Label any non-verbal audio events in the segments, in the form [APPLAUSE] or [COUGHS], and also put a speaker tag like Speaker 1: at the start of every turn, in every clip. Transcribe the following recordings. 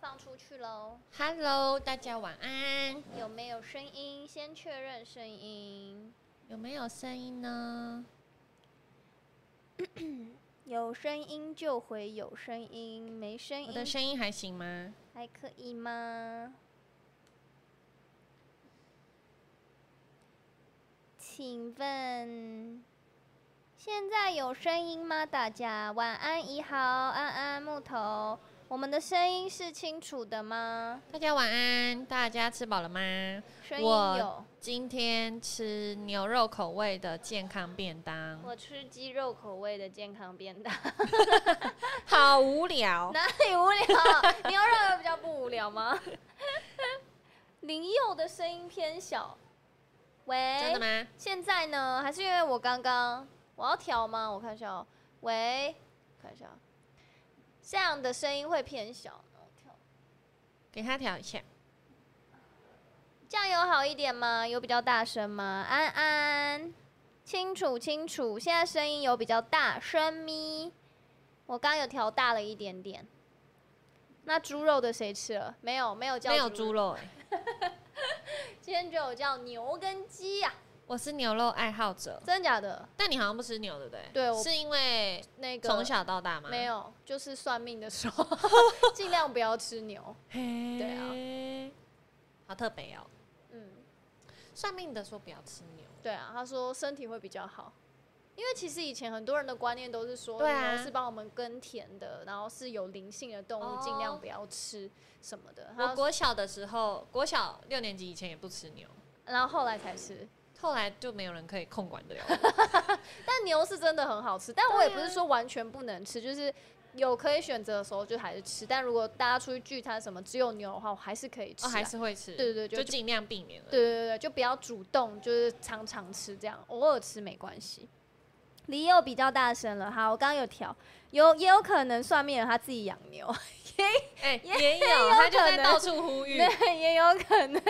Speaker 1: 放出去喽。
Speaker 2: Hello，大家晚安。
Speaker 1: 有没有声音？先确认声音。
Speaker 2: 有没有声音呢？
Speaker 1: 有声音就回有声音，没声
Speaker 2: 我
Speaker 1: 音
Speaker 2: 的声音还行吗？
Speaker 1: 还可以吗？请问现在有声音吗？大家晚安，怡豪、安安、木头，我们的声音是清楚的吗？
Speaker 2: 大家晚安。大家吃饱了吗？
Speaker 1: 声音
Speaker 2: 我
Speaker 1: 有，
Speaker 2: 今天吃牛肉口味的健康便当，
Speaker 1: 我吃鸡肉口味的健康便当，
Speaker 2: 好无聊。
Speaker 1: [LAUGHS] 哪里无聊？牛肉有比较不无聊吗？ [LAUGHS] 林佑的声音偏小，喂，
Speaker 2: 真的吗？
Speaker 1: 现在呢，还是因为我刚刚我要调吗？我看一下哦、喂，看一下哦，这样的声音会偏小，那我调
Speaker 2: 给他调一下。
Speaker 1: 这样有好一点吗？有比较大声吗？安安，清楚清楚，现在声音有比较大声咪，我刚有调大了一点点。那猪肉的谁吃了？没有，没有叫
Speaker 2: 没有
Speaker 1: 猪
Speaker 2: 猪
Speaker 1: 肉，
Speaker 2: 肉、欸，
Speaker 1: 今天只有叫牛跟鸡呀、
Speaker 2: 我是牛肉爱好者。
Speaker 1: 真的假的？
Speaker 2: 但你好像不吃牛，对不对？
Speaker 1: 对我
Speaker 2: 是因为
Speaker 1: 那个
Speaker 2: 从小到大吗？
Speaker 1: 没。有，就是算命的时
Speaker 2: [LAUGHS]
Speaker 1: 候尽量不要吃牛。
Speaker 2: 对
Speaker 1: 啊
Speaker 2: 啊，好特别哦。
Speaker 1: 嗯，
Speaker 2: 算命的说不要吃牛，
Speaker 1: 对啊，他说身体会比较好，因为其实以前很多人的观念都是说
Speaker 2: 对啊
Speaker 1: 牛是帮我们耕田的，然后是有灵性的动物，
Speaker 2: 哦
Speaker 1: 尽量不要吃什么的。
Speaker 2: 我
Speaker 1: 然后
Speaker 2: 国小的时候，国小六年级以前也不吃牛，
Speaker 1: 然后后来才吃，
Speaker 2: 后来就没有人可以控管得
Speaker 1: [LAUGHS] 啊
Speaker 2: 了。
Speaker 1: 但牛是真的很好吃，但我也
Speaker 2: 对啊
Speaker 1: 不是说完全不能吃，就是。有可以选择的时候就还是吃，但如果大家出去聚餐什么只有牛的话，我还是可以吃、
Speaker 2: 哦，
Speaker 1: 啊。
Speaker 2: 还是会吃，
Speaker 1: 对对对就
Speaker 2: 就尽量避免了。
Speaker 1: 对对对，就不要主动，就是常常吃这样，偶尔吃没关系。梨柚比较大声了，好，我刚刚有调，有也有可能算命人他自己养牛，
Speaker 2: 哎，也有，他就在到处呼
Speaker 1: [LAUGHS]
Speaker 2: 吁。
Speaker 1: 对，也有可能。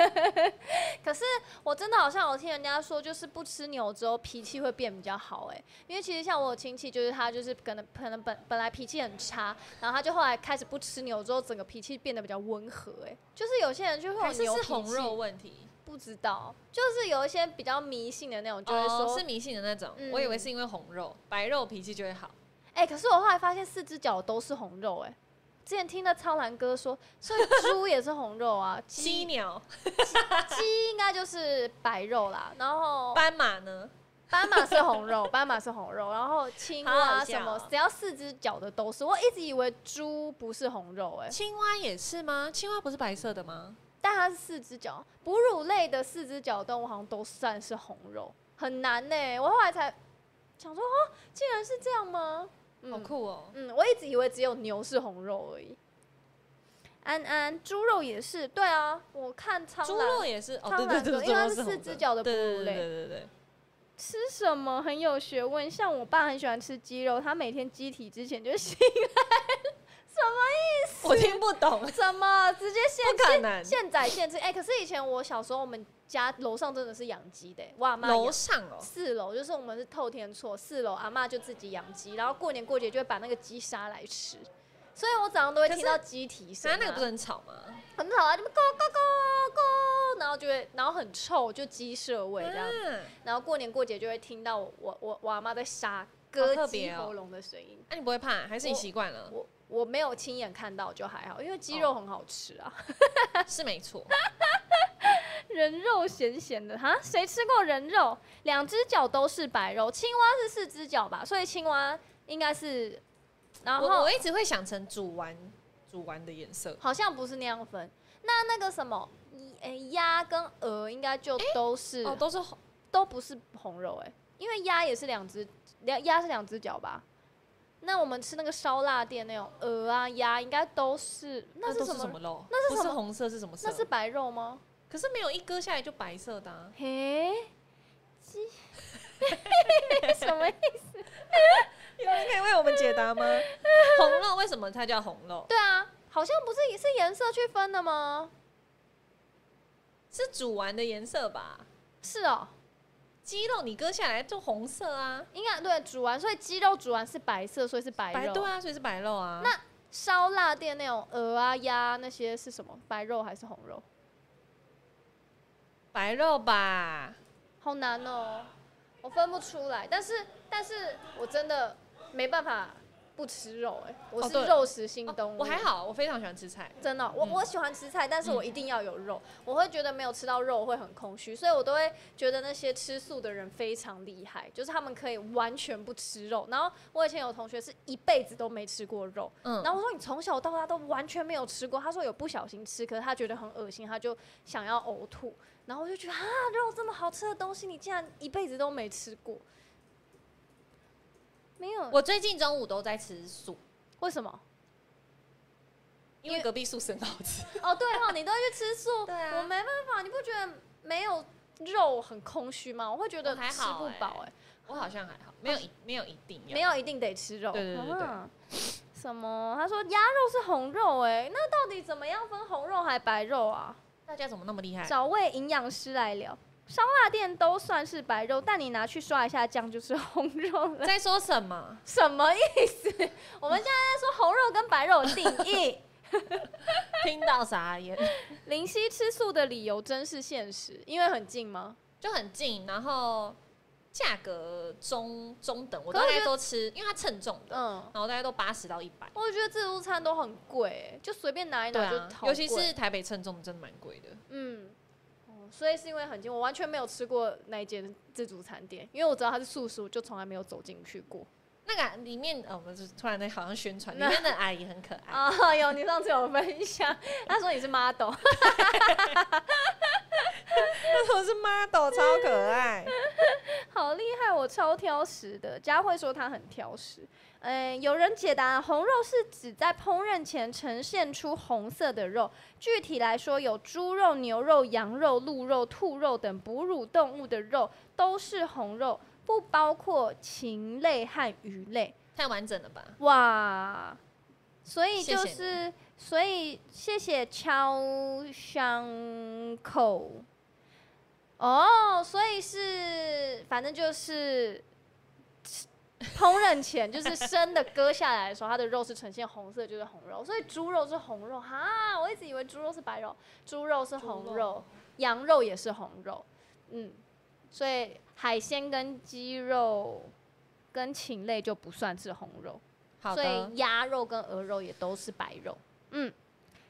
Speaker 1: 可是我真的好像有听人家说，就是不吃牛之后脾气会变比较好、哎，因为其实像我有亲戚，就是他就是可能可能本本来脾气很差，然后他就后来开始不吃牛之后，整个脾气变得比较温和、哎，就是有些人就会
Speaker 2: 还
Speaker 1: 有
Speaker 2: 是
Speaker 1: 牛
Speaker 2: 是
Speaker 1: 脾
Speaker 2: 红
Speaker 1: 气
Speaker 2: 肉问题，
Speaker 1: 不知道，就是有一些比较迷信的那种，就会说、
Speaker 2: 哦是迷信的那种
Speaker 1: 嗯。
Speaker 2: 我以为是因为红肉，白肉脾气就会好。
Speaker 1: 哎、可是我后来发现四只脚都是红肉、哎，之前听到超兰哥说，所以猪也是红肉啊，
Speaker 2: 犀
Speaker 1: 鸡
Speaker 2: 牛、
Speaker 1: 鸡应该就是白肉啦，然后
Speaker 2: 斑马呢？
Speaker 1: 斑马是红肉，斑马是红肉，然后青
Speaker 2: 好
Speaker 1: 蛙
Speaker 2: 好
Speaker 1: 什
Speaker 2: 笑
Speaker 1: 么，
Speaker 2: 哦
Speaker 1: 只要四只脚的都是。我一直以为猪不是红肉、哎，
Speaker 2: 青蛙也是吗？青蛙不是白色的吗？
Speaker 1: 但它是四只脚，哺乳类的四只脚动物好像都算是红肉，很难呢、我后来才想说，哦，竟然是这样吗？嗯
Speaker 2: 好酷哦！
Speaker 1: 嗯，我一直以为只有牛是红肉而已。安安，猪肉也是，对啊，我看苍
Speaker 2: 猪
Speaker 1: 兰
Speaker 2: 肉也是哦，
Speaker 1: 苍
Speaker 2: 对
Speaker 1: 兰
Speaker 2: 对
Speaker 1: 哥
Speaker 2: 对，
Speaker 1: 因为它
Speaker 2: 猪肉
Speaker 1: 是
Speaker 2: 红
Speaker 1: 四只脚的哺
Speaker 2: 对
Speaker 1: 乳
Speaker 2: 对
Speaker 1: 类
Speaker 2: 对对对对。
Speaker 1: 吃什么很有学问，像我爸很喜欢吃鸡肉，他每天鸡体之前就醒
Speaker 2: 我听不懂，
Speaker 1: 什么，直接现
Speaker 2: 不可能。
Speaker 1: 现宰现吃。 [LAUGHS] 哎、可是以前我小时候，我们家楼上真的是养鸡的、我阿妈
Speaker 2: 楼
Speaker 1: 养。
Speaker 2: 上哦，
Speaker 1: 四楼就是我们是透天厝，四楼阿妈就自己养鸡，然后过年过节就会把那个鸡杀来吃，所以我早上都会
Speaker 2: 可是
Speaker 1: 听到鸡啼声、
Speaker 2: 那
Speaker 1: 啊。
Speaker 2: 那个不是很吵吗？
Speaker 1: 很吵啊，你们咕咕咕咕，然后就会，然后很臭，就鸡舍味这样。
Speaker 2: 嗯，
Speaker 1: 然后过年过节就会听到我我我我阿妈在杀
Speaker 2: 好
Speaker 1: 割
Speaker 2: 特
Speaker 1: 鸡
Speaker 2: 别哦
Speaker 1: 喉咙的
Speaker 2: [LAUGHS]
Speaker 1: 声音。
Speaker 2: 那你不会怕？还是你习
Speaker 1: [LAUGHS]
Speaker 2: 惯了？
Speaker 1: 我我没有亲眼看到，就还好，因为鸡肉很好吃啊。
Speaker 2: 是没错。
Speaker 1: 人肉咸咸的哈，谁吃过人肉？两只脚都是白肉，青蛙是四只脚吧，所以青蛙应该是，然
Speaker 2: 我
Speaker 1: 后
Speaker 2: 我一直会想成煮完煮完的颜色，
Speaker 1: 好像不是那样分。那那个什么，诶鸭跟鹅应该就都是
Speaker 2: 哦，都是红
Speaker 1: 都不是红肉哎、因为鸭也是两只，两鸭是两只脚吧？那我们吃那个烧腊店那种鹅啊、鸭，应该都是那
Speaker 2: 啊都
Speaker 1: 是
Speaker 2: 是
Speaker 1: 什
Speaker 2: 什
Speaker 1: 么？
Speaker 2: 么肉？
Speaker 1: 那是
Speaker 2: 不
Speaker 1: 什
Speaker 2: 是
Speaker 1: 么
Speaker 2: 红色是什么色？
Speaker 1: 那是白肉吗？
Speaker 2: 可是没有一割下来就白色的啊。
Speaker 1: 嘿， [LAUGHS] 鸡，什么意？
Speaker 2: 有人可以为我们解答吗？ [LAUGHS] 红肉为什么它叫红肉？
Speaker 1: 对啊，好像不是也是颜色去分的吗？
Speaker 2: 是煮完的颜色吧？
Speaker 1: 是哦，
Speaker 2: 鸡肉你割下来就红色啊，
Speaker 1: 应该对，煮完，所以鸡肉煮完是白色，所以是白
Speaker 2: 白
Speaker 1: 肉。
Speaker 2: 对啊，所以是白肉啊。
Speaker 1: 那烧腊店那种鹅啊、鸭那些是什么？白肉还是红肉？
Speaker 2: 白肉吧，
Speaker 1: 好难哦，我分不出来。但是，但是我真的没办法不吃肉、哎，我
Speaker 2: 哦
Speaker 1: 是
Speaker 2: 对
Speaker 1: 肉食性
Speaker 2: 哦
Speaker 1: 动物。
Speaker 2: 我还好，我非常喜欢吃菜。
Speaker 1: 真的哦、我
Speaker 2: 嗯
Speaker 1: 我喜欢吃菜，但是我一定要有肉，我会觉得没有吃到肉我会很空虚，所以我都会觉得那些吃素的人非常厉害，就是他们可以完全不吃肉。然后我以前有同学是一辈子都没吃过肉，
Speaker 2: 嗯，
Speaker 1: 然后我说你从小到大都完全没有吃过，他说有不小心吃，可是他觉得很恶心，他就想要呕吐。然后我就觉得啊，肉这么好吃的东西，你竟然一辈子都没吃过，没有？
Speaker 2: 我最近中午都在吃素，
Speaker 1: 为什么？
Speaker 2: 因为隔壁素食很好吃。 [LAUGHS]
Speaker 1: 哦，对哦，你都会去吃素，
Speaker 2: 对啊
Speaker 1: 我没办法，你不觉得没有肉很空虚吗？我会觉得
Speaker 2: 我还
Speaker 1: 吃
Speaker 2: 好
Speaker 1: 不
Speaker 2: 欸
Speaker 1: 饱、哎、
Speaker 2: 我好像还好，没有一没有一定要
Speaker 1: 没。有一定得吃肉。
Speaker 2: 对对对对对
Speaker 1: 啊什么？他说鸭肉是红肉、哎，那到底怎么样分红肉还白肉啊？
Speaker 2: 大家怎么那么厉害？
Speaker 1: 找位营养师来聊。烧腊店都算是白肉，但你拿去刷一下酱就是红肉了，
Speaker 2: 在说什么？
Speaker 1: [LAUGHS] 什么意思？我们现在在说红肉跟白肉的定义。
Speaker 2: 听到傻眼，
Speaker 1: [LAUGHS] 林夕吃素的理由真是现实，因为很近吗？
Speaker 2: 就很近，然后价格中中等，我
Speaker 1: 可是
Speaker 2: 大
Speaker 1: 我觉
Speaker 2: 概
Speaker 1: 得
Speaker 2: 都吃，因为它称重的，
Speaker 1: 嗯，
Speaker 2: 然后大概都八十到一百。
Speaker 1: 我觉得自助餐都很贵、欸，就随便拿一
Speaker 2: 对
Speaker 1: 拿就
Speaker 2: 啊
Speaker 1: 好，贵、
Speaker 2: 尤其是台北称重的真的蛮贵的。
Speaker 1: 嗯，哦，所以是因为很近，我完全没有吃过那一间自助餐店，因为我知道它是素食，我就从来没有走进去过。
Speaker 2: 那个里面，呃，我们是突然在好像宣传，里
Speaker 1: 那
Speaker 2: 面的阿姨很可
Speaker 1: [LAUGHS]
Speaker 2: 爱。
Speaker 1: 啊、有你上次有分 [LAUGHS] 享，他说你是 model，
Speaker 2: 我是 model，超可爱。
Speaker 1: [LAUGHS] 好厉害，我超挑食的。佳慧说她很挑食。嗯，有人解答，红肉是指在烹饪前呈现出红色的肉，具体来说有猪肉、牛肉、羊肉、鹿肉、兔肉等哺乳动物的肉都是红肉，不包括禽类和鱼类。
Speaker 2: 太完整了吧？
Speaker 1: 哇，所以
Speaker 2: 谢
Speaker 1: 就
Speaker 2: 谢
Speaker 1: 是，所以谢谢敲香口。哦，所以是，反正就是呃烹饪前，就是生的割下来的时候，它的肉是呈现红色，就是红肉。所以猪肉是红肉哈，我一直以为猪肉是白肉，猪肉是红
Speaker 2: 猪
Speaker 1: 肉，
Speaker 2: 肉
Speaker 1: 羊肉也是红肉，嗯，所以海鲜跟鸡肉跟禽类就不算是红肉。
Speaker 2: 好
Speaker 1: 所
Speaker 2: 的
Speaker 1: 以，鸭肉跟鹅肉也都是白肉。嗯，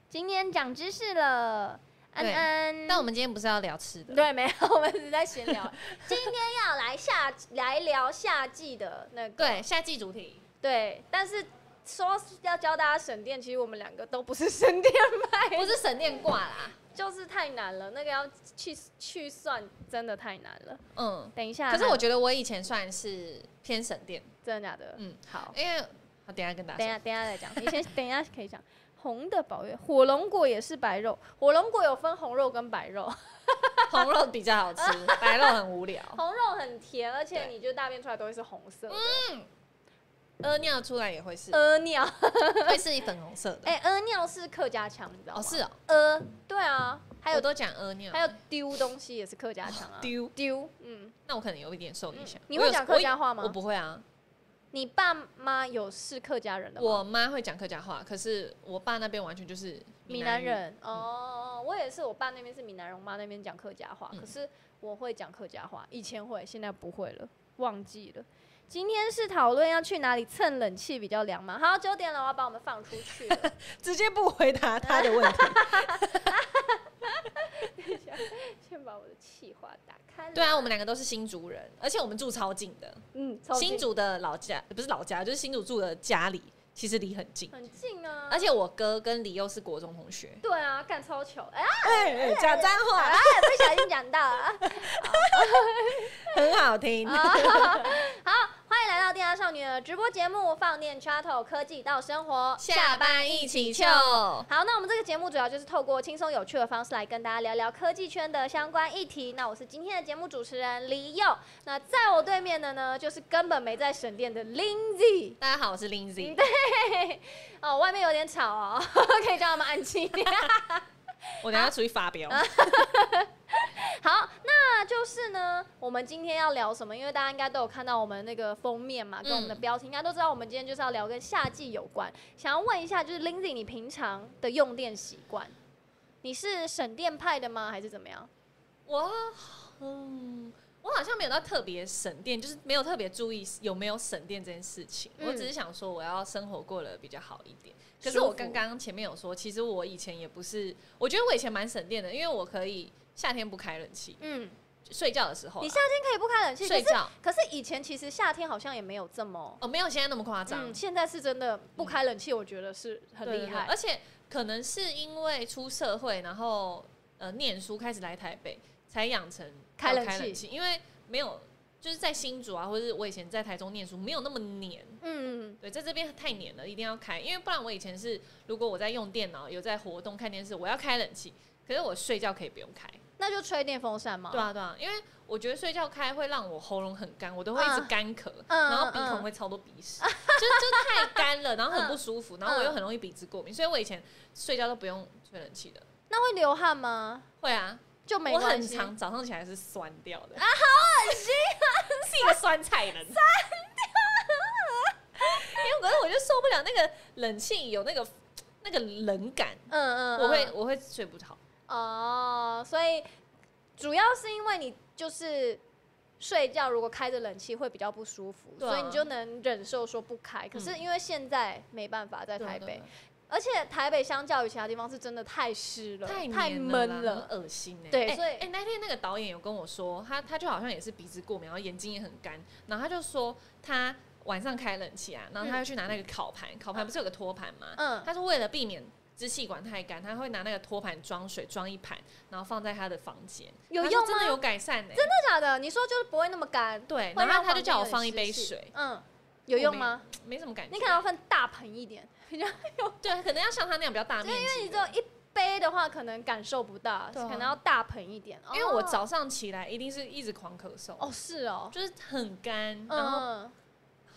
Speaker 1: 今天讲知识了，安
Speaker 2: 对
Speaker 1: 安。
Speaker 2: 但我们今天不是要聊吃的，
Speaker 1: 对，没有，我们只是在闲聊。 [LAUGHS] 今天要来下来聊夏季的那个，
Speaker 2: 对，夏季主题。
Speaker 1: 对，但是说是要教大家省电，其实我们两个都不是省电 [LAUGHS] 派，
Speaker 2: 不是省电挂
Speaker 1: [LAUGHS]
Speaker 2: 啦，
Speaker 1: 就是太难了，那个要去去算真的太难了。
Speaker 2: 嗯。
Speaker 1: 等一下，
Speaker 2: 可是我觉得我以前算是偏省电，
Speaker 1: 真的假的？
Speaker 2: 嗯，
Speaker 1: 好，
Speaker 2: 因为好，等一下跟大
Speaker 1: 等一
Speaker 2: 家
Speaker 1: 下，等一下再讲。你先 [LAUGHS] 等一下可以讲。红的宝月，火龙果也是白肉。火龙果有分红肉跟白肉，
Speaker 2: 说，红肉比较好吃，白肉很无 [LAUGHS] 聊，
Speaker 1: 红肉很甜，而且
Speaker 2: 对
Speaker 1: 你就大便出来都会是红色的，
Speaker 2: 屙呃尿出来也
Speaker 1: [LAUGHS]
Speaker 2: 会是，
Speaker 1: 屙尿。
Speaker 2: 会是一粉红色的。
Speaker 1: 哎，屙尿是客家腔，你知道吗？
Speaker 2: 哦，是哦，
Speaker 1: 屙，对啊，还
Speaker 2: 还有
Speaker 1: 有
Speaker 2: 都讲屙尿，啊
Speaker 1: 还有丢东西也是客家腔啊，
Speaker 2: 丢，
Speaker 1: 丢，嗯，
Speaker 2: 那我可能有一点受影响。
Speaker 1: 你
Speaker 2: 我
Speaker 1: 会
Speaker 2: 有
Speaker 1: 讲客家话吗
Speaker 2: 我？不会啊，
Speaker 1: 你爸妈有是客家人的吗？
Speaker 2: 我妈会讲客家话，可是我爸那边完全就是
Speaker 1: 闽南
Speaker 2: 语，
Speaker 1: 人哦，我也是，我爸那边是闽南人，我妈那边讲客家话，
Speaker 2: 嗯
Speaker 1: 可是我会讲客家话，以前会，现在不会了，忘记了。今天是讨论要去哪里蹭冷气比较凉吗？好，九点了，我要把我们放出去了。
Speaker 2: 直接不回答他
Speaker 1: [LAUGHS]
Speaker 2: 的问题。
Speaker 1: 先 [LAUGHS] 把我的气话打开了。
Speaker 2: 对啊，我们两个都是新竹人，而且我们住超近的，
Speaker 1: 嗯，超
Speaker 2: 新
Speaker 1: 近
Speaker 2: 竹的老家不是老家，就是新竹住的家里，其实离很近。
Speaker 1: 很近啊，
Speaker 2: 而且我哥跟李佑是国中同学，
Speaker 1: 对啊，干超球，哎、
Speaker 2: 哎，讲脏
Speaker 1: 啊，
Speaker 2: 话
Speaker 1: 不小心讲到
Speaker 2: [LAUGHS]
Speaker 1: 了。
Speaker 2: 很好听
Speaker 1: 啊 [LAUGHS] 好，欢迎来到电压少女的直播节目《放电 Chattel 科技到生活》。
Speaker 2: 下班一起秀，
Speaker 1: 好，那我们这个节目主要就是透过轻松有趣的方式来跟大家聊聊科技圈的相关议题。那我是今天的节目主持人李佑，那在我对面的呢就是根本没在省电的 Lindsay。
Speaker 2: 大家好，我是
Speaker 1: 嗯
Speaker 2: Lindsay，
Speaker 1: [LAUGHS] 对哦，外面有点吵哦，可以叫他们安静一点。
Speaker 2: 我等下出去发
Speaker 1: 啊
Speaker 2: 飙。
Speaker 1: 好，那就是呢，我们今天要聊什么？因为大家应该都有看到我们那个封面嘛，跟我们的
Speaker 2: 嗯
Speaker 1: 标题，应该都知道我们今天就是要聊跟夏季有关。想要问一下，就是 Lindsay，你平常的用电习惯，你是省电派的吗？还是怎么样？
Speaker 2: 我嗯，我好像没有到特别省电，就是没有特别注意有没有省电这件事情。
Speaker 1: 嗯
Speaker 2: 我只是想说，我要生活过得比较好一点。可
Speaker 1: 舒
Speaker 2: 是
Speaker 1: 服
Speaker 2: 我刚刚前面有说，其实我以前也不是，我觉得我以前蛮省电的，因为我可以夏天不开冷气，
Speaker 1: 嗯，
Speaker 2: 睡觉的时候啊、
Speaker 1: 你夏天可以不开冷气，可
Speaker 2: 睡
Speaker 1: 是
Speaker 2: 觉
Speaker 1: 可是以前其实夏天好像也没有这么，
Speaker 2: 哦，没有现在那么夸张，
Speaker 1: 嗯，现在是真的不开冷气，我觉得是很
Speaker 2: 对
Speaker 1: 厉
Speaker 2: 对对
Speaker 1: 害。
Speaker 2: 而且可能是因为出社会，然后呃念书开始来台北，才养成
Speaker 1: 开
Speaker 2: 要
Speaker 1: 冷
Speaker 2: 开冷
Speaker 1: 气
Speaker 2: 气，因为没有就是在新竹啊，或者是我以前在台中念书，没有那么黏。
Speaker 1: 嗯，
Speaker 2: 对，在这边太黏了，一定要开，因为不然我以前是，如果我在用电脑，有在活动、看电视，我要开冷气，可是我睡觉可以不用开。
Speaker 1: 那就吹电风扇嘛。
Speaker 2: 对啊，对啊，因为我觉得睡觉开会让我喉咙很干，我都会一直
Speaker 1: 嗯
Speaker 2: 干咳，
Speaker 1: 嗯
Speaker 2: 然后鼻
Speaker 1: 嗯
Speaker 2: 孔会超多鼻屎，就是就是太干了，然后很不舒服，然后我又
Speaker 1: 嗯
Speaker 2: 很容易鼻子过敏，所以我以前睡觉都不用吹冷气的。
Speaker 1: 那会流汗吗？
Speaker 2: 会啊，
Speaker 1: 就没
Speaker 2: 我
Speaker 1: 关
Speaker 2: 很
Speaker 1: 系。
Speaker 2: 常早上起来是酸掉的啊，好恶 [LAUGHS] 心啊！是一个酸
Speaker 1: [LAUGHS]
Speaker 2: 菜人，酸掉。 [LAUGHS] 因为可是我就受不了那个冷气有那个那个冷感，
Speaker 1: 嗯嗯，嗯
Speaker 2: 我会我会睡不着。
Speaker 1: 哦，所以主要是因为你就是睡觉如果开着冷气会比较不舒服，
Speaker 2: 对啊嗯
Speaker 1: 所以你就能忍受说不开。可是因为现在没办法在
Speaker 2: 对啊
Speaker 1: 台
Speaker 2: 对
Speaker 1: 北
Speaker 2: 啊，
Speaker 1: 而且台北相较于其他地方是真的太湿了，
Speaker 2: 太
Speaker 1: 太
Speaker 2: 黏
Speaker 1: 闷
Speaker 2: 了啦，
Speaker 1: 了。
Speaker 2: 很恶心哎、欸。
Speaker 1: 对
Speaker 2: 欸
Speaker 1: 所以
Speaker 2: 哎、欸那天那个导演有跟我说，他他就好像也是鼻子过敏，然后眼睛也很干，然后他就说他晚上开冷气啊，然后他就去拿那个烤盘，烤盘不是有个托盘吗？
Speaker 1: 嗯
Speaker 2: 他说为了避免支气管太干，他会拿那个托盘装水装一盘，然后放在他的房间，
Speaker 1: 有
Speaker 2: 他说
Speaker 1: 用
Speaker 2: 真
Speaker 1: 吗
Speaker 2: 的有改善呢、真的
Speaker 1: 真的假的？你说就是不会那么干，
Speaker 2: 对，
Speaker 1: 会
Speaker 2: 然后
Speaker 1: 让
Speaker 2: 他
Speaker 1: 房
Speaker 2: 就
Speaker 1: 间
Speaker 2: 叫我
Speaker 1: 有
Speaker 2: 放一
Speaker 1: 湿
Speaker 2: 杯
Speaker 1: 气
Speaker 2: 水，
Speaker 1: 嗯，有用吗？
Speaker 2: 没什么感觉。
Speaker 1: 你哦可能要分大盆一点，因为
Speaker 2: 对，可能要像他那样比较大面
Speaker 1: 你
Speaker 2: 积的，
Speaker 1: 只有一杯的话，可能感受不到，
Speaker 2: 对啊
Speaker 1: 可能要大盆一点。
Speaker 2: 因为我
Speaker 1: 哦
Speaker 2: 早上起来一定是一直狂咳嗽，
Speaker 1: 哦是哦，
Speaker 2: 就是很干，然后
Speaker 1: 嗯。
Speaker 2: [LAUGHS]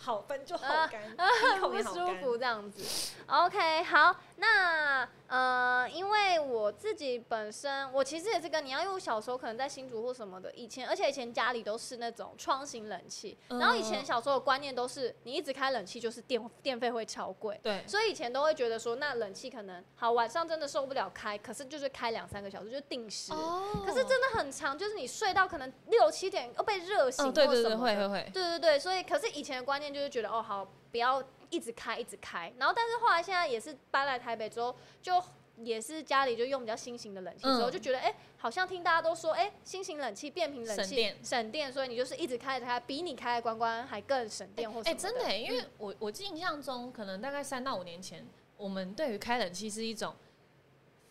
Speaker 2: 好分就
Speaker 1: 好啊
Speaker 2: 干，
Speaker 1: 很不舒服这样子。OK，好，那呃，因为我自己本身，我其实也是跟你一样，因为我小时候可能在新竹或什么的，以前而且以前家里都是那种窗型冷气，
Speaker 2: 嗯
Speaker 1: 然后以前小时候的观念都是你一直开冷气就是电 [LAUGHS] 电费会超贵。
Speaker 2: 对，
Speaker 1: 所以以前都会觉得说，那冷气可能好晚上真的受不了开，可是就是开两三个小时就定时，
Speaker 2: 哦
Speaker 1: 可是真的很长，就是你睡到可能六七点又被热醒
Speaker 2: 哦，
Speaker 1: 或
Speaker 2: 对
Speaker 1: 什么的，
Speaker 2: 对对，会会会，
Speaker 1: 对对对，所以可是以前的观念就是觉得哦好，不要一直开一直开，然后但是后来现在也是搬来台北之后，就也是家里就用比较新型的冷气之后，
Speaker 2: 嗯
Speaker 1: 就觉得哎、好像听大家都说哎、新型冷气变频冷气
Speaker 2: 省电
Speaker 1: 省电，所以你就是一直开一直开，比你开关关还更省电或什
Speaker 2: 哎，
Speaker 1: 么嗯
Speaker 2: 真的欸，因为我我印象中，可能大概三到五年前，我们对于开冷气是一种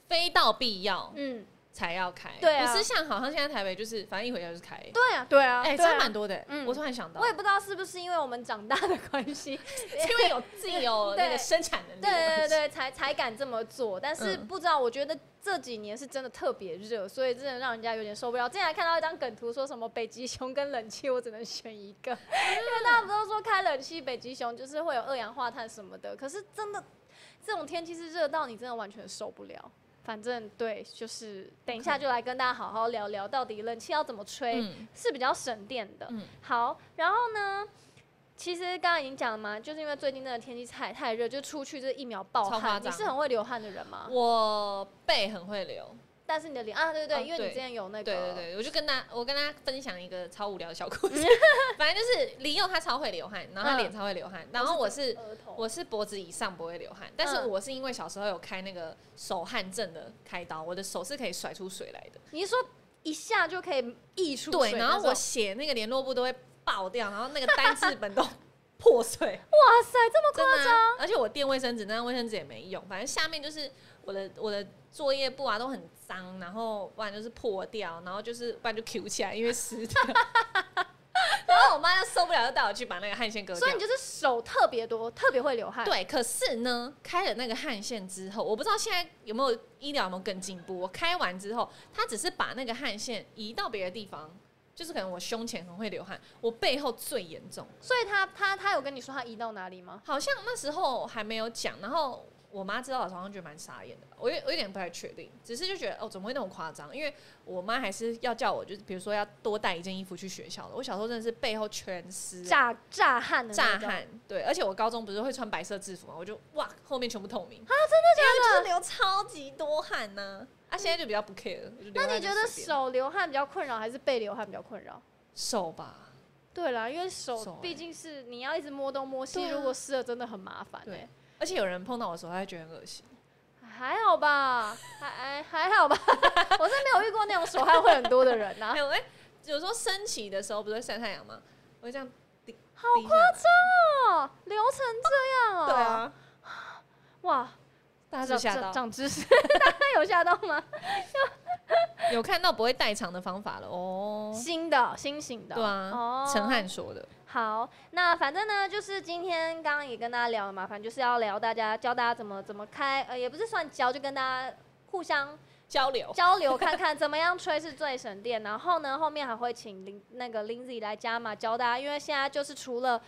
Speaker 2: 非到必要
Speaker 1: 嗯，
Speaker 2: 才要开，
Speaker 1: 对啊
Speaker 2: 不是像好像现在台北就是反正一回家就是开，
Speaker 1: 对啊对啊，
Speaker 2: 哎，
Speaker 1: 对啊
Speaker 2: 差蛮多的欸
Speaker 1: 嗯，
Speaker 2: 我突然想到
Speaker 1: 我，也不知道是不是因为我们长大的关系，
Speaker 2: 因为有自己有
Speaker 1: [LAUGHS]
Speaker 2: 那
Speaker 1: 对
Speaker 2: 个生产能力，
Speaker 1: 对对，对，才才敢这么做。但是
Speaker 2: 嗯
Speaker 1: 不知道，我觉得这几年是真的特别热，所以真的让人家有点受不了。之前还看到一张梗图，说什么北极熊跟冷气，我只能选一个， [LAUGHS] 因为大家不都说开冷气北极熊就是会有二氧化碳什么的，可是真的这种天气是热到你真的完全受不了。反正对，就是等一下就来跟大家好好聊聊，到底冷气要怎么吹。
Speaker 2: 嗯
Speaker 1: 是比较省电的。
Speaker 2: 嗯
Speaker 1: 好，然后呢，其实刚刚已经讲了嘛，就是因为最近真的天气太太热，就出去这一秒爆
Speaker 2: 超夸
Speaker 1: 汗。
Speaker 2: 张
Speaker 1: 你是很会流汗的人吗？
Speaker 2: 我背很会流，
Speaker 1: 但是你的脸啊，对对对，
Speaker 2: 嗯
Speaker 1: 因为你
Speaker 2: 对
Speaker 1: 之前有那个，
Speaker 2: 对对对，我就跟他，我跟他分享一个超无聊的小故事。
Speaker 1: 嗯
Speaker 2: [LAUGHS] 反正就是李佑他超会流汗，然后他脸超会流汗，然后我是
Speaker 1: 额头，
Speaker 2: 我是脖子以上不会流汗，但
Speaker 1: 嗯
Speaker 2: 是我是因为小时候有开那个手汗症的开刀，我的手是可以甩出水来的。
Speaker 1: 你是说一下就可以溢出水那
Speaker 2: 对，
Speaker 1: 种，
Speaker 2: 然后我写那个联络簿都会爆掉，然后那个单字本都 [LAUGHS] 破碎，
Speaker 1: 哇塞，这么
Speaker 2: 真的啊、而且我垫卫生纸，那卫生纸也没用，反正下面就是我的我的作业簿啊都很脏，然后不然就是破掉，然后就是不然就 Q 起来，因为湿 [LAUGHS] 的。然后我妈就受不了，就带我去把那个汗腺割掉。
Speaker 1: 所以你就是手特别多，特别会流汗。，
Speaker 2: [LAUGHS] 对，可是呢，开了那个汗腺之后，我不知道现在有没有医疗有没有更进步。我开完之后，他只是把那个汗腺移到别的地方，就是可能我胸前很会流汗，我背后最严重。
Speaker 1: 所以他他他有跟你说他移到哪里吗？
Speaker 2: 好像那时候还没有讲，然后我妈知道的时候，好像觉得蛮傻眼的吧。我有我有点不太确定，只是就觉得哦，怎么会那么夸张？因为我妈还是要叫我，就是比如说要多带一件衣服去学校的。我小时候真的是背后全湿、啊，
Speaker 1: 炸炸汗的那
Speaker 2: 炸
Speaker 1: 种
Speaker 2: 汗。对，而且我高中不是会穿白色制服嘛，我就哇，后面全部透明啊，真的假的？就是流超级多汗呢、啊。现在就比较不 care 了。我就流
Speaker 1: 那
Speaker 2: 汗
Speaker 1: 你
Speaker 2: 就
Speaker 1: 觉得
Speaker 2: 随便
Speaker 1: 手流汗比较困扰，还是背流汗比较困扰？
Speaker 2: 手吧？
Speaker 1: 对啦，因为手
Speaker 2: 手
Speaker 1: 毕
Speaker 2: 欸
Speaker 1: 竟是你要一直摸东摸西，
Speaker 2: 对啊
Speaker 1: 如果湿了真的很麻烦、欸。
Speaker 2: 对，而且有人碰到我的手，他会觉得很恶心。
Speaker 1: 还好吧，还还哎还好吧， [LAUGHS] 我是没有遇过那种手汗会很多的人啊呐、
Speaker 2: 还有哎、有时候升旗的时候不是会晒太阳吗？我会这样滴，好夸张！
Speaker 1: 哦，流成这样哦，
Speaker 2: 对，啊，
Speaker 1: 哇，
Speaker 2: 大家都吓
Speaker 1: 长
Speaker 2: 到，
Speaker 1: 长知
Speaker 2: [LAUGHS]
Speaker 1: 识，大家有吓到吗？
Speaker 2: 有看到不会代偿的方法了哦。
Speaker 1: 新的新型的，
Speaker 2: 对啊
Speaker 1: 哦，，
Speaker 2: 陈汉说的，
Speaker 1: 好，那反正呢，就是今天刚刚也跟大家聊了嘛，反正就是要聊大家教大家怎么怎么开，呃，也不是算教，就跟大家互相
Speaker 2: 交流
Speaker 1: 交流看看怎么样吹是最省电。然后呢，后面还会请林那个 Lindsay 来加码教大家，因为现在就是除了。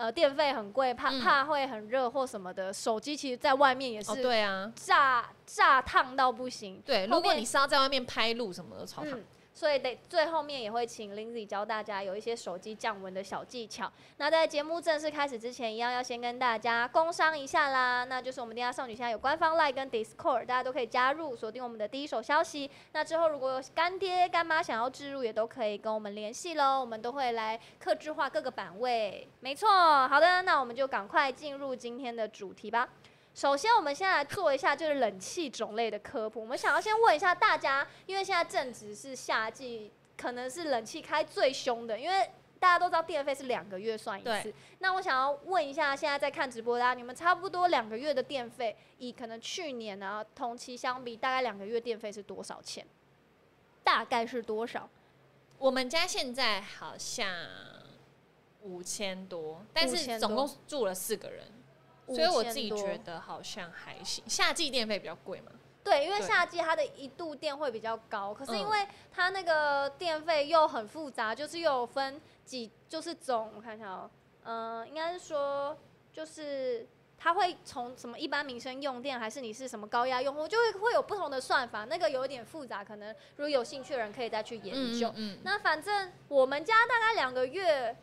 Speaker 1: 呃，电费很贵，怕
Speaker 2: 嗯
Speaker 1: 怕会很热或什么的。手机其实在外面也
Speaker 2: 哦，
Speaker 1: 是
Speaker 2: 对啊，
Speaker 1: 炸、炸烫到不行，
Speaker 2: 对，
Speaker 1: 后
Speaker 2: 如果
Speaker 1: 面
Speaker 2: 你是要在外面拍录什么的，超烫
Speaker 1: 嗯，所以得最后面也会请 Lindsay 教大家有一些手机降温的小技巧。那在节目正式开始之前，一样要先跟大家工商一下啦，那就是我们地下少女现在有官方 Line 跟 Discord，大家都可以加入，锁定我们的第一手消息。那之后如果有干爹干妈想要置入，也都可以跟我们联系喽，我们都会来克制化各个版位。没错，好的，那我们就赶快进入今天的主题吧。首先，我们先来做一下就是冷气种类的科普。我们想要先问一下大家，因为现在正值是夏季，可能是冷气开最凶的，因为大家都知道电费是两个月算一次
Speaker 2: 对。
Speaker 1: 那我想要问一下，现在在看直播的、啊，你们差不多两个月的电费，以可能去年啊同期相比，大概两个月电费是多少钱？大概是多少？
Speaker 2: 我们家现在好像五千多，但
Speaker 1: 5000
Speaker 2: 是
Speaker 1: 多
Speaker 2: 总共住了四个人，所以我自己
Speaker 1: 5000多
Speaker 2: 觉得好像还行。夏季电费比较贵嘛，
Speaker 1: 对，因为
Speaker 2: 对
Speaker 1: 夏季它的一度电会比较高，可是因
Speaker 2: 嗯
Speaker 1: 为它那个电费又很复杂，就是又有分几，就是总我看一下哦、嗯、应该是说就是它会从什么一般民生用电，还是你是什么高压用户，就会会有不同的算法，那个有一点复杂，可能如果有兴趣的人可以再去研
Speaker 2: 嗯
Speaker 1: 究。
Speaker 2: 嗯，嗯
Speaker 1: 那反正我们家大概两个月，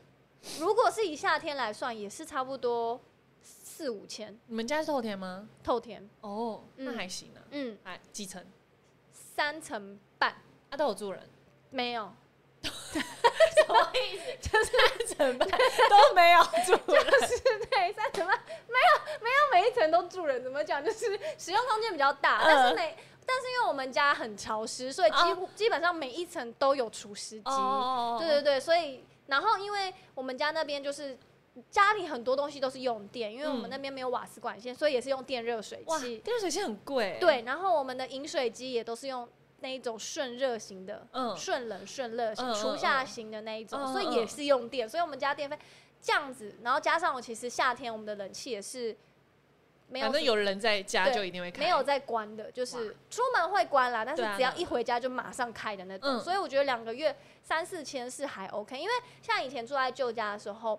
Speaker 1: 如果是以夏天来算，也是差不多四五千
Speaker 2: 你们家是透天吗？
Speaker 1: 透天，
Speaker 2: 哦，那
Speaker 1: 嗯
Speaker 2: 还行啊，
Speaker 1: 嗯，
Speaker 2: 还几层？
Speaker 1: 三层半。
Speaker 2: 啊，都有住人，
Speaker 1: 没有，
Speaker 2: 什么意思？ [LAUGHS] 就是怎么办都没有 [LAUGHS]
Speaker 1: [LAUGHS]
Speaker 2: 住人，
Speaker 1: 是对，三层半没有没有每一层都住人，怎么讲？就是使用空间比较大，
Speaker 2: 嗯
Speaker 1: 但是每但是因为我们家很潮湿，所以几乎、基本上每一层都有除湿机。
Speaker 2: 哦
Speaker 1: 对对对，所以然后因为我们家那边就是。家里很多东西都是用电，因为我们
Speaker 2: 嗯
Speaker 1: 那边没有瓦斯管线，所以也是用电热水
Speaker 2: 哇，
Speaker 1: 器。
Speaker 2: 热水器很贵，，
Speaker 1: 对，然后我们的饮水机也都是用那一种顺热型的，
Speaker 2: 嗯，
Speaker 1: 顺冷顺热型、
Speaker 2: 嗯嗯
Speaker 1: 除夏型的那一种，
Speaker 2: 嗯嗯
Speaker 1: 所以也是用电，所以我们家电费这样子，然后加上我其实夏天我们的冷气也是没有
Speaker 2: 反正有人在家
Speaker 1: 对
Speaker 2: 就一定会开，
Speaker 1: 没有在关的，就是出门会关啦，但是
Speaker 2: 对啊
Speaker 1: 只要一回家就马上开的那种，
Speaker 2: 嗯
Speaker 1: 所以我觉得两个月三四千是还 OK，因为像以前住在舅家的时候，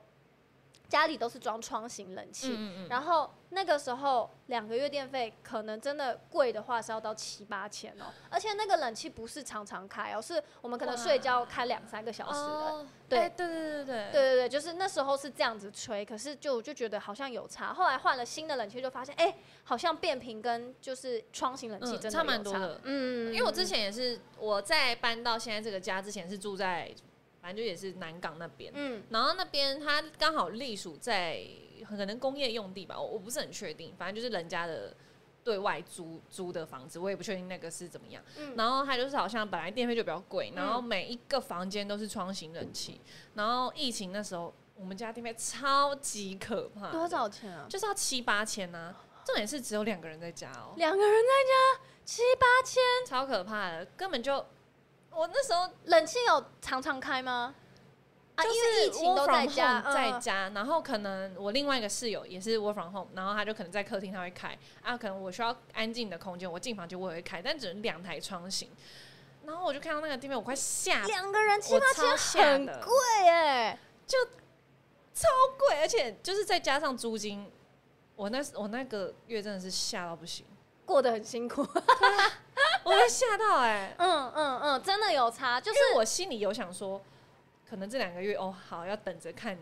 Speaker 1: 家里都是装窗型冷气，
Speaker 2: 嗯，嗯嗯，
Speaker 1: 然后那个时候两个月电费可能真的贵的话是要到七八千哦，而且那个冷气不是常常开哦，是我们可能
Speaker 2: 哇
Speaker 1: 睡觉开两三个小时的。
Speaker 2: 哦
Speaker 1: 对
Speaker 2: 哎对对对对
Speaker 1: 对，对对，就是那时候是这样子吹，可是就我就觉得好像有差。后来换了新的冷气，就发现哎、好像变频跟就是窗型冷气
Speaker 2: 嗯
Speaker 1: 真的有
Speaker 2: 差蛮多的
Speaker 1: 嗯，
Speaker 2: 因为我之前也是我在搬到现在这个家之前是住在，反正就也是南港那边，
Speaker 1: 嗯
Speaker 2: 然后那边它刚好隶属在可能工业用地吧，我我不是很确定，反正就是人家的对外租租的房子，我也不确定那个是怎么样。
Speaker 1: 嗯
Speaker 2: 然后它就是好像本来电费就比较贵，然后
Speaker 1: 嗯
Speaker 2: 每一个房间都是窗型冷气，然后疫情那时候我们家电费超级可怕，
Speaker 1: 多？少钱啊？
Speaker 2: 就是要七八千呐、重点是只有两个人在家哦、
Speaker 1: 两个人在家嗯七八千，
Speaker 2: 超可怕的，根本就我那时候
Speaker 1: 冷气有常常开吗？啊，
Speaker 2: 就
Speaker 1: 因为疫
Speaker 2: 是
Speaker 1: 情
Speaker 2: work
Speaker 1: 都在
Speaker 2: from
Speaker 1: 家，
Speaker 2: home 在
Speaker 1: 嗯
Speaker 2: 家，然后可能我另外一个室友也是 work from home，然后他就可能在客厅他会开啊，可能我需要安静的空间，我进房间我也会开，但只能两台窗型，然后我就看到那个地面，我快吓，
Speaker 1: 两个人七
Speaker 2: 我
Speaker 1: 八千
Speaker 2: 超吓
Speaker 1: 很
Speaker 2: 的，
Speaker 1: 贵哎、
Speaker 2: 超贵，而且就是再加上租金，我那我那个月真的是吓到不行，
Speaker 1: 过得很辛
Speaker 2: [LAUGHS]
Speaker 1: 苦。
Speaker 2: 我被吓到哎、
Speaker 1: [LAUGHS] 嗯嗯嗯，真的有差，就
Speaker 2: 就是是我心里有想说，可能这两个月哦好要等着看，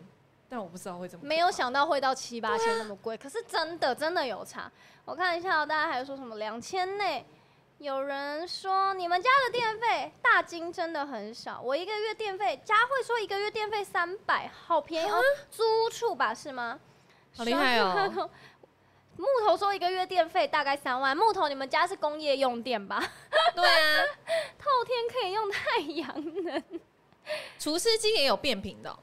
Speaker 2: 但我不知道会怎么。
Speaker 1: 没有，想到会到七八千那么
Speaker 2: 啊
Speaker 1: 贵，可是真的真的有差。我看一下哦，大家还说什么两千内，有人说你们家的电费大金真的很少，我一个月电费，佳慧说一个月电费三百，好便宜哦，租屋处吧是吗？
Speaker 2: 好厉害哦
Speaker 1: 双木头！木头说一个月电费大概三万，木头你们家是工业用电吧？
Speaker 2: 对啊，
Speaker 1: 透天可以用太阳 [LAUGHS] 能，
Speaker 2: 厨师机也有变频的哦、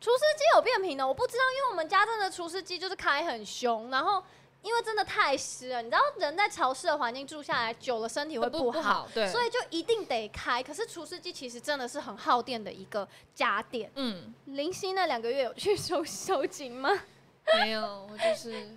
Speaker 1: 厨师机有变频的，我不知道，因为我们家真的厨师机就是开很凶，然后因为真的太湿了，你知道人在潮湿的环境住下来久了，身体会
Speaker 2: 不
Speaker 1: 好，
Speaker 2: 好，对，
Speaker 1: 所以就一定得开。可是厨师机其实真的是很耗电的一个家电。
Speaker 2: 嗯，
Speaker 1: 林夕那两个月有去收收紧吗？
Speaker 2: 没有，我就是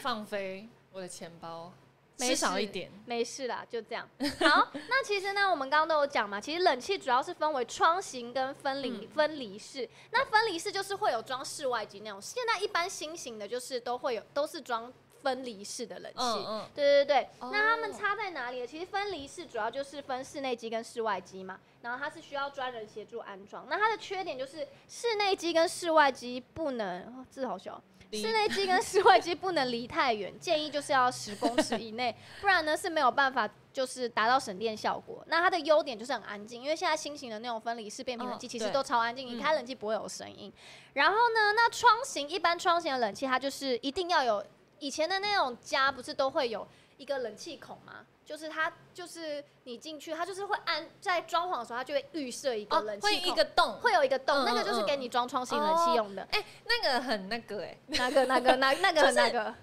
Speaker 2: 放飞我的钱包，
Speaker 1: 没
Speaker 2: 吃少
Speaker 1: 事
Speaker 2: 一点。
Speaker 1: 没事啦，就这样。 [LAUGHS] 好，那其实呢，我们刚刚都有讲嘛，其实冷气主要是分为窗型跟分离、
Speaker 2: 嗯
Speaker 1: 分离式。那分离式就是会有装室外机那种，现在一般新型的就是都会有都是装分离式的冷气。
Speaker 2: 嗯嗯，
Speaker 1: 对对对，
Speaker 2: 哦
Speaker 1: 那它们差在哪里呢？其实分离式主要就是分室内机跟室外机嘛，然后它是需要专人协助安装。那它的缺点就是室内机跟室外机不能，哦、字好小哦，
Speaker 2: 离
Speaker 1: 室内机跟室外机不能离太远，建议就是要十公尺以内，不然呢是没有办法就是达到省电效果。那它的优点就是很安静，因为现在新型的那种分离式变频冷
Speaker 2: 哦
Speaker 1: 气其实
Speaker 2: 对
Speaker 1: 都超安静，你
Speaker 2: 嗯
Speaker 1: 开冷气不会有声音。然后呢，那窗型一般窗型的冷气它就是一定要有以前的那种家不是都会有一个冷气孔吗？就是它就是你进去，它就是会安在装潢的时候，它就会预设一个
Speaker 2: 哦
Speaker 1: 冷，气
Speaker 2: 会
Speaker 1: 孔。
Speaker 2: 一个洞，
Speaker 1: 会有一个洞，
Speaker 2: 嗯
Speaker 1: 那个就是
Speaker 2: 嗯嗯
Speaker 1: 给你装窗型冷气用的。
Speaker 2: 哎、那个很那个哎、
Speaker 1: 那个、那个、那那个、
Speaker 2: 就是
Speaker 1: 那个，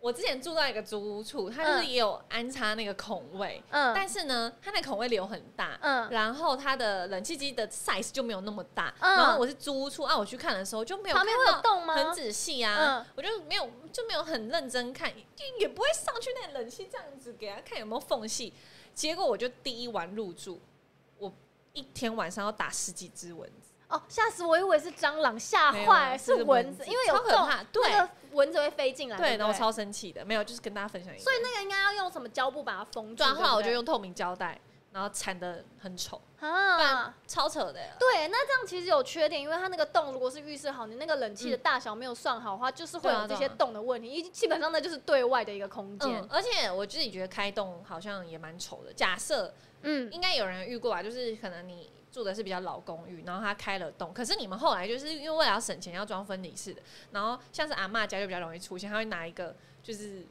Speaker 2: 我之前住到一个租屋处，它就是也有安插那个孔位，
Speaker 1: 嗯
Speaker 2: 但是呢，它那孔位留很大，
Speaker 1: 嗯，
Speaker 2: 然后它的冷气机的 size 就没有那么大，
Speaker 1: 嗯
Speaker 2: 然后我是租屋处啊，我去看的时候就没有
Speaker 1: 旁
Speaker 2: 看
Speaker 1: 边会有
Speaker 2: 到。
Speaker 1: 洞吗？
Speaker 2: 很仔细啊，
Speaker 1: 嗯
Speaker 2: 我就没有就没有很认真看，就也不会上去那冷气这样子给他看有没有缝隙。结果我就第一晚入住，我一天晚上要打十几只蚊子，
Speaker 1: 哦，吓死我！以为是蟑螂，吓
Speaker 2: 没有
Speaker 1: 啊
Speaker 2: 啊
Speaker 1: 坏了，
Speaker 2: 是
Speaker 1: 是
Speaker 2: 蚊
Speaker 1: 蚊
Speaker 2: 子
Speaker 1: 子，因为有
Speaker 2: 超可
Speaker 1: 洞
Speaker 2: 怕，对
Speaker 1: 那个蚊子会飞进来，
Speaker 2: 对，
Speaker 1: 对
Speaker 2: 然后
Speaker 1: 不
Speaker 2: 我
Speaker 1: 对，
Speaker 2: 超生气的，没有，就是跟大家分享一下。
Speaker 1: 所以那个应该要用什么胶布把它封住，
Speaker 2: 转
Speaker 1: 对
Speaker 2: 化
Speaker 1: 不
Speaker 2: 我
Speaker 1: 对
Speaker 2: 就用透明胶带，然后缠的很丑，不然
Speaker 1: 啊。
Speaker 2: 超扯的。
Speaker 1: 对，那这样其实有缺点，因为它那个洞如果是预设好，你那个冷气的大小没有算好的话，就是会
Speaker 2: 对
Speaker 1: 有
Speaker 2: 啊
Speaker 1: 这
Speaker 2: 对啊
Speaker 1: 些洞的问题。一基本上那就是对外的一个空
Speaker 2: 嗯
Speaker 1: 间，。
Speaker 2: 而且我自己觉得开洞好像也蛮丑的。假设
Speaker 1: 嗯，
Speaker 2: 应该有人遇过吧，就是可能你住的是比较老公寓，然后他开了洞，可是你们后来就是因为为了要省钱要装分离式的，然后像是阿嬷家就比较容易出现，他会拿一个就是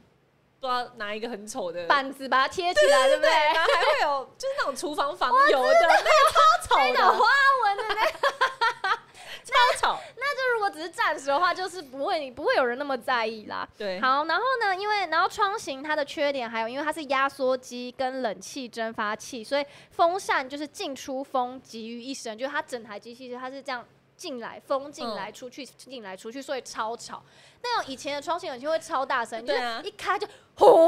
Speaker 2: 不知道拿一个很丑的，
Speaker 1: 板子把它贴起来，对不对？
Speaker 2: 然后还会有就是那种厨房防油的，
Speaker 1: 哎
Speaker 2: 那
Speaker 1: 那
Speaker 2: 个
Speaker 1: 种
Speaker 2: 超丑
Speaker 1: 花纹的那，
Speaker 2: 的，超丑。
Speaker 1: 就如果只是暂时的话，就是不会你不会有人那么在意啦。
Speaker 2: 对，
Speaker 1: 好，然后呢，因为然后窗型它的缺点还有，因为它是压缩机跟冷气蒸发器，所以风扇就是进出风集于一身，就是它整台机器它是这样。进来风进来出去进来出去，所以超吵。那种以前的窗型冷气会超大声，就
Speaker 2: 对
Speaker 1: 是
Speaker 2: 啊
Speaker 1: 一开就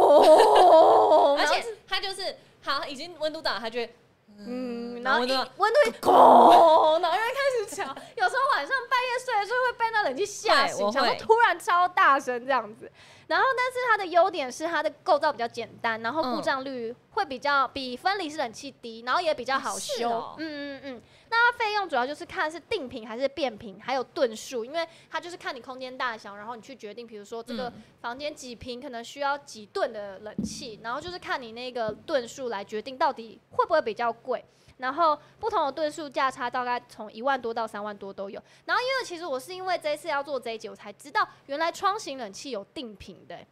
Speaker 1: 轰，
Speaker 2: 而
Speaker 1: 然后
Speaker 2: 且他就是好已经温度到了，他就会
Speaker 1: 嗯，
Speaker 2: 嗯
Speaker 1: 然后一
Speaker 2: 温度到
Speaker 1: 温度一
Speaker 2: [LAUGHS]
Speaker 1: 轰，然后又开始吵。有时候晚上半夜睡的时候会被那冷气吓
Speaker 2: 会
Speaker 1: 醒，
Speaker 2: 我
Speaker 1: 然后
Speaker 2: 会
Speaker 1: 突然超大声这样子。然后，但是它的优点是它的构造比较简单，然后故
Speaker 2: 嗯
Speaker 1: 障率会比较比分离式冷气低，然后也比较好
Speaker 2: 哦是
Speaker 1: 修。
Speaker 2: 哦
Speaker 1: 嗯嗯嗯。那它费用主要就是看是定频还是变频，还有吨数，因为它就是看你空间大小，然后你去决定，比如说这个
Speaker 2: 嗯
Speaker 1: 房间几平可能需要几吨的冷气，然后就是看你那个吨数来决定到底会不会比较贵。然后不同的吨数价差大概从一万多到三万多都有。然后因为其实我是因为这一次要做这一集，我才知道原来窗型冷气有定频的、欸，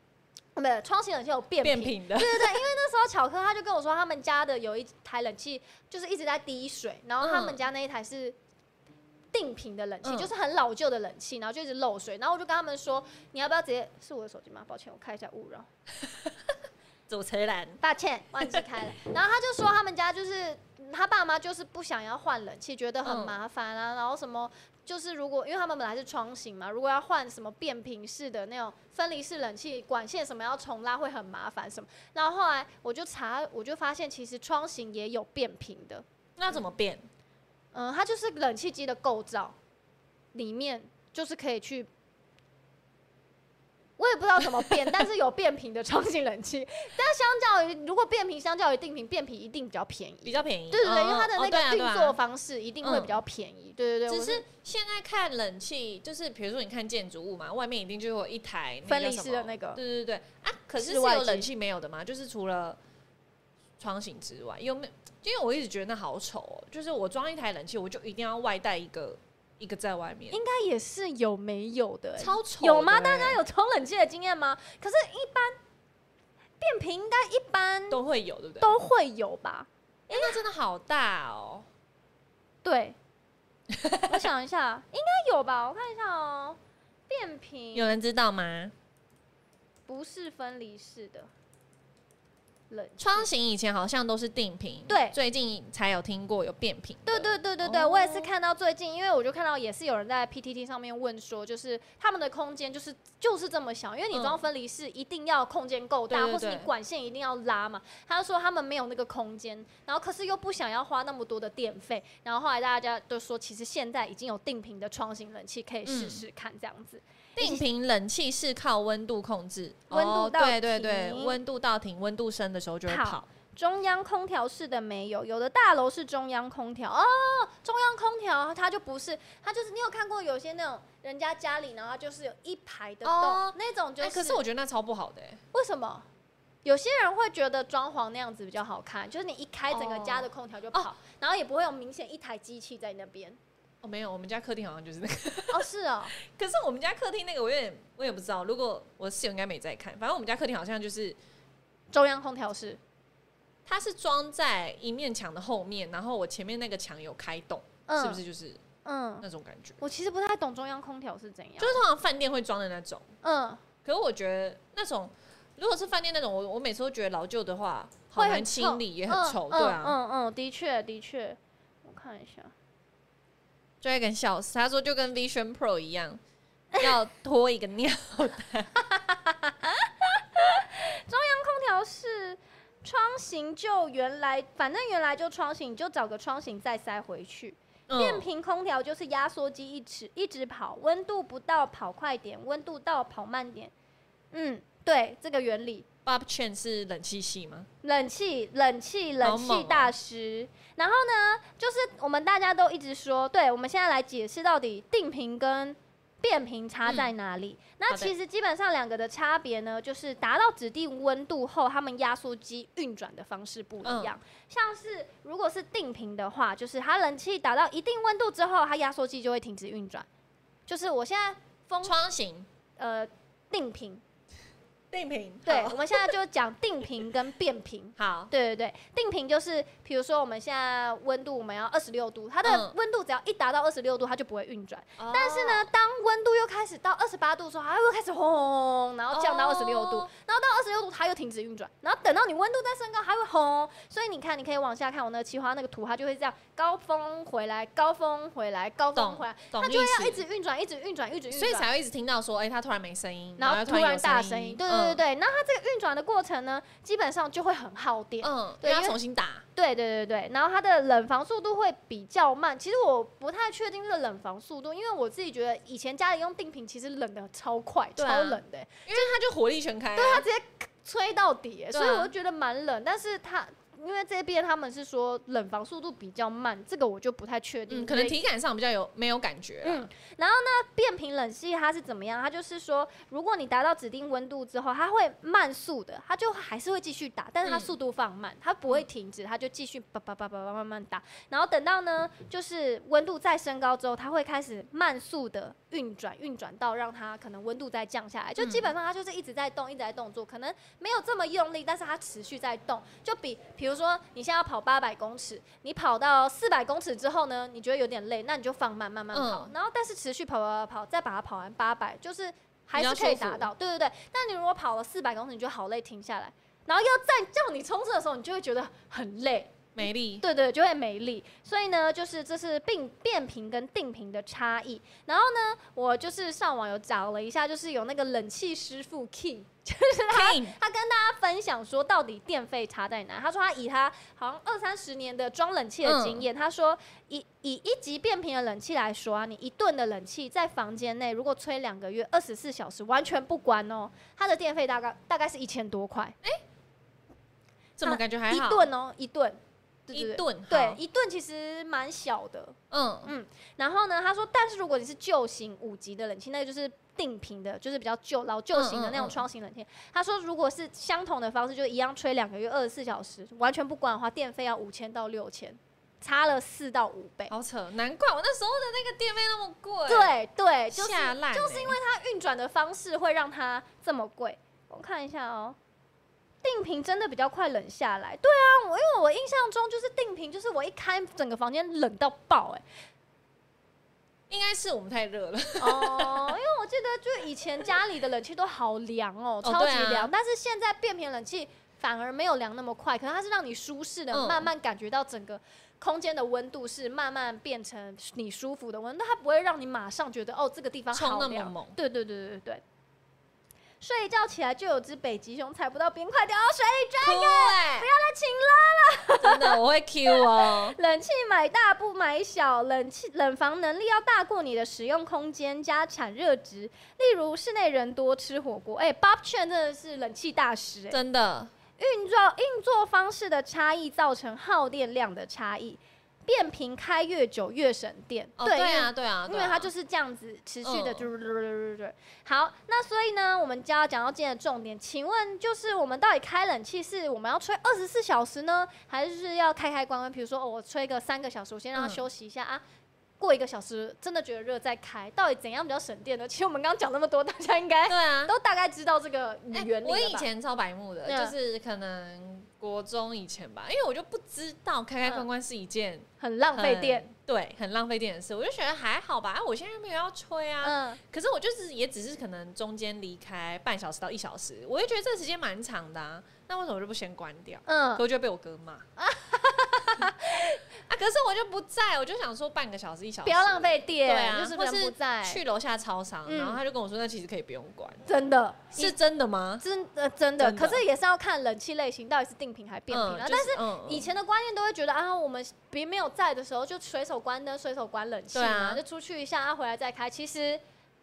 Speaker 1: 不是窗型冷气有变
Speaker 2: 变
Speaker 1: 频。[LAUGHS]
Speaker 2: 频的。
Speaker 1: 那时候巧克他就跟我说，他们家的有一台冷气就是一直在滴水，然后他们家那一台是。定频的冷气、
Speaker 2: 嗯
Speaker 1: 就是很老旧的冷气，然后就一直漏水，然后我就跟他们说，你要不要直接是我的手机吗？抱歉，我开一下勿扰。
Speaker 2: 主持人，
Speaker 1: 抱歉，忘记开了。然后他就说他们家就是嗯他爸妈就是不想要换冷气，觉得很
Speaker 2: 嗯
Speaker 1: 麻烦啊，然后什么就是如果因为他们本来是窗型嘛，如果要换什么变频式的那种分离式冷气管线什么要重拉会很麻烦什么。然后后来我就查，我就发现其实窗型也有变频的，
Speaker 2: 那怎么变？
Speaker 1: 嗯，它就是冷气机的构造里面就是可以去。我也不知道怎么变，但是有变频的超级冷气。但相较于如果变频，相较于定频，变频一定比较便宜。
Speaker 2: 比较便宜。
Speaker 1: 对对对，因为它的
Speaker 2: 哦
Speaker 1: 那
Speaker 2: 哦对啊
Speaker 1: 个
Speaker 2: 对啊嗯
Speaker 1: 运作方式一定会比较便宜。对对对，
Speaker 2: 只
Speaker 1: 我
Speaker 2: 是现在看冷气，就是比如说你看建筑物嘛，外面一定就有一台那
Speaker 1: 分
Speaker 2: 个
Speaker 1: 离
Speaker 2: 叫什
Speaker 1: 式的
Speaker 2: 么
Speaker 1: 那个
Speaker 2: 对对对啊，可是是
Speaker 1: 室外
Speaker 2: 有冷
Speaker 1: 机
Speaker 2: 气没有的吗？就是除了窗型之外，有没有？因为我一直觉得那好丑哦、就是我装一台冷气，我就一定要外带一个一个在外面，
Speaker 1: 应该也是有没有的、欸。
Speaker 2: 超丑的欸、
Speaker 1: 有吗？大家有冲冷气的经验吗？可是，一般变频应该一般
Speaker 2: 都会有，对不对？
Speaker 1: 都会有吧？
Speaker 2: 哎、那真的好大哦、
Speaker 1: 对， [LAUGHS] 我想一下，应该有吧？我看一下哦、变频
Speaker 2: 有人知道
Speaker 1: 嗯
Speaker 2: 吗？
Speaker 1: 不是分离式的冷气
Speaker 2: 窗型以前好像都是定频，
Speaker 1: 对
Speaker 2: 最近才有听过有变频的，
Speaker 1: 对对对对对，
Speaker 2: 哦
Speaker 1: 我也是看到最近，因为我就看到也是有人在 PTT 上面问说，就是他们的空间就是就是这么小，因为你
Speaker 2: 嗯
Speaker 1: 装分离式一定要空间够大，
Speaker 2: 对对
Speaker 1: 或是你
Speaker 2: 对
Speaker 1: 管线一定要拉嘛。他就说他们没有那个空间，然后可是又不想要花那么多的电费，然后后来大家就说，其实现在已经有定频的窗型冷气可以试
Speaker 2: 嗯
Speaker 1: 试看这样子。
Speaker 2: 定频冷气是靠温度控制，
Speaker 1: 温度
Speaker 2: 哦
Speaker 1: 到
Speaker 2: 对对对，
Speaker 1: 停
Speaker 2: 温度到停，温度升的时候就会
Speaker 1: 跑
Speaker 2: 跑。
Speaker 1: 中央空调式的没有，有的大楼是中央空调哦，中央空调它就不是，它就是你有看过有些那种人家家里，然后它就是有一排的洞，
Speaker 2: 哦
Speaker 1: 那种就
Speaker 2: 哎、
Speaker 1: 是。
Speaker 2: 可是我觉得那超不好的、欸，
Speaker 1: 为什么？有些人会觉得装潢那样子比较好看，就是你一开整个家的空调就跑，然后也不会有明显一台机器在那
Speaker 2: [LAUGHS]
Speaker 1: 边。
Speaker 2: 哦，没有，我们家客厅好像就是那个。
Speaker 1: 哦，是哦，
Speaker 2: 可是我们家客厅那个，我有点，我也不知道。如果我室友应该没在看，反正我们家客厅好像就是，
Speaker 1: 中央空调是，
Speaker 2: 它是装在一面墙的后面，然后我前面那个墙有开洞，
Speaker 1: 嗯，
Speaker 2: 是不是？就是
Speaker 1: 嗯，
Speaker 2: 那种感觉？
Speaker 1: 我其实不太懂中央空调是怎样
Speaker 2: 就。是通常饭店会装的那种。
Speaker 1: 嗯，
Speaker 2: 可是我觉得那种，如果是饭店那种，我我每次都觉得老旧的话，好
Speaker 1: 会
Speaker 2: 难
Speaker 1: 很
Speaker 2: 清
Speaker 1: 臭
Speaker 2: 理，也很臭，对啊。
Speaker 1: 嗯嗯嗯，的确的确，我看一下。
Speaker 2: 就会跟笑死。他说就跟 Vision Pro 一
Speaker 1: [LAUGHS]
Speaker 2: 样，要拖一个尿。
Speaker 1: 空调是窗型，就原来反正原来就窗型，你就找个窗型再塞回去。变
Speaker 2: 嗯，
Speaker 1: 频空调就是压缩机一直一直跑，温度不到跑快点，温度到跑慢点。嗯，对，这个原理。
Speaker 2: Bob Chen 是冷气系吗？
Speaker 1: 冷气，冷气，
Speaker 2: 好
Speaker 1: 冷
Speaker 2: 猛
Speaker 1: 气
Speaker 2: 哦
Speaker 1: 大师。然后呢，就是我们大家都一直说，对，我们现在来解释到底定频跟变频差在哪里。
Speaker 2: 嗯好
Speaker 1: 那
Speaker 2: 的
Speaker 1: 其实基本上两个的差别呢，就是达到指定温度后，它们压缩机运转的方式不一
Speaker 2: 嗯
Speaker 1: 样。像是如果是定频的话，就是它冷气达到一定温度之后，它压缩机就会停止运转。就是我现在风
Speaker 2: 窗型
Speaker 1: 呃定频，
Speaker 2: 定频
Speaker 1: 对，我们现在就讲定频跟变频。
Speaker 2: 好，
Speaker 1: 对对对，定频就是，比如说我们现在温度我们要二十六度，它的
Speaker 2: 嗯哦
Speaker 1: 温度只要一达到二十六度，它就不会运转。
Speaker 2: 但
Speaker 1: 但是，呢，当温度又开始到二十八度的时候，它又开始轰轰轰轰，然后降到二十六度，
Speaker 2: 哦
Speaker 1: 然后到二十六度它又停止运转，然后等到你温度再升高，它会轰。所以你看，你可以往下看我那个奇花那个图，它就会这样高峰回来，高峰回来，高峰
Speaker 2: 懂
Speaker 1: 回来，
Speaker 2: 哦懂
Speaker 1: 它
Speaker 2: 意
Speaker 1: 就会要一
Speaker 2: 思，
Speaker 1: 直运转，一直运转，一直运转，
Speaker 2: 所以才会一直听到说，哎，他突然没声音，
Speaker 1: 然后
Speaker 2: 后
Speaker 1: 突然大声音。
Speaker 2: 音，
Speaker 1: 对对对
Speaker 2: 嗯，
Speaker 1: 对，那它这个运转的过程呢，基本上就会很耗电。
Speaker 2: 嗯，
Speaker 1: 对
Speaker 2: 对，要
Speaker 1: 因为
Speaker 2: 重新打，
Speaker 1: 对对对对，然后它的冷房速度会比较慢。其实我不太确定这个冷房速度，因为我自己觉得以前家里用定频其实冷的超快，
Speaker 2: 对啊
Speaker 1: 超冷的欸、
Speaker 2: 因为他就火力全开啊，
Speaker 1: 对它直接吹到底欸、
Speaker 2: 对
Speaker 1: 所
Speaker 2: 啊
Speaker 1: 以我就觉得蛮冷。但是它因为这边他们是说冷房速度比较慢，这个我就不太确定。
Speaker 2: 嗯，可能
Speaker 1: 因为
Speaker 2: 体感上比较有没有感觉啊，
Speaker 1: 嗯，然后呢，变频冷气它是怎么样？它就是说，如果你达到指定温度之后，它会慢速的，它就还是会继续打，但是它
Speaker 2: 嗯
Speaker 1: 速度放慢，它不会停止，它就继续叭叭叭叭叭慢慢打。然后等到呢，就是温度再升高之后，它会开始慢速的运转，运转到让它可能温度再降下来。就基本上它就是一直在动，一直在动作，可能没有这么用力，但是它持续在动。就比比如说你现在要跑八百公尺，你跑到四百公尺之后呢，你觉得有点累，那你就放慢慢慢跑，
Speaker 2: 嗯
Speaker 1: 然后但是持续跑跑跑跑，再把它跑完八百，就是还
Speaker 2: 比较
Speaker 1: 是可以
Speaker 2: 舒服
Speaker 1: 达到。对对对，但你如果跑了四百公尺，你就好累，停下来，然后要再叫你冲刺的时候，你就会觉得很累。
Speaker 2: 美丽，
Speaker 1: 对对，就会美丽。所以呢，就是这是并变频跟定频的差异。然后呢，我就是上网有找了一下，就是有那个冷气师傅 Key，就是 [LAUGHS] 他
Speaker 2: King
Speaker 1: 他跟大家分享说，到底电费差在哪？他说他以他好像二三十年的装冷气的
Speaker 2: 嗯
Speaker 1: 经验，他说以以一级变频的冷气来说啊，你一吨的冷气在房间内如果吹两个月，二十四小时完全不关哦，它的电费大概大概是一千多块，
Speaker 2: 怎么感觉还
Speaker 1: 一
Speaker 2: 好？
Speaker 1: 吨哦，一吨，对对
Speaker 2: 一
Speaker 1: 对
Speaker 2: 顿，
Speaker 1: 对，
Speaker 2: 好，
Speaker 1: 一吨其实蛮小的。
Speaker 2: 嗯，
Speaker 1: 然后呢，他说，但是如果你是旧型五级的冷气，那个就是定频的，就是比较旧老旧型的那
Speaker 2: 嗯嗯
Speaker 1: 种
Speaker 2: 嗯
Speaker 1: 窗型冷气。他说，如果是相同的方式，就一样吹两个月二十四小时，完全不管的话，电费要五千到六千，差了四到五倍。
Speaker 2: 好扯，难怪我那时候的那个电费那么贵，，
Speaker 1: 对对，就是
Speaker 2: 下烂欸，
Speaker 1: 就是因为它运转的方式会让它这么贵。我看一下哦，定频真的比较快冷下来。对啊，我因为我印象中就是定频，就是我一开整个房间冷到爆、欸，
Speaker 2: 应该是我们太热了， [LAUGHS]
Speaker 1: 哦，因为我记得就以前家里的冷气都好凉哦，
Speaker 2: 哦
Speaker 1: 超
Speaker 2: 对
Speaker 1: 级
Speaker 2: 啊
Speaker 1: 凉，但是现在变频冷气反而没有凉那么快，可能它是让你舒适的，
Speaker 2: 嗯
Speaker 1: 慢慢感觉到整个空间的温度是慢慢变成你舒服的温度，它不会让你马上觉得哦这个地方
Speaker 2: 冲
Speaker 1: 好
Speaker 2: 那么
Speaker 1: 凉。
Speaker 2: 猛，
Speaker 1: 对对对对对对。睡一觉起来就有只北极熊踩不到冰块掉到水里
Speaker 2: 哭
Speaker 1: 转，
Speaker 2: 哎，
Speaker 1: 不
Speaker 2: 真的我会 Q 哦，
Speaker 1: 要了，冷气买大不买小，冷气冷房能力要大过你的使用空间加产热值。例如室内人多吃火锅，哎、b o b Chen 真的是冷气大师、哎，
Speaker 2: 真的，
Speaker 1: 运作运作方式的差异造成耗电量的差异，变频开越久越省电。
Speaker 2: 哦，对
Speaker 1: 因为
Speaker 2: 啊，对啊，
Speaker 1: 因为它就是是这样子持续的，
Speaker 2: 嗯
Speaker 1: 就是好。那所以呢，我们就要讲到今天的重点，请问就是我们到底开冷气是我们要吹二十四小时呢，还是要开开关关？比如说，哦，我吹个三个小时，我先让它
Speaker 2: 嗯
Speaker 1: 休息一下、啊。过一个小时真的觉得热再开，到底怎样比较省电呢？其实我们刚刚讲那么多，大家应该
Speaker 2: [LAUGHS] 对啊，
Speaker 1: 哎都大概知道这个
Speaker 2: 哎
Speaker 1: 原理了吧、
Speaker 2: 我以前超白目的，
Speaker 1: 嗯
Speaker 2: 就是可能国中以前吧，因为我就不知道开开关关是一件
Speaker 1: 很嗯浪费电，
Speaker 2: 很，对，很浪费电的事，我就觉得还好吧，啊我现在没有要吹啊，
Speaker 1: 嗯，
Speaker 2: 可是我就是也只是可能中间离开半小时到一小时，我就觉得这个时间蛮长的、啊，那为什么我就不先关掉？
Speaker 1: 嗯
Speaker 2: 可，我就被我哥骂 [LAUGHS] 啊！可是我就不在，我就想说半个小时一小时，
Speaker 1: 不要浪。费电，
Speaker 2: 对啊
Speaker 1: 就是
Speaker 2: 或
Speaker 1: 人
Speaker 2: 是
Speaker 1: 不在，
Speaker 2: 去楼下超商，
Speaker 1: 嗯
Speaker 2: 然后他就跟我说，那其实可以不用关，
Speaker 1: 真的
Speaker 2: 是真的吗？
Speaker 1: 真呃真的，
Speaker 2: 真
Speaker 1: 可
Speaker 2: 的
Speaker 1: 是也是要看冷气类型到底是定频还是变频啊。但是
Speaker 2: 是嗯
Speaker 1: 以前的观念都会觉得啊，我们别没有在的时候就随手关灯、随手关冷气
Speaker 2: 对
Speaker 1: 嘛，
Speaker 2: 啊
Speaker 1: 就出去一下，啊回来再开。其实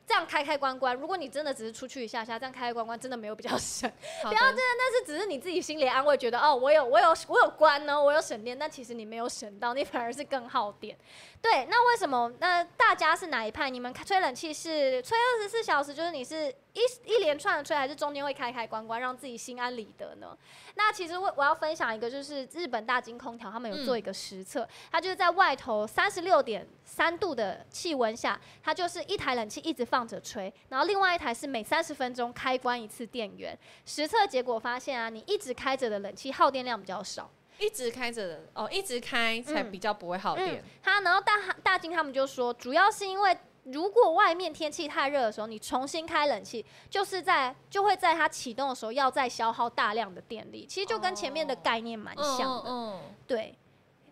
Speaker 1: 这样开开关关，如果你真的只是出去一下下，这样开开关关真的没有比较 [LAUGHS] 省，
Speaker 2: 不
Speaker 1: 不要这但是只是你自己心里安慰，觉得哦，我有我有我有关哦，我有省电，但其实你没有省到，你反而是更耗电。对，那为什么？那大家是哪一派？你们开吹冷气是吹二十四小时，就是你是一一连串的吹，还是中间会开开关关，让自己心安理得呢？那其实我我要分享一个，就是日本大金空调他们有做一个实测，它就是在外头三十六点三度的气温下，它就是一台冷气一直放着吹，然后另外一台是每三十分钟开关一次电源。实测结果发现啊，你一直开着的冷气耗电量比较少。
Speaker 2: 一直开着的哦，一直开才
Speaker 1: 嗯
Speaker 2: 比较不会耗电。
Speaker 1: 他然后大大金他们就说，主要是因为如果外面天气太热的时候，你重新开冷气，就是在就会在它启动的时候要再消耗大量的电力，其实就跟前面的
Speaker 2: 哦
Speaker 1: 概念蛮像的。
Speaker 2: 嗯
Speaker 1: 对，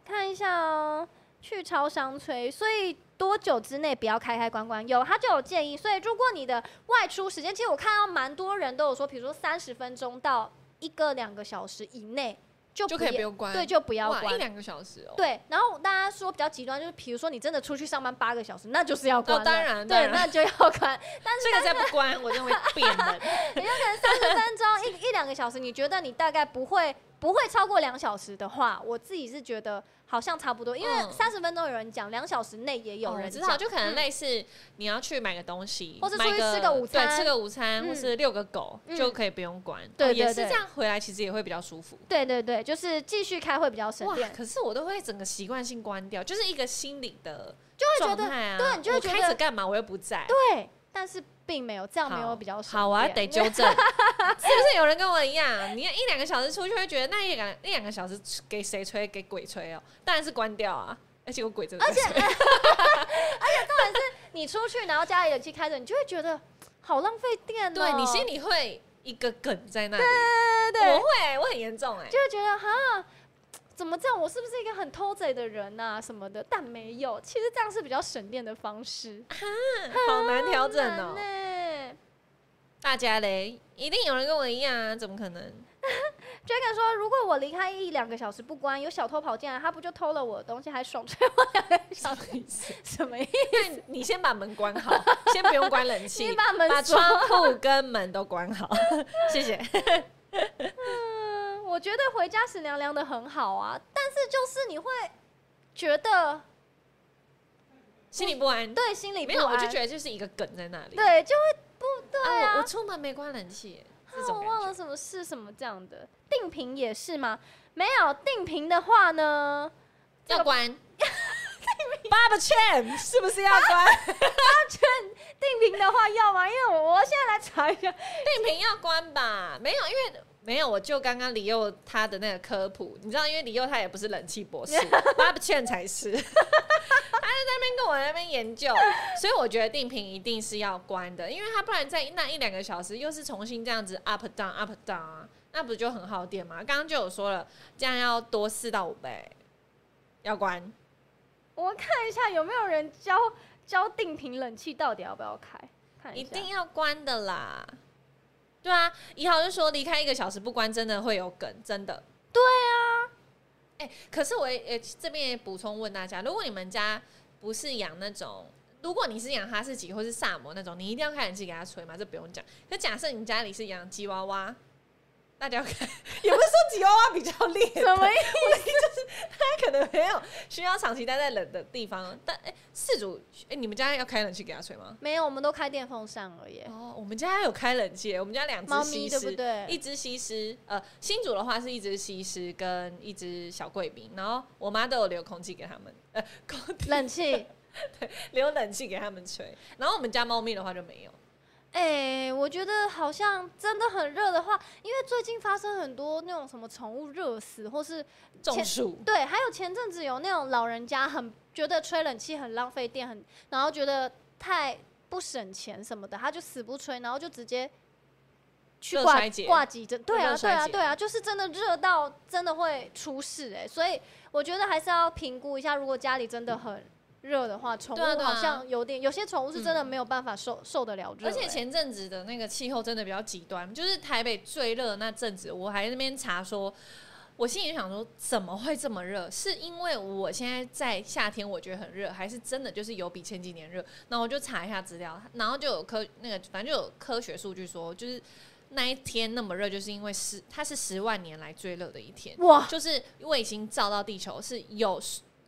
Speaker 1: 看一下哦，去超商吹，所以多久之内不要开开关关？有，他就有建议。所以如果你的外出时间，其实我看到蛮多人都有说，比如说三十分钟到一个两个小时以内就
Speaker 2: 就
Speaker 1: 不
Speaker 2: 可以
Speaker 1: 要
Speaker 2: 不用关，
Speaker 1: 对，就不要
Speaker 2: 哇一
Speaker 1: 关。
Speaker 2: 两个小时哦。
Speaker 1: 对，然后大家说比较极端，就是比如说你真的出去上班八个小时，那就是要关了、
Speaker 2: 哦当然当
Speaker 1: 对，
Speaker 2: 然
Speaker 1: 那就要关。
Speaker 2: 这个再不关，我就会变的。
Speaker 1: 三十分钟一一两个小时，你觉得你大概不会不会超过两小时的话，我自己是觉得好像差不多，因为
Speaker 2: 嗯
Speaker 1: 三十分钟有人讲，两小时内也有
Speaker 2: 哦
Speaker 1: 人
Speaker 2: 我知
Speaker 1: 讲，
Speaker 2: 道，就可能
Speaker 1: 嗯
Speaker 2: 类似你要去买个东西，
Speaker 1: 或是出
Speaker 2: 买
Speaker 1: 去吃个午餐
Speaker 2: 对，吃个午餐，
Speaker 1: 嗯
Speaker 2: 或是遛个狗，
Speaker 1: 嗯
Speaker 2: 就可以不用关。
Speaker 1: 对对
Speaker 2: 哦也是
Speaker 1: 对
Speaker 2: 这样回来，其实也会比较舒服。
Speaker 1: 对对对，就是继续开会比较省
Speaker 2: 哇！
Speaker 1: 电，
Speaker 2: 可是我都会整个习惯性关掉，就是一个心理的
Speaker 1: 就会觉
Speaker 2: 状
Speaker 1: 得
Speaker 2: 态啊。
Speaker 1: 对你就会
Speaker 2: 我
Speaker 1: 觉得
Speaker 2: 开着干嘛？我又不在。
Speaker 1: 对，但是并没有这样没有
Speaker 2: 好
Speaker 1: 比较省电。
Speaker 2: 好，我要得纠
Speaker 1: [LAUGHS]
Speaker 2: 正，是不是有人跟我一样？你一两个小时出去会觉得那一两一两个小时给谁吹？给鬼吹哦，当然是关掉啊。而且我鬼真的在吹，
Speaker 1: 你出去，然后家里冷气开着，你就会觉得好浪费电哦。
Speaker 2: 对你心里哦会一个梗在那里。
Speaker 1: 对对对，
Speaker 2: 我会，我很严重哎、
Speaker 1: 就会觉得哈，怎么这样？我是不是一个很偷贼的人呐、什么的？但没有，其实这样是比较省电的方式。
Speaker 2: [LAUGHS] 好难调整哦、
Speaker 1: 很难呢
Speaker 2: 大家嘞，一定有人跟我一样啊，怎么可能？
Speaker 1: Dragon 说，如果我离开一两个小时不关，有小偷跑进来，他不就偷了我的东西，还爽吹我两个小时？什么意思？
Speaker 2: 那 [LAUGHS] 你先把门关好， [LAUGHS] 先不用关冷
Speaker 1: 你
Speaker 2: 气，
Speaker 1: 把门
Speaker 2: 把
Speaker 1: 锁
Speaker 2: 窗户跟门都关好， [LAUGHS] 谢谢。
Speaker 1: 嗯，我觉得回家时凉凉的很好啊，但是就是你会觉得
Speaker 2: 心里不安，
Speaker 1: 对心里不
Speaker 2: 没有，我
Speaker 1: 安
Speaker 2: 就觉得就是一个梗在那里。
Speaker 1: 对，就会不对
Speaker 2: 啊，我哦
Speaker 1: 啊
Speaker 2: 我。出门没关冷气，这
Speaker 1: 啊
Speaker 2: 种
Speaker 1: 我
Speaker 2: 感
Speaker 1: 忘
Speaker 2: 觉
Speaker 1: 了什么是什么这样的定频也是吗？没有定频的话呢，这
Speaker 2: 要
Speaker 1: 个
Speaker 2: 关。Bob Chen 是不是要关？
Speaker 1: 定频的话要吗？因为我我现在来查一下，
Speaker 2: 定频要关吧？没有，因为没有，我就刚刚李佑他的那个科普，你知道，因为李佑他也不是冷气博士，Bob Chen 才是， [LAUGHS] 他就在那边跟我在那边研究，所以我觉得定频一定是要关的，因为他不然在那一两个小时又是重新这样子 up down up down 啊，那不就很耗电吗？刚刚就有说了，这样要多四到五倍，要关。
Speaker 1: 我看一下有没有人教教定频冷气到底要不要开，看
Speaker 2: 一
Speaker 1: 下。
Speaker 2: 定要关的啦。对啊，一号就说离开一个小时不关，真的会有梗，真的。
Speaker 1: 对
Speaker 2: 啊。哎、可是我也、也这边也补充问大家，如果你们家不是养那种，如果你是养哈士奇或是萨摩那种，你一定要开冷气给它吹嘛，这不用讲。可假设你家里是养吉娃娃，大家
Speaker 1: [LAUGHS]
Speaker 2: 要看，也不是说吉娃娃比较烈，
Speaker 1: 什么意思？
Speaker 2: 它可能没有需要长期待在冷的地方。但哎、事主，哎、你们家要开冷气给它吹吗？
Speaker 1: [LAUGHS] 没有，我们都开电风扇而已。
Speaker 2: 哦，我们家有开冷气，我们家两只
Speaker 1: 猫
Speaker 2: 西
Speaker 1: 咪
Speaker 2: 施，
Speaker 1: 对不对？
Speaker 2: 一只西施，呃，新主的话是一只西施跟一只小贵宾，然后我妈都有留空气给他们，呃，空气
Speaker 1: 冷 [LAUGHS] 气。
Speaker 2: 留冷气给他们吹，然后我们家猫咪的话就没有，
Speaker 1: 哎、我觉得好像真的很热的话，因为最近发生很多那种什么宠物热死，或是
Speaker 2: 中暑，
Speaker 1: 对，还有前阵子有那种老人家很觉得吹冷气很浪费电，很然后觉得太不省钱什么的，他就死不吹，然后就直接去
Speaker 2: 热
Speaker 1: 挂
Speaker 2: 衰竭
Speaker 1: 挂急诊。对
Speaker 2: 热
Speaker 1: 啊，对
Speaker 2: 衰
Speaker 1: 啊，
Speaker 2: 竭
Speaker 1: 对啊，就是真的热到真的会出事哎、所以我觉得还是要评估一下，如果家里真的很。热的话，宠
Speaker 2: 对啊
Speaker 1: 物
Speaker 2: 对
Speaker 1: 好
Speaker 2: 啊
Speaker 1: 像有点，有些宠物是真的
Speaker 2: 嗯
Speaker 1: 没有办法受、受得了热、
Speaker 2: 而且
Speaker 1: 哎
Speaker 2: 前阵子的那个气候真的比较极端，就是台北最热的那阵子，我还在那边查说，我心里就想说，怎么会这么热？是因为我现在在夏天我觉得很热，还是真的就是有比前几年热？然后我就查一下资料，然后就有科那个反正就有科学数据说，就是那一天那么热，就是因为十它是十万年来最热的一天。
Speaker 1: 哇，
Speaker 2: 就是卫星照到地球是有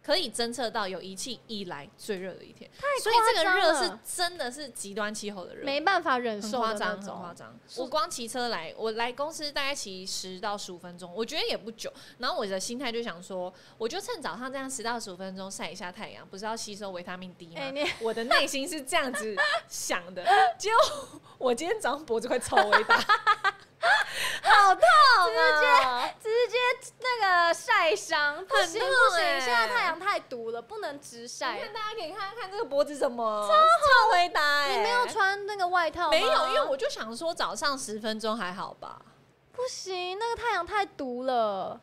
Speaker 2: 可以侦测到有仪器以来最热的一天，所以
Speaker 1: 夸
Speaker 2: 这个
Speaker 1: 张
Speaker 2: 热是
Speaker 1: 了
Speaker 2: 真的是极端气候的热，
Speaker 1: 没办法忍
Speaker 2: 很
Speaker 1: 受
Speaker 2: 夸
Speaker 1: 的那
Speaker 2: 张，很夸
Speaker 1: 种。
Speaker 2: 张。
Speaker 1: 是
Speaker 2: 我光骑车来，我来公司大概骑十到十五分钟，我觉得也不久。然后我的心态就想说，我就趁早上这样十到十五分钟晒一下太阳，不是要吸收维他命 D 吗？
Speaker 1: 哎、你
Speaker 2: 我的内心是这样子想的，结果我今天早上脖子快抽了一把，好痛啊！
Speaker 1: 直接那个晒伤，不行
Speaker 2: 痛
Speaker 1: 不行，
Speaker 2: 欸
Speaker 1: 现在太阳太毒了，不能直晒
Speaker 2: 你。看大家可以看看这个脖子怎么超回答、欸，
Speaker 1: 你没有穿那个外套吗
Speaker 2: 没有，因为我就想说早上十分钟还好吧，
Speaker 1: 不行，那个太阳太毒了，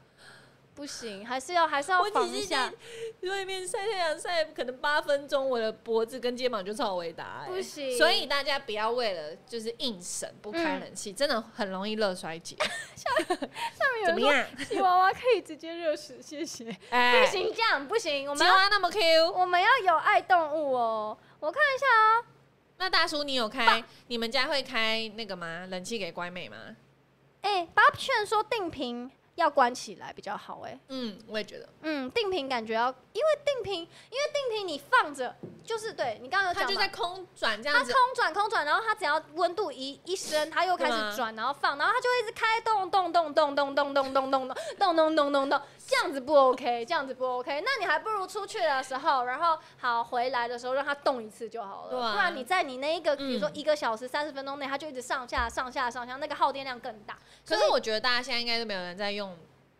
Speaker 1: 不行，还是要还是要
Speaker 2: 我
Speaker 1: 防
Speaker 2: 只
Speaker 1: 一
Speaker 2: 是
Speaker 1: 下
Speaker 2: 在。外面晒太阳晒可能八分钟，我的脖子跟肩膀就超回答、欸，
Speaker 1: 不行
Speaker 2: 所以大家不要为了就是硬省不开冷
Speaker 1: 嗯
Speaker 2: 气，真的很容易热衰
Speaker 1: [LAUGHS]
Speaker 2: 竭，
Speaker 1: 上面有
Speaker 2: 怎
Speaker 1: 人 [LAUGHS]
Speaker 2: 么
Speaker 1: 说
Speaker 2: 样？
Speaker 1: 吉娃娃可以直接热死，谢谢。
Speaker 2: 哎、
Speaker 1: 不行，这样不行，我
Speaker 2: 吉
Speaker 1: 们
Speaker 2: 娃
Speaker 1: 要
Speaker 2: 娃那么 Q，
Speaker 1: 我们要有爱动物哦。我看一下啊，
Speaker 2: 那大叔你有开？你们家会开那个吗？冷气给乖妹吗？
Speaker 1: 哎、把劝说定频要关起来比较好、哎。
Speaker 2: 嗯，我也觉得，
Speaker 1: 嗯，定频感觉要，因为定频，因为定频你放着，就是对你刚刚有
Speaker 2: 它
Speaker 1: 讲
Speaker 2: 就
Speaker 1: 嘛
Speaker 2: 在空转这
Speaker 1: 它
Speaker 2: 样子
Speaker 1: 空，转空转，然后它只要温度一一升，它又开
Speaker 2: 对啊
Speaker 1: 始转，然后放，然后它就会一直开动动动动动动动动动动动动动动动，这样子不 OK，这样子不 OK。那你还不如出去的时候，然后好回来的时候让它动一次就好了，
Speaker 2: 对啊
Speaker 1: 不然你在你那一个比如说
Speaker 2: 嗯
Speaker 1: 一个小时三十分钟内，它就一直上下上下上下，那个耗电量更大。
Speaker 2: 可是我觉得大家现在应该都没有人在用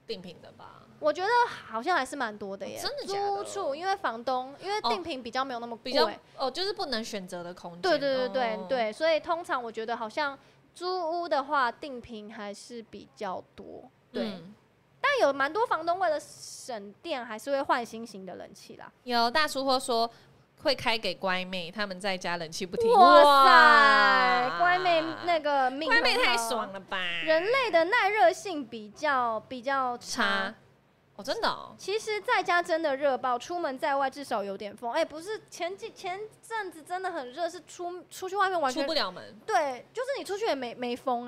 Speaker 2: 定频的吧？
Speaker 1: 我觉得好像还是蛮多的耶，
Speaker 2: 真的假的
Speaker 1: 租处因为房东因为
Speaker 2: 哦
Speaker 1: 定频比较没有那么贵，
Speaker 2: 比较哦，就是不能选择的空间。
Speaker 1: 对对对对
Speaker 2: 哦。
Speaker 1: 对，所以通常我觉得好像租屋的话，定频还是比较多。对，
Speaker 2: 嗯
Speaker 1: 但在有蛮多房东为了省电，还是会换新型的冷气啦。
Speaker 2: 有大叔或说会开给乖妹，他们在家冷气不停。
Speaker 1: 哇塞，乖妹那个命
Speaker 2: 乖妹
Speaker 1: 很
Speaker 2: 太
Speaker 1: 好
Speaker 2: 爽了吧？
Speaker 1: 人类的耐热性比较比较差
Speaker 2: 差。哦，真的哦，
Speaker 1: 其实在家真的热爆，出门在外至少有点风。哎、不是前几前阵子真的很热，是出出去外面完
Speaker 2: 出
Speaker 1: 全
Speaker 2: 不了门，
Speaker 1: 对，就是你出去也没没风、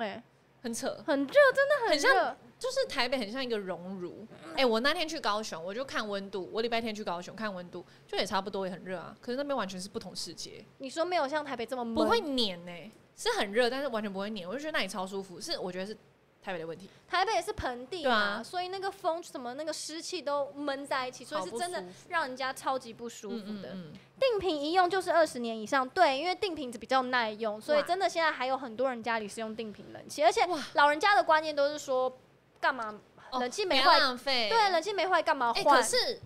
Speaker 2: 很扯
Speaker 1: 哎，。很热，真的
Speaker 2: 很像
Speaker 1: 热。
Speaker 2: 就是台北很像一个熔炉。哎、我那天去高雄，我就看温度。我礼拜天去高雄看温度，就也差不多，也很热啊。可是那边完全是不同世界，
Speaker 1: 你说没有像台北这么闷，
Speaker 2: 不会黏呢、是很热，但是完全不会黏。我就觉得那里超舒服，是我觉得是台北的问题，
Speaker 1: 台北是盆地
Speaker 2: 对
Speaker 1: 嘛，
Speaker 2: 啊
Speaker 1: 所以那个风什么那个湿气都闷在一起，所以
Speaker 2: 好
Speaker 1: 是
Speaker 2: 不
Speaker 1: 真的
Speaker 2: 舒服
Speaker 1: 让人家超级不舒服的。
Speaker 2: 嗯嗯嗯
Speaker 1: 定频一用就是二十年以上，对，因为定频比较耐用，所以
Speaker 2: 哇
Speaker 1: 真的现在还有很多人家里是用定频冷气，而且
Speaker 2: 哇
Speaker 1: 老人家的观念都是说，干嘛
Speaker 2: 哦
Speaker 1: 冷气
Speaker 2: 不
Speaker 1: 没
Speaker 2: 要
Speaker 1: 坏，
Speaker 2: 浪费。
Speaker 1: 对，冷气没坏干嘛
Speaker 2: 哎、
Speaker 1: 换？
Speaker 2: 可是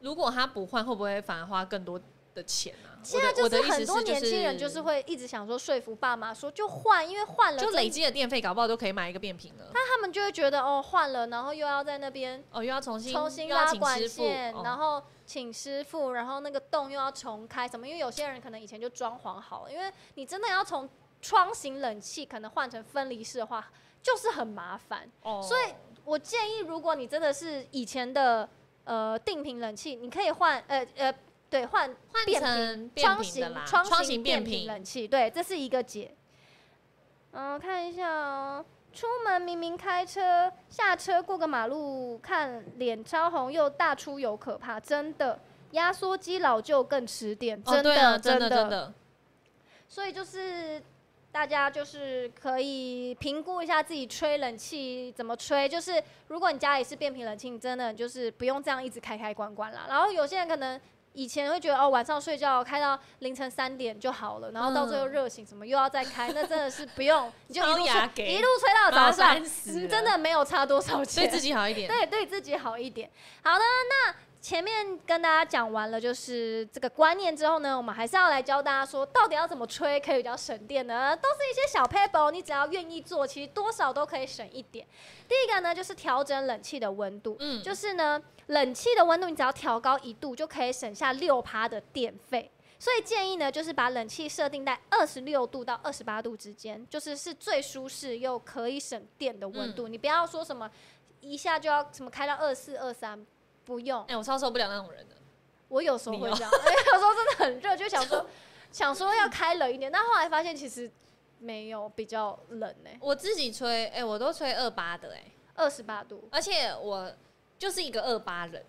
Speaker 2: 如果他不换，会不会反而花更多的钱啊？
Speaker 1: 现在就
Speaker 2: 我的
Speaker 1: 是
Speaker 2: 我的意思
Speaker 1: 很多年轻人
Speaker 2: 就
Speaker 1: 就是会一直想说说服爸妈说就换，因为换了
Speaker 2: 就累
Speaker 1: 真
Speaker 2: 积的电费，搞不好都可以买一个变频了。
Speaker 1: 那他们就会觉得哦换了，然后又要在那边
Speaker 2: 哦，又要重新
Speaker 1: 重新
Speaker 2: 又要
Speaker 1: 拉
Speaker 2: 请
Speaker 1: 管
Speaker 2: 师傅，
Speaker 1: 线，
Speaker 2: 哦
Speaker 1: 然后请师傅，然后那个洞又要重开什么？因为有些人可能以前就装潢好了，因为你真的要从窗型冷气可能换成分离式的话，就是很麻烦。
Speaker 2: 哦
Speaker 1: 所以我建议，如果你真的是以前的呃定频冷气，你可以换呃呃对换
Speaker 2: 换
Speaker 1: 变
Speaker 2: 成变
Speaker 1: 窗
Speaker 2: 频的
Speaker 1: 型
Speaker 2: 啦，
Speaker 1: 窗
Speaker 2: 型
Speaker 1: 变
Speaker 2: 变
Speaker 1: 频
Speaker 2: 频，
Speaker 1: 冷气，对，这是一个解。嗯，看一下哦，出门明明开车，下车过个马路，看脸超红又大出油，可怕，真的。压缩机老旧更吃电，
Speaker 2: 哦
Speaker 1: 真
Speaker 2: 对
Speaker 1: 的、
Speaker 2: 啊真
Speaker 1: 的
Speaker 2: 真
Speaker 1: [LAUGHS]
Speaker 2: 的，
Speaker 1: 所以就是大家就是可以评估一下自己吹冷气怎么吹。就是如果你家里是变频冷气，你真的就是不用这样一直开开关关啦。然后有些人可能。以前会觉得哦，晚上睡觉开到凌晨三点就好了，然后到最后热醒什么又要再开，那真的是不用，你就一路
Speaker 2: 嗯超牙
Speaker 1: 吹
Speaker 2: 给
Speaker 1: 一路吹到早
Speaker 2: 麻
Speaker 1: 上
Speaker 2: 烦，死
Speaker 1: 嗯
Speaker 2: 了
Speaker 1: 真的没有差多少钱，
Speaker 2: 对自己好一点。
Speaker 1: 对，对自己好一点。好的，那前面跟大家讲完了，就是这个观念之后呢，我们还是要来教大家说，到底要怎么吹可以比较省电呢？都是一些小 paper，你只要愿意做，其实多少都可以省一点。第一个呢，就是调整冷气的温度，
Speaker 2: 嗯，就
Speaker 1: 就是呢，冷气的温度你只要调高一度，就可以省下六趴的电费。所以建议呢，就是把冷气设定在二十六度到二十八度之间，就是是最舒适又可以省电的温
Speaker 2: 嗯
Speaker 1: 度。你不要说什么一下就要什么开到二四二三，不用
Speaker 2: 哎、。我超受不了那种人的。
Speaker 1: 我有时候
Speaker 2: 你
Speaker 1: 会
Speaker 2: 哦
Speaker 1: 这样， [LAUGHS] 因为有时候真的很热，就想说 [LAUGHS] 想说要开冷一点，但后来发现其实没有比较冷呢、
Speaker 2: 我自己吹，哎、我都吹二八的、哎，
Speaker 1: 二十八度。
Speaker 2: 而且我就是一个二八人。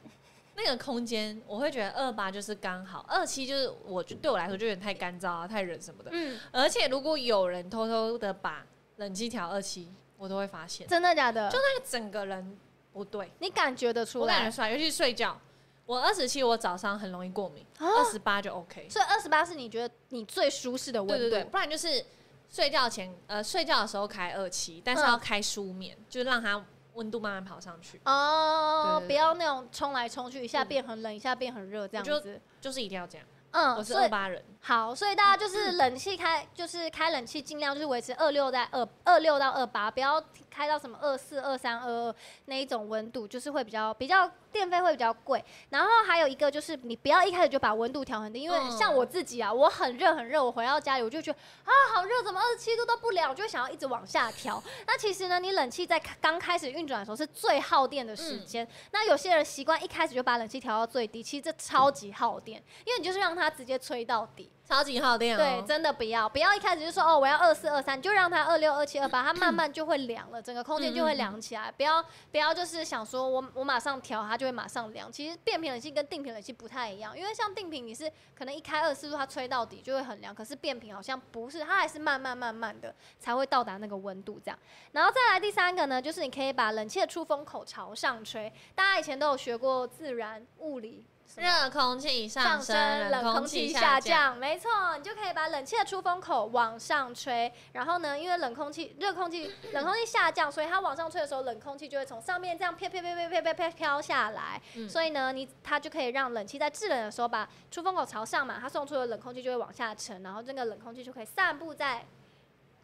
Speaker 2: 那个空间，我会觉得二八就是刚好，二七就是我就对我来说就有点太干燥啊，太冷什么的。
Speaker 1: 嗯，
Speaker 2: 而且如果有人偷偷的把冷气调二七，我都会发现，
Speaker 1: 真的假的？
Speaker 2: 就那个整个人不对，
Speaker 1: 你感觉得出
Speaker 2: 我感觉
Speaker 1: 来？
Speaker 2: 出来，尤其是睡觉。我二十七，我早上很容易过敏，
Speaker 1: 啊
Speaker 2: 二十八就 OK。
Speaker 1: 所以二十八是你觉得你最舒适的温
Speaker 2: 对
Speaker 1: 度？
Speaker 2: 对对，不然就是睡觉前，呃，睡觉的时候开二七，但是
Speaker 1: 嗯
Speaker 2: 要开舒眠，就是让它温度慢慢跑上去，
Speaker 1: 哦，
Speaker 2: 对对对
Speaker 1: 不要那种冲来冲去，一下
Speaker 2: 嗯
Speaker 1: 变很冷，一下变很热这样
Speaker 2: 就
Speaker 1: 子。
Speaker 2: 就是一定要这样。我
Speaker 1: 嗯，
Speaker 2: 是
Speaker 1: 所
Speaker 2: 二
Speaker 1: 以
Speaker 2: 八人，
Speaker 1: 好，所以大家就是冷气开，就是开冷气尽量就是维持二六在二二六到二八，不要开到什么二四、二三、二二那一种温度，就是会比较比较电费会比较贵。然后还有一个就是你不要一开始就把温度调很低，因为
Speaker 2: 嗯
Speaker 1: 像我自己啊，我很热很热，我回到家里我就觉得啊好热，怎么二十七度都不了，我就会想要一直往下调。那其实呢，你冷气在刚开始运转的时候是最耗电的时间。那有些人习惯一开始就把冷气调到最低，其实这超级耗电，因为你就是让它直接吹到底。
Speaker 2: 超级耗电
Speaker 1: 对
Speaker 2: 哦，。
Speaker 1: 真的不要，不要一开始就说哦，我要二四二三，就让它二六二七二八，它慢慢就会凉了，整个空间就会凉起来。不要不要就是想说我我马上调，它就会马上凉。其实变频冷气跟定频冷气不太一样，因为像定频你是可能一开二四度它吹到底就会很凉，可是变频好像不是，它还是慢慢慢慢的才会到达那个温度这样。然后再来第三个呢，就是你可以把冷气的出风口朝上吹，大家以前都有学过自然物理。什么
Speaker 2: 热空气上
Speaker 1: 上
Speaker 2: 升，
Speaker 1: 升，冷空气
Speaker 2: 气
Speaker 1: 下
Speaker 2: 降。
Speaker 1: 降，没错，你就可以把冷气的出风口往上吹。然后呢，因为冷空气、热空
Speaker 2: [LAUGHS]
Speaker 1: 气、冷空气下降，所以它往上吹的时候，冷空气就会从上面这样飘飘飘飘飘飘飘飘下来。
Speaker 2: 嗯
Speaker 1: 所以呢，你它就可以让冷气在制冷的时候把出风口朝上嘛，它送出的冷空气就会往下沉，然后这个冷空气就可以散布在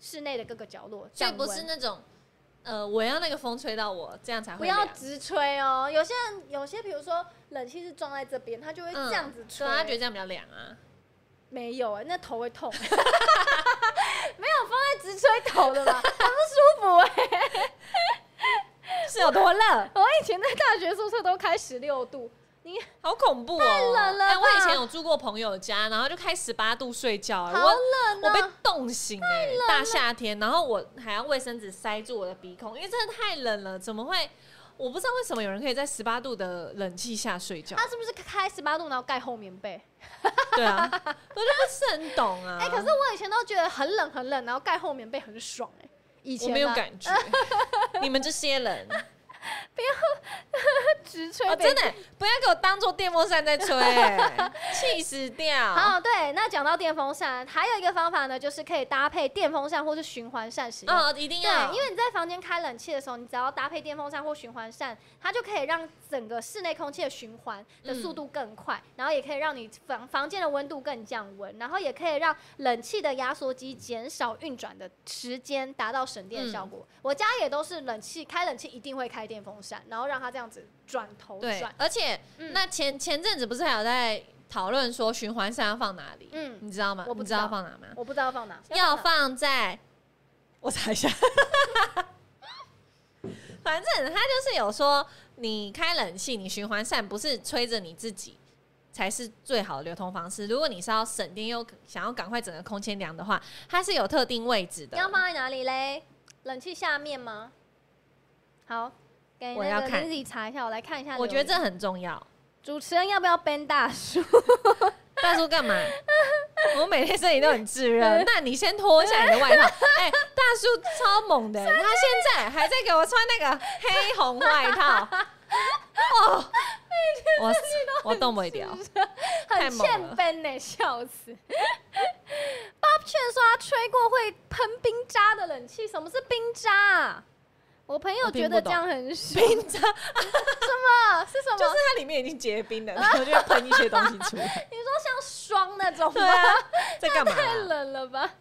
Speaker 1: 室内的各个角落，
Speaker 2: 所以
Speaker 1: 降
Speaker 2: 不
Speaker 1: 温
Speaker 2: 是那种呃，我要那个风吹到我，这样才
Speaker 1: 不
Speaker 2: 会
Speaker 1: 要
Speaker 2: 凉。
Speaker 1: 直吹哦。有些人有些，比如说冷气是装在这边，他就会
Speaker 2: 嗯
Speaker 1: 这样子吹，
Speaker 2: 对啊，他觉得这样比较凉啊。
Speaker 1: 没有哎、那头会痛。 [LAUGHS] 没有放在直吹头的嘛，很不舒服哎、
Speaker 2: 是有多热？
Speaker 1: [LAUGHS] 我以前在大学宿舍都开十六度，你
Speaker 2: [LAUGHS] 好恐怖哦！
Speaker 1: 冷了
Speaker 2: 哎我以
Speaker 1: 吧
Speaker 2: 前有住过朋友家，然后就开十八度睡觉、
Speaker 1: 好
Speaker 2: 欸，我
Speaker 1: 冷
Speaker 2: 我被
Speaker 1: 啊！
Speaker 2: 冻醒哎、大夏天，然后我还要卫生纸塞住我的鼻孔，因为真的太冷了，怎么会？我不知道为什么有人可以在十八度的冷气下睡觉
Speaker 1: 他，是不是开十八度然后盖厚棉被？
Speaker 2: 对啊，我就不是很懂
Speaker 1: [LAUGHS]
Speaker 2: 啊。
Speaker 1: 哎、可是我以前都觉得很冷很冷，然后盖厚棉被很爽哎、以前
Speaker 2: 我
Speaker 1: 啊
Speaker 2: 没有感觉， [LAUGHS] 你们这
Speaker 1: [LAUGHS]
Speaker 2: 些人
Speaker 1: 直吹
Speaker 2: 啊，
Speaker 1: 被
Speaker 2: 真的欸不要给我当做电风扇在吹欸，
Speaker 1: [LAUGHS]
Speaker 2: 气死掉！
Speaker 1: 好，对，那讲到电风扇，还有一个方法呢，就是可以搭配电风扇或是循环扇使用。
Speaker 2: 哦，一定要，
Speaker 1: 对，因为你在房间开冷气的时候，你只要搭配电风扇或循环扇，它就可以让整个室内空气的循环的速度更快，然后也可以让你房房间的温度更降温，然后也可以让冷气的压缩机减少运转的时间，达到省电效果。
Speaker 2: 嗯
Speaker 1: 我家也都是冷气开冷气一定会开电风扇，然后让它这样子转头
Speaker 2: 对
Speaker 1: 转。，
Speaker 2: 而且
Speaker 1: 嗯
Speaker 2: 那前前阵子不是还有在讨论说循环扇要放哪里？
Speaker 1: 嗯
Speaker 2: 你知道吗？
Speaker 1: 我不
Speaker 2: 你
Speaker 1: 知道
Speaker 2: 道放哪吗？
Speaker 1: 我不知道放哪，
Speaker 2: 要
Speaker 1: 哪
Speaker 2: 放在，我查一下。 [LAUGHS] 反正他就是有说，你开冷气，你循环扇不是吹着你自己才是最好的流通方式。如果你是要省电又想要赶快整个空间凉的话，它是有特定位置的。
Speaker 1: 要放在哪里嘞？冷气下面吗？好，给
Speaker 2: 我
Speaker 1: 那
Speaker 2: 要
Speaker 1: 个
Speaker 2: 看
Speaker 1: Lizzy 查一下，我来看一下留言。
Speaker 2: 我觉得这很重要。
Speaker 1: 主持人要不要 ban 大叔？
Speaker 2: 大叔干嘛？我每天身体都很炙
Speaker 1: 嗯
Speaker 2: 热，那你先脱下你的外套。哎、大叔超猛的，欸他现在还在给我穿那个黑红外套。哦，我我动不了。太
Speaker 1: 很
Speaker 2: 猛了
Speaker 1: 欠 ban 呢、笑死。Bob 劝说他吹过会喷冰渣的冷气，什么是冰渣、啊？我朋友
Speaker 2: 我听
Speaker 1: 觉得
Speaker 2: 不
Speaker 1: 这
Speaker 2: 懂
Speaker 1: 样很爽，
Speaker 2: 冰渣
Speaker 1: 啊是什么？
Speaker 2: 就是它里面已经结冰了，然后就会喷一些东西
Speaker 1: [LAUGHS]
Speaker 2: 出来。
Speaker 1: 你说像霜那种
Speaker 2: 对
Speaker 1: 吗？
Speaker 2: 啊，在干嘛啊、
Speaker 1: 哦太冷了吧！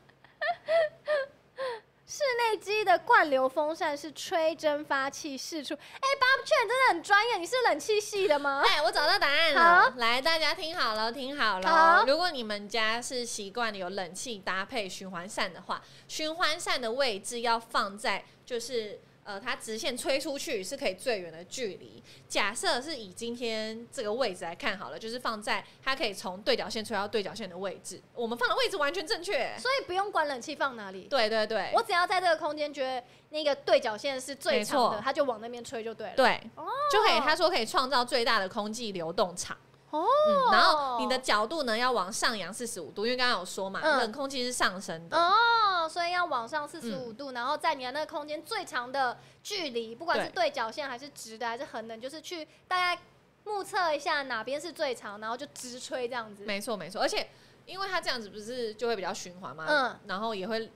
Speaker 1: 室内机的灌流风扇是吹蒸发气释出。哎、b o b 劝真的很专业，你是冷气系的吗？
Speaker 2: 哎，我找到答案
Speaker 1: 好
Speaker 2: 了，来，大家听好了，听好
Speaker 1: 好
Speaker 2: 了。哦如果你们家是习惯有冷气搭配循环扇的话，循环扇的位置要放在就是呃，它直线吹出去是可以最远的距离。假设是以今天这个位置来看好了，就是放在它可以从对角线吹到对角线的位置，我们放的位置完全正确。
Speaker 1: 所以不用管冷气放哪里，
Speaker 2: 对对对，
Speaker 1: 我只要在这个空间觉得那个对角线是最
Speaker 2: 没
Speaker 1: 长的，
Speaker 2: 错
Speaker 1: 它就往那边吹就对了。
Speaker 2: 对，
Speaker 1: 哦
Speaker 2: 就可以他说可以创造最大的空气流动场。
Speaker 1: 哦
Speaker 2: 嗯，然后你的角度呢要往上扬四十五度，因为刚刚有说嘛，
Speaker 1: 嗯
Speaker 2: 冷空气是上升的。
Speaker 1: 哦，所以要往上四十五度，然后在你的那个空间最长的距离，不管是对角线还是直的还是横的，你就是去大概目测一下哪边是最长，然后就直吹这样子。
Speaker 2: 没错没错，而且因为它这样子不是就会比较循环嘛，
Speaker 1: 嗯
Speaker 2: 然后也会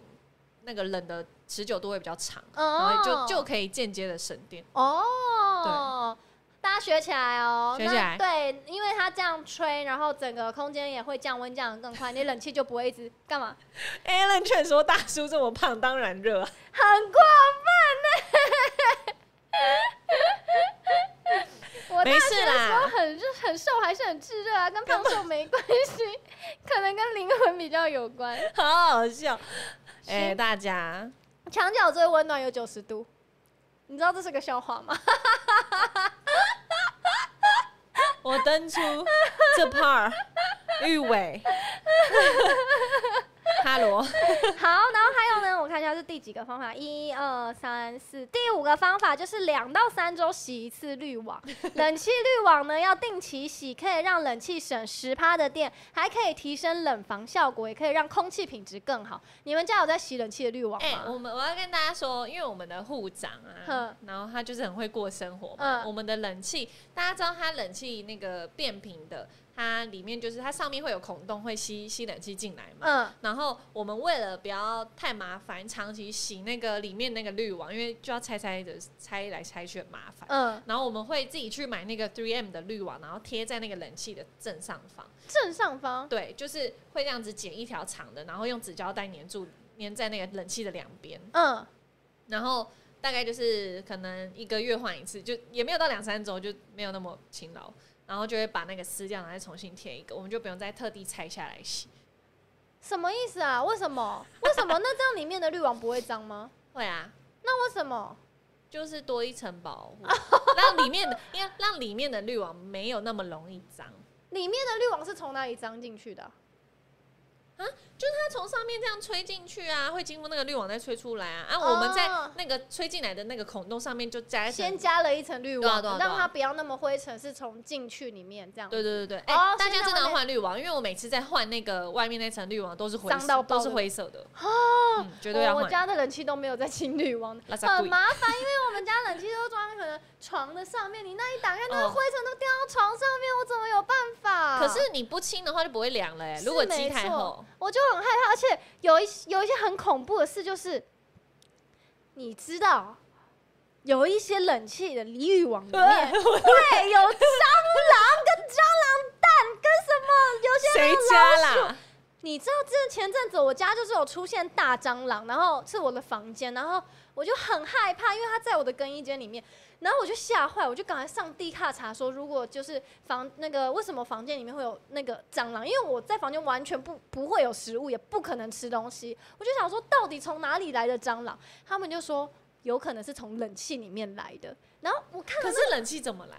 Speaker 2: 那个冷的持久度会比较长，
Speaker 1: 哦
Speaker 2: 然后就就可以间接的省电。
Speaker 1: 哦，大家学起来哦，
Speaker 2: 学起来
Speaker 1: 那对，因为它这样吹，然后整个空间也会降温降得更快，你冷气就不会一直干嘛？
Speaker 2: Alan 劝说大叔这么胖，当然热、啊。 [LAUGHS]
Speaker 1: 很过分呢、我大
Speaker 2: 没事
Speaker 1: 学的时候
Speaker 2: 啦
Speaker 1: 很热很瘦，还是很炙热啊，跟胖瘦没关系，可能跟灵魂比较有关。
Speaker 2: 好好笑。哎、
Speaker 1: 是
Speaker 2: 大家，
Speaker 1: [LAUGHS] 墙角最温暖有九十度，你知道这是个笑话 [LAUGHS] 吗？
Speaker 2: 我登出这 part，玉 [LAUGHS] 伟， [LAUGHS] 哈罗，
Speaker 1: 好，然后还有呢，我看一下是第几个方法，一二三四，第五个方法就是两到三周洗一次滤 [LAUGHS] 网。冷气滤网呢要定期洗，可以让冷气省十趴的电，还可以提升冷房效果，也可以让空气品质更好。你们家有在洗冷气的滤网
Speaker 2: 哎、
Speaker 1: 吗？
Speaker 2: 我们我要跟大家说，因为我们的护长啊
Speaker 1: 哼，
Speaker 2: 然后他就是很会过生活嘛。
Speaker 1: 嗯
Speaker 2: 我们的冷气，大家知道它冷气那个变频的，它里面就是它上面会有孔洞，会吸吸冷气进来嘛。
Speaker 1: 嗯，
Speaker 2: 然后我们为了不要太麻烦，长期洗那个里面那个滤网，因为就要拆拆的拆来拆去很麻烦。
Speaker 1: 嗯，
Speaker 2: 然后我们会自己去买那个 3M 的滤网，然后贴在那个冷气的正上方。
Speaker 1: 正上方。
Speaker 2: 对，就是会这样子剪一条长的，然后用纸胶带粘住，粘在那个冷气的两边。
Speaker 1: 嗯，
Speaker 2: 然后大概就是可能一个月换一次，就也没有到两三周，就没有那么勤劳。然后就会把那个撕掉，然后再重新贴一个，我们就不用再特地拆下来洗。
Speaker 1: 什么意思啊？为什么？为什么？那这样里面的滤网不会脏吗？ [LAUGHS]
Speaker 2: 会啊，
Speaker 1: 那为什么？
Speaker 2: 就是多一层保护，让里面的，因为让里面的滤网没有那么容易脏。
Speaker 1: 里面的滤网是从哪里脏进去的啊？
Speaker 2: 它从上面这样吹进去啊，会经过那个滤网再吹出来啊。啊，我们在
Speaker 1: 哦
Speaker 2: 那个吹进来的那个孔洞上面就加一层
Speaker 1: 先加了一层滤
Speaker 2: 对啊
Speaker 1: 网
Speaker 2: 对啊，对啊
Speaker 1: 让它不要那么灰尘，是从进去里面这样。
Speaker 2: 对对对对，哎、
Speaker 1: 哦
Speaker 2: 大
Speaker 1: 现
Speaker 2: 家
Speaker 1: 在
Speaker 2: 真
Speaker 1: 外
Speaker 2: 的要
Speaker 1: 面
Speaker 2: 换滤网，因为我每次在换那个外面那层滤网都是灰
Speaker 1: 脏到爆
Speaker 2: 色，都
Speaker 1: 的哦
Speaker 2: 是灰色的，嗯，绝对要
Speaker 1: 我我
Speaker 2: 换。
Speaker 1: 家的冷气都没有在清滤网的，
Speaker 2: 垃圾
Speaker 1: 很
Speaker 2: 鬼
Speaker 1: 麻烦，因为我们家冷气都装在可能床的上面，你那一打开，那个
Speaker 2: 哦
Speaker 1: 灰尘都掉到床上面，我怎么有办法？
Speaker 2: 可是你不清的话就不会凉了、哎，
Speaker 1: 啊是
Speaker 2: 如果机台
Speaker 1: 没错
Speaker 2: 后，
Speaker 1: 我就很害怕，而且有一有一些很恐怖的事，就是你知道。有一些冷气的滤网里
Speaker 2: [LAUGHS]
Speaker 1: 面会有蟑螂、跟蟑螂蛋、跟什么，有些
Speaker 2: 谁家啦？
Speaker 1: 你知道，之前阵子我家就是有出现大蟑螂，然后是我的房间，然后我就很害怕，因为它在我的更衣间里面，然后我就吓坏，我就赶快上地卡查说，如果就是房那个为什么房间里面会有那个蟑螂？因为我在房间完全不不会有食物，也不可能吃东西，我就想说到底从哪里来的蟑螂？他们就说有可能是从冷气里面来的，然后我看
Speaker 2: 可是冷气怎么来？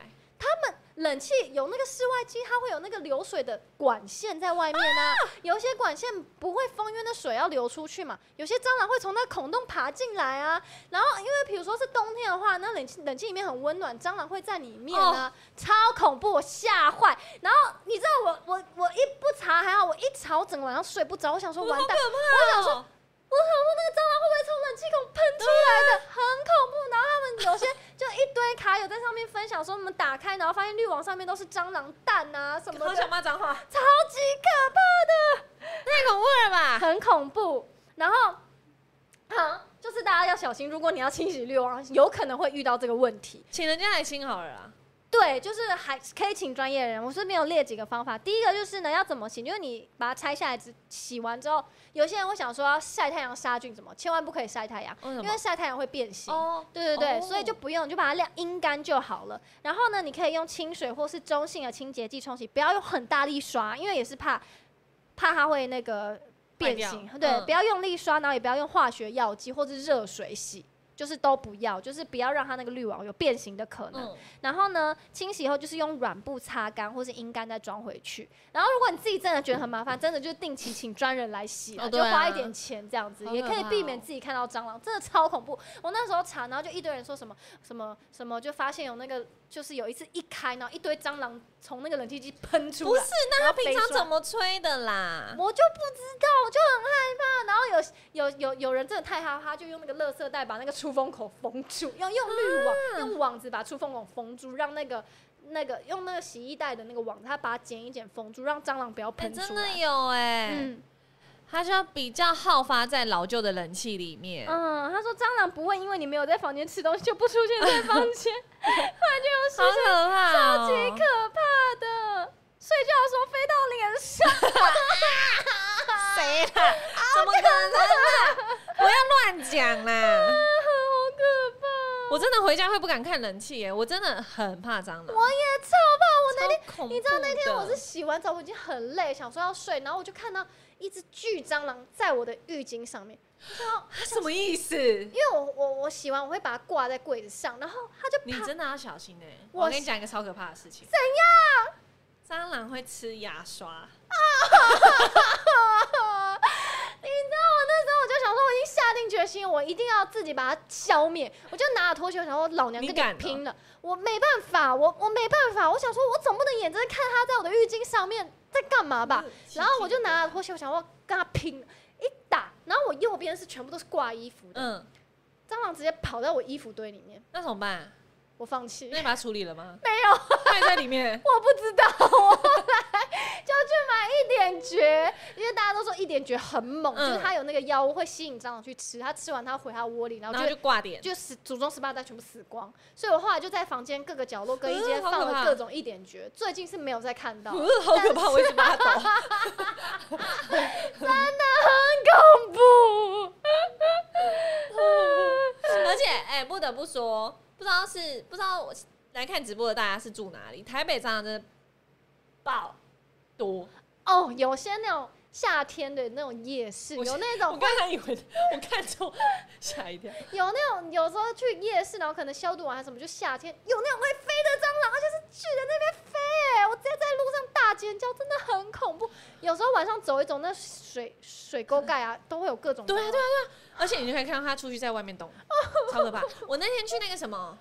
Speaker 1: 冷气有那个室外机，它会有那个流水的管线在外面啊。有一些管线不会封，因为那水要流出去嘛。有些蟑螂会从那孔洞爬进来啊。然后因为比如说是冬天的话，那冷气冷气里面很温暖，蟑螂会在里面啊，超恐怖，我吓坏。然后你知道我我我一不查还好，我一查我整个晚上睡不着，我想说完蛋，
Speaker 2: 我想说，
Speaker 1: 啊我想说那个蟑螂会不会从冷气孔喷出来的，很恐怖。然后他们有些就一堆卡友在上面分享说，我们打开然后发现滤网上面都是蟑螂蛋啊什么
Speaker 2: 好
Speaker 1: 的，
Speaker 2: 想骂脏话，
Speaker 1: 超级可怕
Speaker 2: 太恐怖了吧？
Speaker 1: 的，很恐怖。然后，好，就是大家要小心，如果你要清洗滤网，有可能会遇到这个问题。
Speaker 2: 请人家来清好了啦。
Speaker 1: 对，就是还可以请专业人。我这边有列几个方法，第一个就是呢，要怎么洗？就是你把它拆下来之洗完之后，有些人会想说要晒太阳杀菌什么，千万不可以晒太阳，
Speaker 2: 为什
Speaker 1: 因
Speaker 2: 么
Speaker 1: 为？晒太阳会变形。
Speaker 2: 哦，
Speaker 1: 对对对，
Speaker 2: 哦
Speaker 1: 所以就不用，你就把它晾阴干就好了。然后呢，你可以用清水或是中性的清洁剂冲洗，不要用很大力刷，因为也是怕怕它会那个
Speaker 2: 坏
Speaker 1: 变
Speaker 2: 掉
Speaker 1: 形。对，
Speaker 2: 嗯
Speaker 1: 不要用力刷，然后也不要用化学药剂或是热水洗，就是都不要，就是不要让它那个滤网有变形的可能。
Speaker 2: 嗯，
Speaker 1: 然后呢，清洗后就是用软布擦干或是阴干再装回去。然后如果你自己真的觉得很麻烦，真的就定期请专人来洗啊、
Speaker 2: 哦对
Speaker 1: 就
Speaker 2: 啊
Speaker 1: 花一点钱这样子，
Speaker 2: 好
Speaker 1: 也
Speaker 2: 可
Speaker 1: 可以
Speaker 2: 怕
Speaker 1: 避
Speaker 2: 哦
Speaker 1: 免自己看到蟑螂，真的超恐怖。我那时候查，然后就一堆人说什么什么什么，就发现有那个就是有一次一开，然后一堆蟑螂从那个冷气机喷出
Speaker 2: 不
Speaker 1: 来
Speaker 2: 是。，那
Speaker 1: 然
Speaker 2: 他
Speaker 1: 后
Speaker 2: 平
Speaker 1: 飞
Speaker 2: 常
Speaker 1: 出来
Speaker 2: 怎么吹的啦？哎
Speaker 1: 我就不知道，我就很害怕。然后有有有有人真的太害怕，就用那个垃圾袋把那个出风口封住，用用滤网、用网子把出风口封住，让那个那个用那个洗衣袋的那个网子，它把它剪一剪封住，让蟑螂不要
Speaker 2: 哎、
Speaker 1: 喷出来。
Speaker 2: 真的有哎、
Speaker 1: 嗯
Speaker 2: 它就要比较耗发在老旧的冷气里面。
Speaker 1: 嗯，他说蟑螂不会因为你没有在房间吃东西就不出现在房 [LAUGHS] 间，
Speaker 2: 好可怕、哦！
Speaker 1: 超级可怕的。睡觉的时候飞到脸 [LAUGHS] 上，
Speaker 2: 谁
Speaker 1: 啊
Speaker 2: 啦？怎么可能啦？不要乱讲啦！
Speaker 1: 好可怕！
Speaker 2: 我真的回家会不敢看冷气耶、我真的很怕蟑螂。
Speaker 1: 我也超怕，我那天
Speaker 2: 超恐怖的
Speaker 1: 你知道那天我是洗完澡，我已经很累，想说要睡，然后我就看到一只巨蟑螂在我的浴巾上面，
Speaker 2: 啊什么意思？
Speaker 1: 因为我我我洗完我会把它挂在柜子上，然后它就
Speaker 2: 你
Speaker 1: 爬，
Speaker 2: 真的要小心哎、
Speaker 1: 我
Speaker 2: 我跟你讲一个超可怕的事情。怎样？蟑螂会吃牙刷。
Speaker 1: [LAUGHS] 你知道我那时候我就想说，我已经下定决心，我一定要自己把它消灭，我就拿了拖鞋，我想说老娘
Speaker 2: 你
Speaker 1: 跟
Speaker 2: 敢
Speaker 1: 你
Speaker 2: 哦
Speaker 1: 拼了，我没办法，我我没办法，我想说我总不能眼睁睁看它在我的浴巾上面在干嘛吧，啊然后我就拿了拖鞋，我想要跟它拼，一打，然后我右边是全部都是挂衣服的，
Speaker 2: 嗯，
Speaker 1: 蟑螂直接跑到我衣服堆里面，
Speaker 2: 那怎么办？
Speaker 1: 我放弃
Speaker 2: 那。你把它处理了吗？
Speaker 1: 没有，
Speaker 2: 它还在里
Speaker 1: [LAUGHS]
Speaker 2: 面。
Speaker 1: 我不知道。我后来就去买一点蕨，因为大家都说一点蕨很猛，
Speaker 2: 嗯
Speaker 1: 就是它有那个药物会吸引蟑螂去吃，它吃完它回它窝里，然
Speaker 2: 然
Speaker 1: 后
Speaker 2: 后
Speaker 1: 就
Speaker 2: 就挂点。
Speaker 1: 就死祖宗十八代全部死光。所以我后来就在房间各个角落、更衣间
Speaker 2: [LAUGHS] 嗯好
Speaker 1: 放
Speaker 2: 可怕
Speaker 1: 了各种一点蕨，最近是没有再看
Speaker 2: [LAUGHS]
Speaker 1: 到，
Speaker 2: 呃， [LAUGHS] 好可怕！我一直发抖。
Speaker 1: 很恐怖。
Speaker 2: [LAUGHS] 而且，哎、不得不说，不知道是不知道我来看直播的大家是住哪里，台北蟑螂真的爆多。
Speaker 1: 哦，有些那种夏天的那种夜市，
Speaker 2: 我
Speaker 1: 有那
Speaker 2: 我
Speaker 1: 种
Speaker 2: 刚才以为我看错，吓一跳。
Speaker 1: 有那种有时候去夜市，然后可能消毒完还是什么，就夏天有那种会飞的蟑螂，而且是巨人那边飞、欸，我直接在路上大尖叫，真的很恐怖。有时候晚上走一走，那水水沟盖啊，都会有各种
Speaker 2: 对啊
Speaker 1: 对啊，
Speaker 2: 而且你就可以看到他出去在外面动，超可怕。我那天去那个什么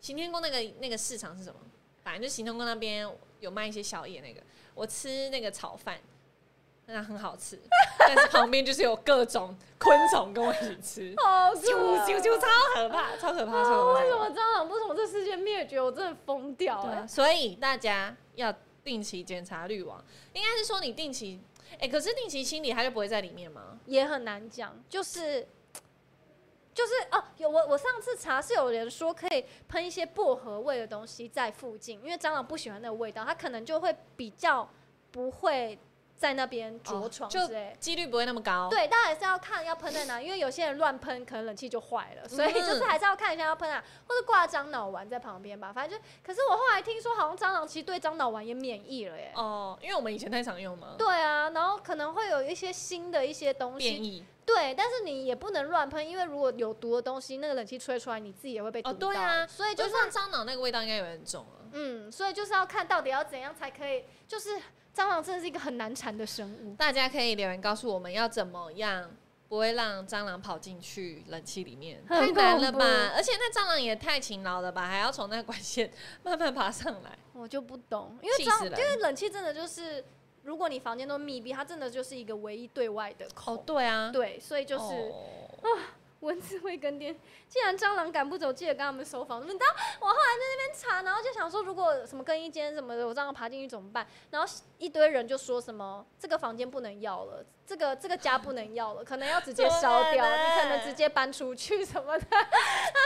Speaker 2: 行天宫那个那个市场是什么？反正就行天宫那边有卖一些宵夜那个，我吃那个炒饭，那很好吃，但是旁边就是有各种昆虫跟我一起吃，
Speaker 1: 好
Speaker 2: 啾啾啾，超可怕，超可怕，超可
Speaker 1: 啊为什
Speaker 2: 怕。
Speaker 1: 么蟑螂？为什么这世界灭绝？我真的疯掉
Speaker 2: 对
Speaker 1: 哎、
Speaker 2: 啊，所以大家要定期检查滤网，应该是说你定期，哎、可是定期清理它就不会在里面吗？
Speaker 1: 也很难讲，就是就是哦，有我我上次查是有人说可以喷一些薄荷味的东西在附近，因为蟑螂不喜欢那个味道，它可能就会比较不会在那边着
Speaker 2: 哦
Speaker 1: 床之
Speaker 2: 就哦
Speaker 1: 类。
Speaker 2: 几率不会那么高。
Speaker 1: 对，但还是要看要喷在哪，因为有些人乱喷，可能冷气就坏了，所以就是
Speaker 2: 嗯
Speaker 1: 还是要看一下要喷啊，或者挂樟脑丸在旁边吧。反正就，可是我后来听说，好像蟑螂其实对樟脑丸也免疫了耶。
Speaker 2: 哦，因为我们以前太常用嘛，
Speaker 1: 对啊，然后可能会有一些新的一些东西
Speaker 2: 变异
Speaker 1: 对，但是你也不能乱喷，因为如果有毒的东西，那个冷气吹出来，你自己也会被毒
Speaker 2: 哦，
Speaker 1: 到。
Speaker 2: 对啊，
Speaker 1: 所以就
Speaker 2: 就是像樟脑那个味道应该有很重啊。
Speaker 1: 嗯，所以就是要看到底要怎样才可以，就是蟑螂真的是一个很难缠的生物。
Speaker 2: 大家可以留言告诉我们要怎么样不会让蟑螂跑进去冷气里面，
Speaker 1: 很
Speaker 2: 太难
Speaker 1: 恐
Speaker 2: 了
Speaker 1: 怖
Speaker 2: 吧？而且那蟑螂也太勤劳了吧，还要从那管线慢慢爬上来，
Speaker 1: 我就不懂，因为
Speaker 2: 气
Speaker 1: 蟑
Speaker 2: 死人
Speaker 1: 因为冷气真的就是，如果你房间都密闭，它真的就是一个唯一对外的
Speaker 2: 哦
Speaker 1: 口。，
Speaker 2: 对啊，
Speaker 1: 对，所以就是、
Speaker 2: 哦
Speaker 1: 蚊子会跟颠。既然蟑螂赶不走，记得跟他们收房。你知道我后来在那边查，然后就想说，如果什么更衣间什么的，我蟑螂爬进去怎么办？然后一堆人就说什么这个房间不能要了，这个这个家不能要了，可能要直接烧掉，
Speaker 2: 怎么办
Speaker 1: 你
Speaker 2: 呢
Speaker 1: 可能直接搬出去什么的。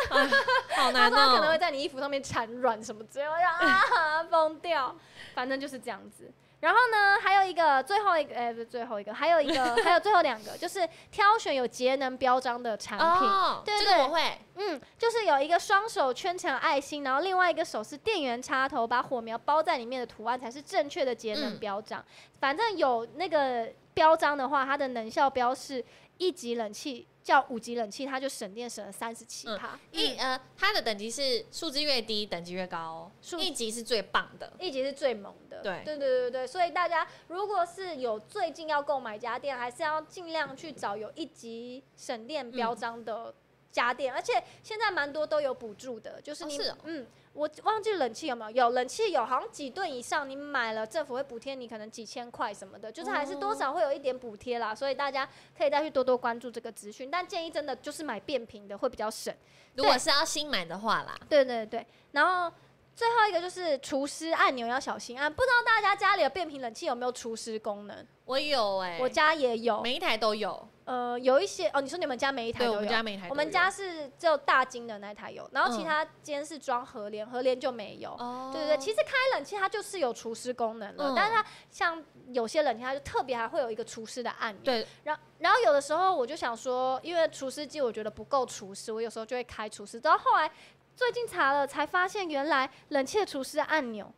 Speaker 2: 好
Speaker 1: 他
Speaker 2: 难
Speaker 1: 说他可能会
Speaker 2: 哦。
Speaker 1: 在你衣服上面产卵什么之类的，我就啊疯掉，反正就是这样子。然后呢，还有一个最后一个，哎、不是最后一个，还有一个，还有最后两个，就是挑选有节能标章的产品。
Speaker 2: 哦，
Speaker 1: 对
Speaker 2: 这
Speaker 1: 对
Speaker 2: 个我会，
Speaker 1: 嗯，就是有一个双手圈成爱心，然后另外一个手是电源插头，把火苗包在里面的图案才是正确的节能
Speaker 2: 嗯
Speaker 1: 标章。反正有那个标章的话，它的能效标示一级冷气叫五级冷气，它就省电省了三十七帕。
Speaker 2: 一呃，它的等级是数字越低，等级越高
Speaker 1: 数
Speaker 2: 哦，一级是最棒的。
Speaker 1: 一级是最猛的，
Speaker 2: 对
Speaker 1: 对对对对，所以大家如果是有最近要购买家电，还是要尽量去找有一级省电标章的家电，而且现在蛮多都有补助的，就是
Speaker 2: 嗯哦
Speaker 1: 你、
Speaker 2: 是哦
Speaker 1: 嗯，我忘记冷气有没有，有冷气有，好像几吨以上你买了，政府会补贴你可能几千块什么的，就是还是多少会有一点补贴啦，所以大家可以再去多多关注这个资讯，但建议真的就是买变频的会比较省。
Speaker 2: 如果是要新买的话啦，
Speaker 1: 对对对，然后最后一个就是除湿按钮要小心啊按，不知道大家家里的变频冷气有没有除湿功能？
Speaker 2: 我有哎，
Speaker 1: 我家也有，
Speaker 2: 每一台都有。
Speaker 1: 呃，有一些哦，你说你们家每一台
Speaker 2: 对，
Speaker 1: 都
Speaker 2: 我
Speaker 1: 有？
Speaker 2: 们家每一台都有，
Speaker 1: 我们家是只有大金的那一台有，然后其
Speaker 2: 嗯
Speaker 1: 他间是装合联，合联就没有。
Speaker 2: 哦
Speaker 1: 对对对，其实开冷气它就是有除湿功能了，
Speaker 2: 嗯
Speaker 1: 但是它像有些冷气它就特别还会有一个除湿的按钮。
Speaker 2: 对
Speaker 1: 然然后有的时候我就想说，因为除湿机我觉得不够除湿，我有时候就会开除湿。到后来最近查了才发现，原来冷气的除湿按钮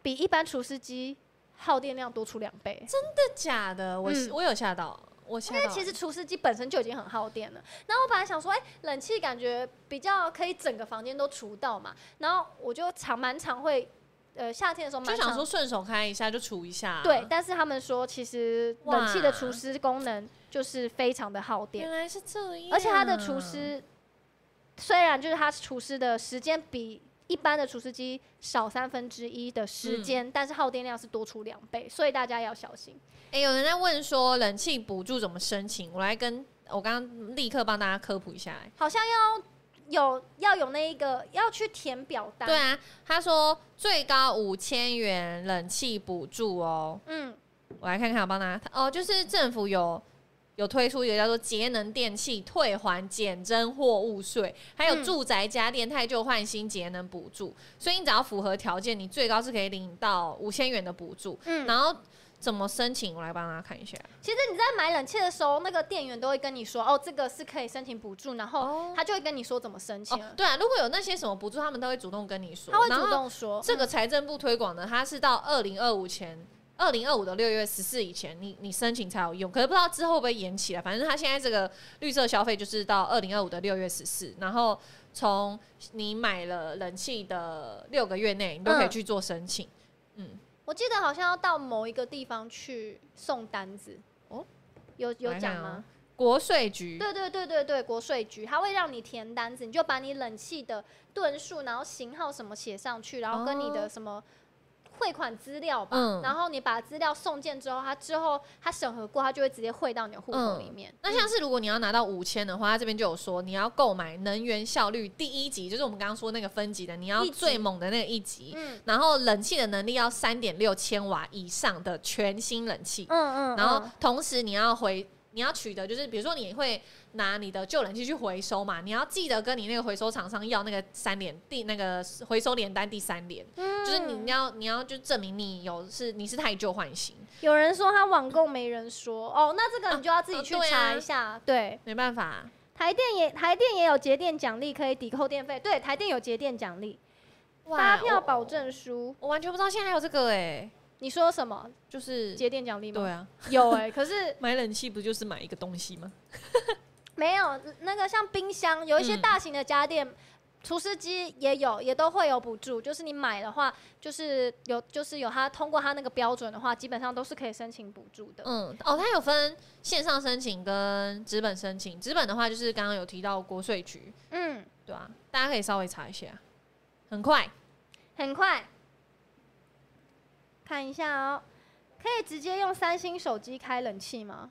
Speaker 1: 比一般除湿机耗电量多出两倍。
Speaker 2: 真的哦假的？我、
Speaker 1: 嗯
Speaker 2: 我有吓到，我吓
Speaker 1: 因
Speaker 2: 到
Speaker 1: 为
Speaker 2: 欸。
Speaker 1: 其实除湿机本身就已经很耗电了。然后我本来想说，哎、冷气感觉比较可以整个房间都除到嘛，然后我就常蛮常会，呃，夏天的时候蛮
Speaker 2: 就
Speaker 1: 常
Speaker 2: 想说顺手开一下就除一下、
Speaker 1: 对，，但是他们说其实冷气的
Speaker 2: 啊哇
Speaker 1: 除湿功能就是非常的耗电
Speaker 2: 原，来是这样。啊
Speaker 1: 而且它的除湿虽然就是它除湿的时间比一般的除湿机少三分之一的
Speaker 2: 嗯
Speaker 1: 时间，但是耗电量是多出两倍，所以大家要小心。
Speaker 2: 哎、有人在问说冷气补助怎么申请，我来跟我刚刚立刻帮大家科普一下、欸。
Speaker 1: 好像要有要有那一个要去填表单，
Speaker 2: 对啊，他说最高五千元冷气补助哦，
Speaker 1: 嗯，
Speaker 2: 我来看看我帮大家哦，就是政府有。有推出一个叫做节能电器退还减征货物税，还有
Speaker 1: 嗯
Speaker 2: 住宅家电太旧换新节能补助，所以你只要符合条件，你最高是可以领到五千元的补助。
Speaker 1: 嗯
Speaker 2: 然后怎么申请？我来帮大家看一下。
Speaker 1: 其实你在买冷气的时候，那个店员都会跟你说，哦，这个是可以申请补助，然后
Speaker 2: 哦
Speaker 1: 他就会跟你说怎么申请
Speaker 2: 哦
Speaker 1: 了，，
Speaker 2: 对啊，如果有那些什么补助，他们都会主动跟你说。
Speaker 1: 他会
Speaker 2: 然
Speaker 1: 主
Speaker 2: 后
Speaker 1: 动说。
Speaker 2: 这个财政部推广的，它是到二零二五前，二零二五的六月十四以前，你你申请才有用。可是不知道之后会不会延期啊？反正它现在这个绿色消费就是到二零二五的六月十四，然后从你买了冷气的六个月内，你都可以
Speaker 1: 嗯
Speaker 2: 去做申请。嗯，
Speaker 1: 我记得好像要到某一个地方去送单子。哦
Speaker 2: 哦，
Speaker 1: 有有
Speaker 2: 来看
Speaker 1: 讲
Speaker 2: 哦
Speaker 1: 吗？？
Speaker 2: 国税局
Speaker 1: 对对对对对，国税局他会让你填单子，你就把你冷气的吨数，然后型号什么写上去，然后跟你的
Speaker 2: 哦
Speaker 1: 什么汇款资料吧，
Speaker 2: 嗯
Speaker 1: 然后你把资料送件之后，他之后他审核过，他就会直接汇到你的户口里
Speaker 2: 嗯
Speaker 1: 面。
Speaker 2: 那像是如果你要拿到五千的话，它这边就有说你要购买能源效率第一级，就是我们刚刚说那个分级的，你要
Speaker 1: 一级
Speaker 2: 最猛的那个一级。
Speaker 1: 嗯
Speaker 2: 然后冷气的能力要三点六千瓦以上的全新冷气，
Speaker 1: 嗯嗯，
Speaker 2: 然后同时你要回。你要取得就是，比如说你会拿你的旧冷气去回收嘛，你要记得跟你那个回收厂商要那个三联第那个回收联单第三联，
Speaker 1: 嗯
Speaker 2: 就是你要你要就证明你有是你是太旧换新，
Speaker 1: 有人说他网购没人说哦，那这个你就要自己
Speaker 2: 啊
Speaker 1: 去
Speaker 2: 对啊
Speaker 1: 查一下。对，
Speaker 2: 没办法、
Speaker 1: 台电也台电也有节电奖励，可以抵扣电费。对，台电有节电奖励，发票保证书。
Speaker 2: 我，我完全不知道现在还有这个哎、
Speaker 1: 你说什么
Speaker 2: 就是
Speaker 1: 节电奖励吗？
Speaker 2: 对啊，
Speaker 1: [LAUGHS] 有哎、可是
Speaker 2: 买冷气不就是买一个东西吗？
Speaker 1: 没有那个像冰箱，有一些
Speaker 2: 嗯
Speaker 1: 大型的家电。厨师机也有，也都会有补助。就是你买的话，就是有，就是有它通过它那个标准的话，基本上都是可以申请补助的。
Speaker 2: 嗯，哦，它有分线上申请跟纸本申请，纸本的话就是刚刚有提到国税局，
Speaker 1: 嗯，
Speaker 2: 对啊，大家可以稍微查一下，很快，
Speaker 1: 很快，看一下哦。可以直接用三星手机开冷气吗？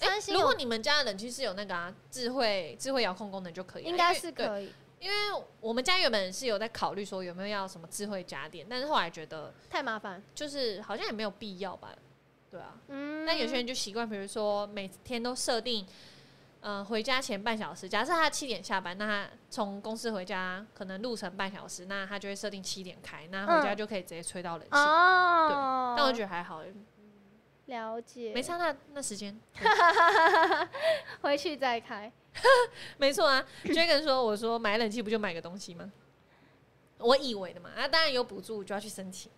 Speaker 2: 诶
Speaker 1: 三星
Speaker 2: 如
Speaker 1: 有、
Speaker 2: 果你们家的冷气是有那个、啊、智慧智慧遥控功能就可以了，
Speaker 1: 应该
Speaker 2: 因为
Speaker 1: 是
Speaker 2: 对
Speaker 1: 可以，
Speaker 2: 因为我们家原本是有在考虑说有没有要什么智慧家电，但是后来觉得
Speaker 1: 太麻烦。
Speaker 2: 就是好像也没有必要吧，对啊，
Speaker 1: 嗯，
Speaker 2: 但有些人就习惯，比如说每天都设定，呃，回家前半小时。假设他七点下班，那他从公司回家可能路程半小时，那他就会设定七点开，那回家就可以直接吹到冷气。
Speaker 1: 哦，
Speaker 2: 但我觉
Speaker 1: 得
Speaker 2: 得还好，欸
Speaker 1: 了解，
Speaker 2: 没差那那时间。 [LAUGHS]
Speaker 1: 回去再开。
Speaker 2: 没错啊，Dragon 说，我说买冷气不就买个东西吗？我以为的嘛，啊那、当然有补助就要去申请。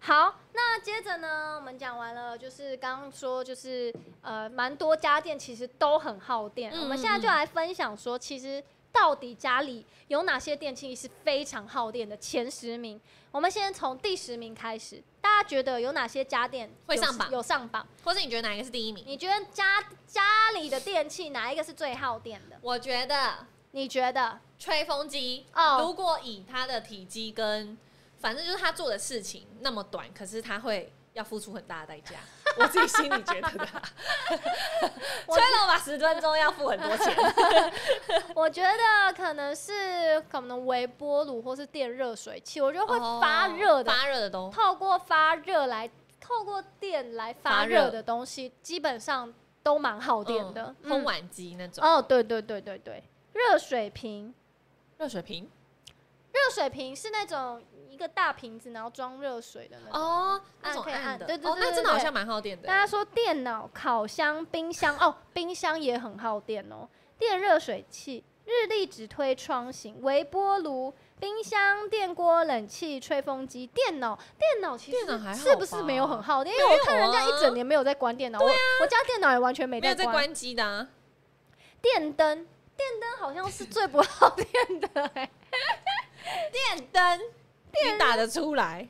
Speaker 1: 好，那接着呢，我们讲完了，就是刚刚说，就是呃，蛮多家电其实都很耗电。
Speaker 2: 嗯
Speaker 1: 我们现在就来分享说，其实到底家里有哪些电器是非常耗电的前十名。我们先从第十名开始，大家觉得有哪些家电
Speaker 2: 会
Speaker 1: 有
Speaker 2: 上榜
Speaker 1: 有上榜？
Speaker 2: 或是你觉得哪一个是第一名？
Speaker 1: 你觉得家家里的电器哪一个是最耗电的？
Speaker 2: 我觉得
Speaker 1: 你觉得？
Speaker 2: 吹风机
Speaker 1: 哦
Speaker 2: 如果以它的体积跟反正就是他做的事情那么短，可是他会要付出很大的
Speaker 1: [LAUGHS]
Speaker 2: 代价。我自己心里觉得 [LAUGHS] 的，
Speaker 1: 啊我
Speaker 2: 吹了吧十分钟要付很多钱。
Speaker 1: [LAUGHS] 我觉得可能是可能微波炉或是电热水器，我觉得 [LAUGHS] 会发热的
Speaker 2: 哦发热的东西，
Speaker 1: 透过发热来，透过电来发
Speaker 2: 发
Speaker 1: 热
Speaker 2: 热
Speaker 1: 的东西，基本上都蛮耗电的。
Speaker 2: 嗯烘
Speaker 1: 嗯
Speaker 2: 碗机那种
Speaker 1: 哦，对对对对对，热水瓶，
Speaker 2: 热水瓶
Speaker 1: 热水瓶是那种一个大瓶子，然后装热水的那种。
Speaker 2: 哦，那
Speaker 1: 按
Speaker 2: 种
Speaker 1: 啊可以按
Speaker 2: 暗的，
Speaker 1: 对对
Speaker 2: 哦，
Speaker 1: 对
Speaker 2: 那
Speaker 1: 对
Speaker 2: 真的好
Speaker 1: 对
Speaker 2: 像蛮耗电
Speaker 1: 大
Speaker 2: 的。
Speaker 1: 家说电脑、烤箱、冰箱，哦， [LAUGHS] 冰箱也很耗电哦。电热水器、日历纸推窗型、微波炉、冰箱、电锅、冷气、吹风机、电脑，电脑其实
Speaker 2: 电脑还好
Speaker 1: 是不是没有啊
Speaker 2: 吧
Speaker 1: 很耗电？因为我看人家一整年没有在关电脑，我我家电脑也完全没
Speaker 2: 没有
Speaker 1: 在
Speaker 2: 在
Speaker 1: 关。
Speaker 2: 关机的、啊，
Speaker 1: 电灯，电灯好像是最不耗电的、欸，
Speaker 2: 电灯你打得出来？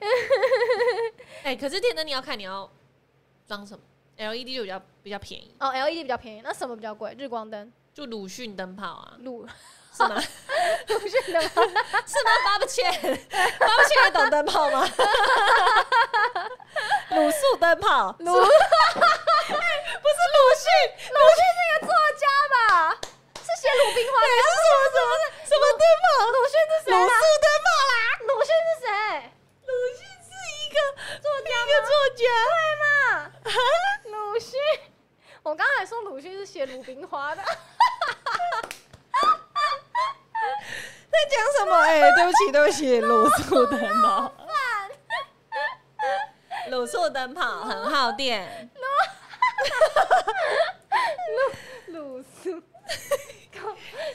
Speaker 2: [LAUGHS] 哎、可是电灯你要看你要装什么，LED 就比较比较便
Speaker 1: [LAUGHS]
Speaker 2: 宜，
Speaker 1: 哦，LED 比较便宜，那什么比较贵？日光灯、
Speaker 2: 就鲁迅灯泡啊， [LAUGHS]
Speaker 1: 路
Speaker 2: 是吗？
Speaker 1: 路线的吗？
Speaker 2: 是吗？八不 [LAUGHS] 欠，八不欠也懂灯泡 [LAUGHS] 吗？卤素灯泡， [LAUGHS]
Speaker 1: 鲁，不是鲁
Speaker 2: 哎
Speaker 1: 迅，鲁迅那个作家吧？是写鲁冰花的，哎是什么什么什么灯泡？鲁迅是谁？
Speaker 2: 鲁肃
Speaker 1: 灯泡啦！鲁迅是谁？鲁迅是一个作家，一个作家对嘛？鲁迅，我刚才说鲁迅是写鲁冰花的，
Speaker 3: 在讲什么？哎、对不起，对不起，卤素的猫。
Speaker 2: 鲁卤素灯泡很耗电，
Speaker 1: 卤素，靠，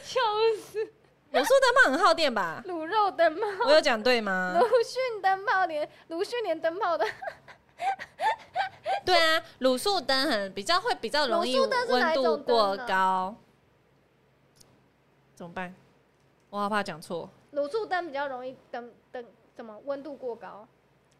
Speaker 1: 笑死！
Speaker 2: 卤素灯泡很耗电吧？
Speaker 1: 卤肉灯泡，
Speaker 2: 我有讲对吗？
Speaker 1: 鲁迅灯泡连鲁迅连灯泡的
Speaker 2: 对啊，卤素灯很比较会比较容易
Speaker 1: 卤素灯是哪
Speaker 2: 温
Speaker 1: 一种
Speaker 2: 度
Speaker 1: 灯
Speaker 2: 过
Speaker 1: 呢
Speaker 2: 高，怎么办？我好怕讲错。
Speaker 1: 卤素灯比较容易灯灯怎么温度过高？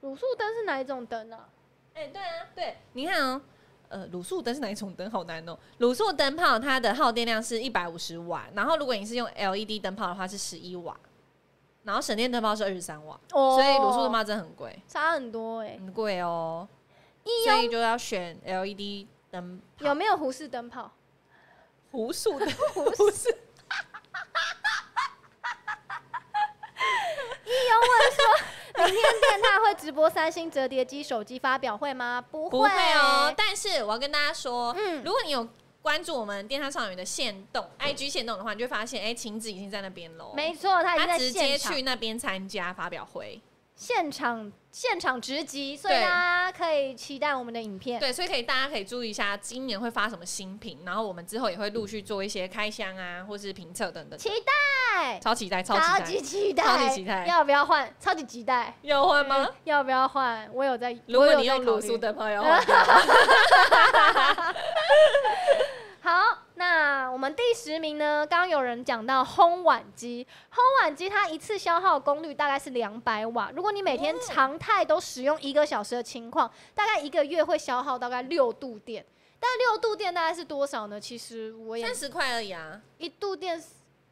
Speaker 1: 卤素灯是哪一种灯啊？
Speaker 2: 哎、对啊，对，你看哦，呃，卤素灯是哪一种灯？好难哦。卤素灯泡它的耗电量是一百五十瓦，然后如果你是用 LED 灯泡的话是十一瓦，然后省电灯泡是二十三瓦，
Speaker 1: 哦
Speaker 2: 所以卤素灯泡真的很贵，
Speaker 1: 差很多哎、
Speaker 2: 很贵哦，
Speaker 1: 应
Speaker 2: 所
Speaker 1: 用
Speaker 2: 以就要选 LED 灯 [LAUGHS] 泡。
Speaker 1: 有没有胡适灯
Speaker 2: [LAUGHS]
Speaker 1: 泡？
Speaker 2: 胡
Speaker 1: [LAUGHS]
Speaker 2: 素灯不是
Speaker 1: 明天电大会直播三星折叠机手机发表会吗？不会
Speaker 2: 不会哦，但是我要跟大家说，
Speaker 1: 嗯
Speaker 2: 如果你有关注我们电商少女的线动、IG 线动的话，你就会发现，哎、晴子已经在那边喽，
Speaker 1: 没错，他已经
Speaker 2: 她
Speaker 1: 在
Speaker 2: 直
Speaker 1: 现
Speaker 2: 接
Speaker 1: 场
Speaker 2: 去那边参加发表会。
Speaker 1: 现场现场直击，所以
Speaker 2: 对
Speaker 1: 大家可以期待我们的影片。
Speaker 2: 对，所以可以大家可以注意一下，今年会发什么新品，然后我们之后也会陆续做一些开箱啊，或是评测等等。
Speaker 1: 期待，
Speaker 2: 超期待，超
Speaker 1: 超
Speaker 2: 期
Speaker 1: 级期待，
Speaker 2: 待！超级期待
Speaker 1: 要不要换？超级期待，
Speaker 2: 有换吗？
Speaker 1: 要不要换？我有在，
Speaker 2: 如
Speaker 1: 嗯我
Speaker 2: 果
Speaker 1: 有
Speaker 2: 你
Speaker 1: 在
Speaker 2: 用
Speaker 1: 考
Speaker 2: 卤
Speaker 1: 虑
Speaker 2: 素灯
Speaker 1: [LAUGHS]
Speaker 2: 泡要换掉，
Speaker 1: [LAUGHS] 好，那我们第十名呢？刚刚有人讲到烘碗机，烘碗机它一次消耗功率大概是两百瓦，如果你每天常态都使用一个小时的情况，大概一个月会消耗大概六度电。但六度电大概是多少呢？其实我也
Speaker 2: 三十块而已啊，
Speaker 1: 一度电是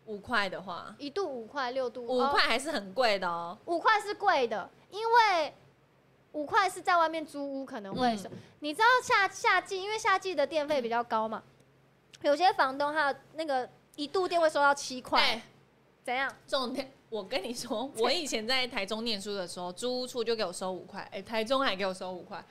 Speaker 2: 五块的话，
Speaker 1: 一度五块，六度
Speaker 2: 五
Speaker 1: 哦
Speaker 2: 块还是很贵的哦。
Speaker 1: 五块是贵的，因为五块是在外面租屋可能会
Speaker 2: 嗯
Speaker 1: 什么你知道夏夏季，因为夏季的电费比较高嘛，
Speaker 2: 嗯
Speaker 1: 有些房东他那个一度电会收到七块，
Speaker 2: 哎
Speaker 1: 怎样？
Speaker 2: 重点，我跟你说，我以前在台中念书的时候，租屋处就给我收五块，哎、台中还给我收五块，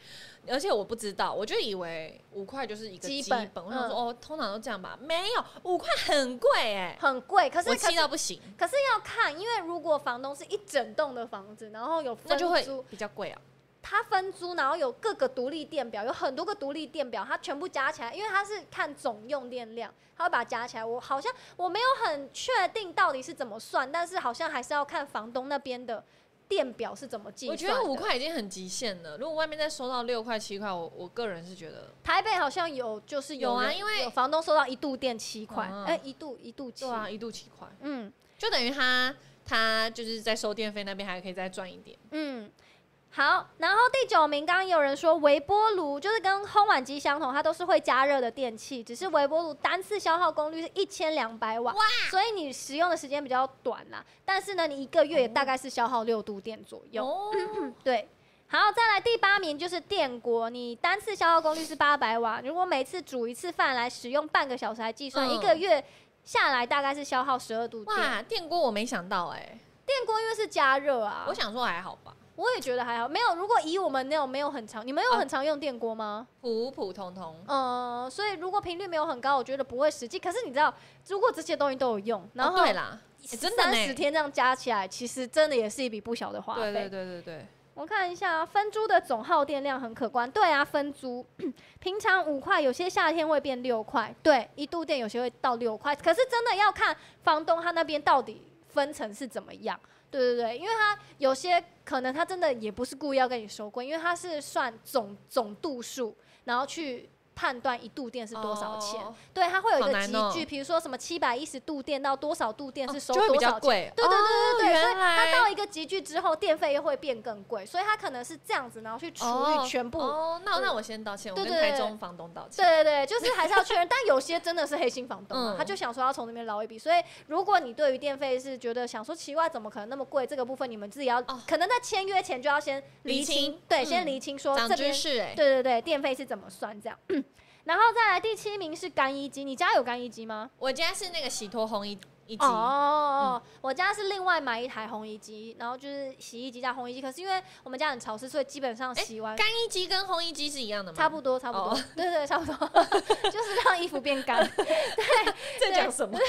Speaker 2: 而且我不知道，我就以为五块就是一个
Speaker 1: 基
Speaker 2: 基
Speaker 1: 本
Speaker 2: 本，我想说、
Speaker 1: 嗯
Speaker 2: 哦，通常都这样吧，没有五块很贵哎、
Speaker 1: 很贵，可是
Speaker 2: 我
Speaker 1: 可
Speaker 2: 气
Speaker 1: 是
Speaker 2: 到不行，
Speaker 1: 可是要看，因为如果房东是一整栋的房子，然后有
Speaker 2: 那
Speaker 1: 分
Speaker 2: 就会
Speaker 1: 租，
Speaker 2: 比较贵啊。
Speaker 1: 它分租，然后有各个独立电表，有很多个独立电表，它全部加起来，因为它是看总用电量，它会把它加起来。我好像我没有很确定到底是怎么算，但是好像还是要看房东那边的电表是怎么计
Speaker 2: 我
Speaker 1: 算
Speaker 2: 觉
Speaker 1: 的。
Speaker 2: 得五块已经很极限了，如果外面再收到六块七块，我我个人是觉得，
Speaker 1: 台北好像有，就是有
Speaker 2: 有啊
Speaker 1: 人
Speaker 2: 因为
Speaker 1: 有房东收到一度电七块，哎、
Speaker 2: 嗯
Speaker 1: 一度一度七，
Speaker 2: 对啊，一度七块，
Speaker 1: 嗯
Speaker 2: 就等于他他就是在收电费那边还可以再赚一点。
Speaker 1: 嗯。好，然后第九名，刚刚有人说微波炉就是跟烘碗机相同，它都是会加热的电器，只是微波炉单次消耗功率是一千两百瓦，所以你使用的时间比较短啦。但是呢，你一个月也大概是消耗六度电左右。
Speaker 2: 哦，
Speaker 1: 对，好，再来第八名就是电锅，你单次消耗功率是八百瓦，如果每次煮一次饭来使用半个小时来计算，
Speaker 2: 嗯
Speaker 1: 一个月下来大概是消耗十二度电。
Speaker 2: 哇，电锅我没想到哎、
Speaker 1: 电锅因为是加热啊，
Speaker 2: 我
Speaker 1: 我
Speaker 2: 想说还好吧。
Speaker 1: 我也觉得还好，没有。如果以我们那种没有很常，你们有
Speaker 2: 啊
Speaker 1: 很常用电锅吗？
Speaker 2: 普普通通。
Speaker 1: 嗯、所以如果频率没有很高，我觉得不会实际。可是你知道，如果这些东西都有用，然
Speaker 2: 哦
Speaker 1: 后
Speaker 2: 对啦，欸真的
Speaker 1: 三
Speaker 2: 呢
Speaker 1: 十天这样加起来，其实真的也是一笔不小的花费。
Speaker 2: 对对对对对，
Speaker 1: 我看一下、啊，分租的总耗电量很可观。对啊，分租 [CLEARS THROAT] 平常五块，有些夏天会变六块，对，一度电有些会到六块。可是真的要看房东他那边到底分成是怎么样。对对对，因为他有些可能他真的也不是故意要跟你收贵，因为他是算总总度数，然后去判断一度电是多少钱。
Speaker 2: 哦
Speaker 1: 对，他会有一
Speaker 2: 好
Speaker 1: 个
Speaker 2: 难
Speaker 1: 集
Speaker 2: 哦
Speaker 1: 聚，比、如说什么七百一十度电到多少度电是收
Speaker 2: 就
Speaker 1: 多少
Speaker 2: 会比
Speaker 1: 钱。
Speaker 2: 较贵。
Speaker 1: 对对
Speaker 2: 哦
Speaker 1: 对对对，所以
Speaker 2: 原
Speaker 1: 它
Speaker 2: 来
Speaker 1: 到一个集聚之后，电费又会变更贵，所以它可能是这样子，然后去除以
Speaker 2: 哦
Speaker 1: 全部。
Speaker 2: 哦，那那我先道歉，我
Speaker 1: 对
Speaker 2: 跟
Speaker 1: 对对
Speaker 2: 台中房东道歉。
Speaker 1: 对对对，就是还是要确认，但有些真的是黑心房东、啊，
Speaker 2: 嗯
Speaker 1: 他就想说要从那边捞一笔，所以如果你对于电费是觉得想说奇怪，怎么可能那么贵，这个部分你们自己要，
Speaker 2: 哦
Speaker 1: 可能在签约前就要先厘
Speaker 2: 厘清
Speaker 1: 对，
Speaker 2: 嗯
Speaker 1: 先厘清说
Speaker 2: 长
Speaker 1: 这边
Speaker 2: 知识哎，
Speaker 1: 对对对，电费是怎么算这样。 [COUGHS] 然后再来第七名是干衣机，你家有干衣机吗？
Speaker 2: 我家是那个洗脱烘衣一机，
Speaker 1: 哦，我家是另外买一台烘衣机，然后就是洗衣机加烘衣机。可是因为我们家很潮湿，所以基本上洗完、
Speaker 2: 干衣机跟烘衣机是一样的吗？
Speaker 1: 差不多，差不多，
Speaker 2: 哦
Speaker 1: [LAUGHS] 对对，差不多，就是让衣服变干。
Speaker 2: 在讲什么？
Speaker 1: [LAUGHS]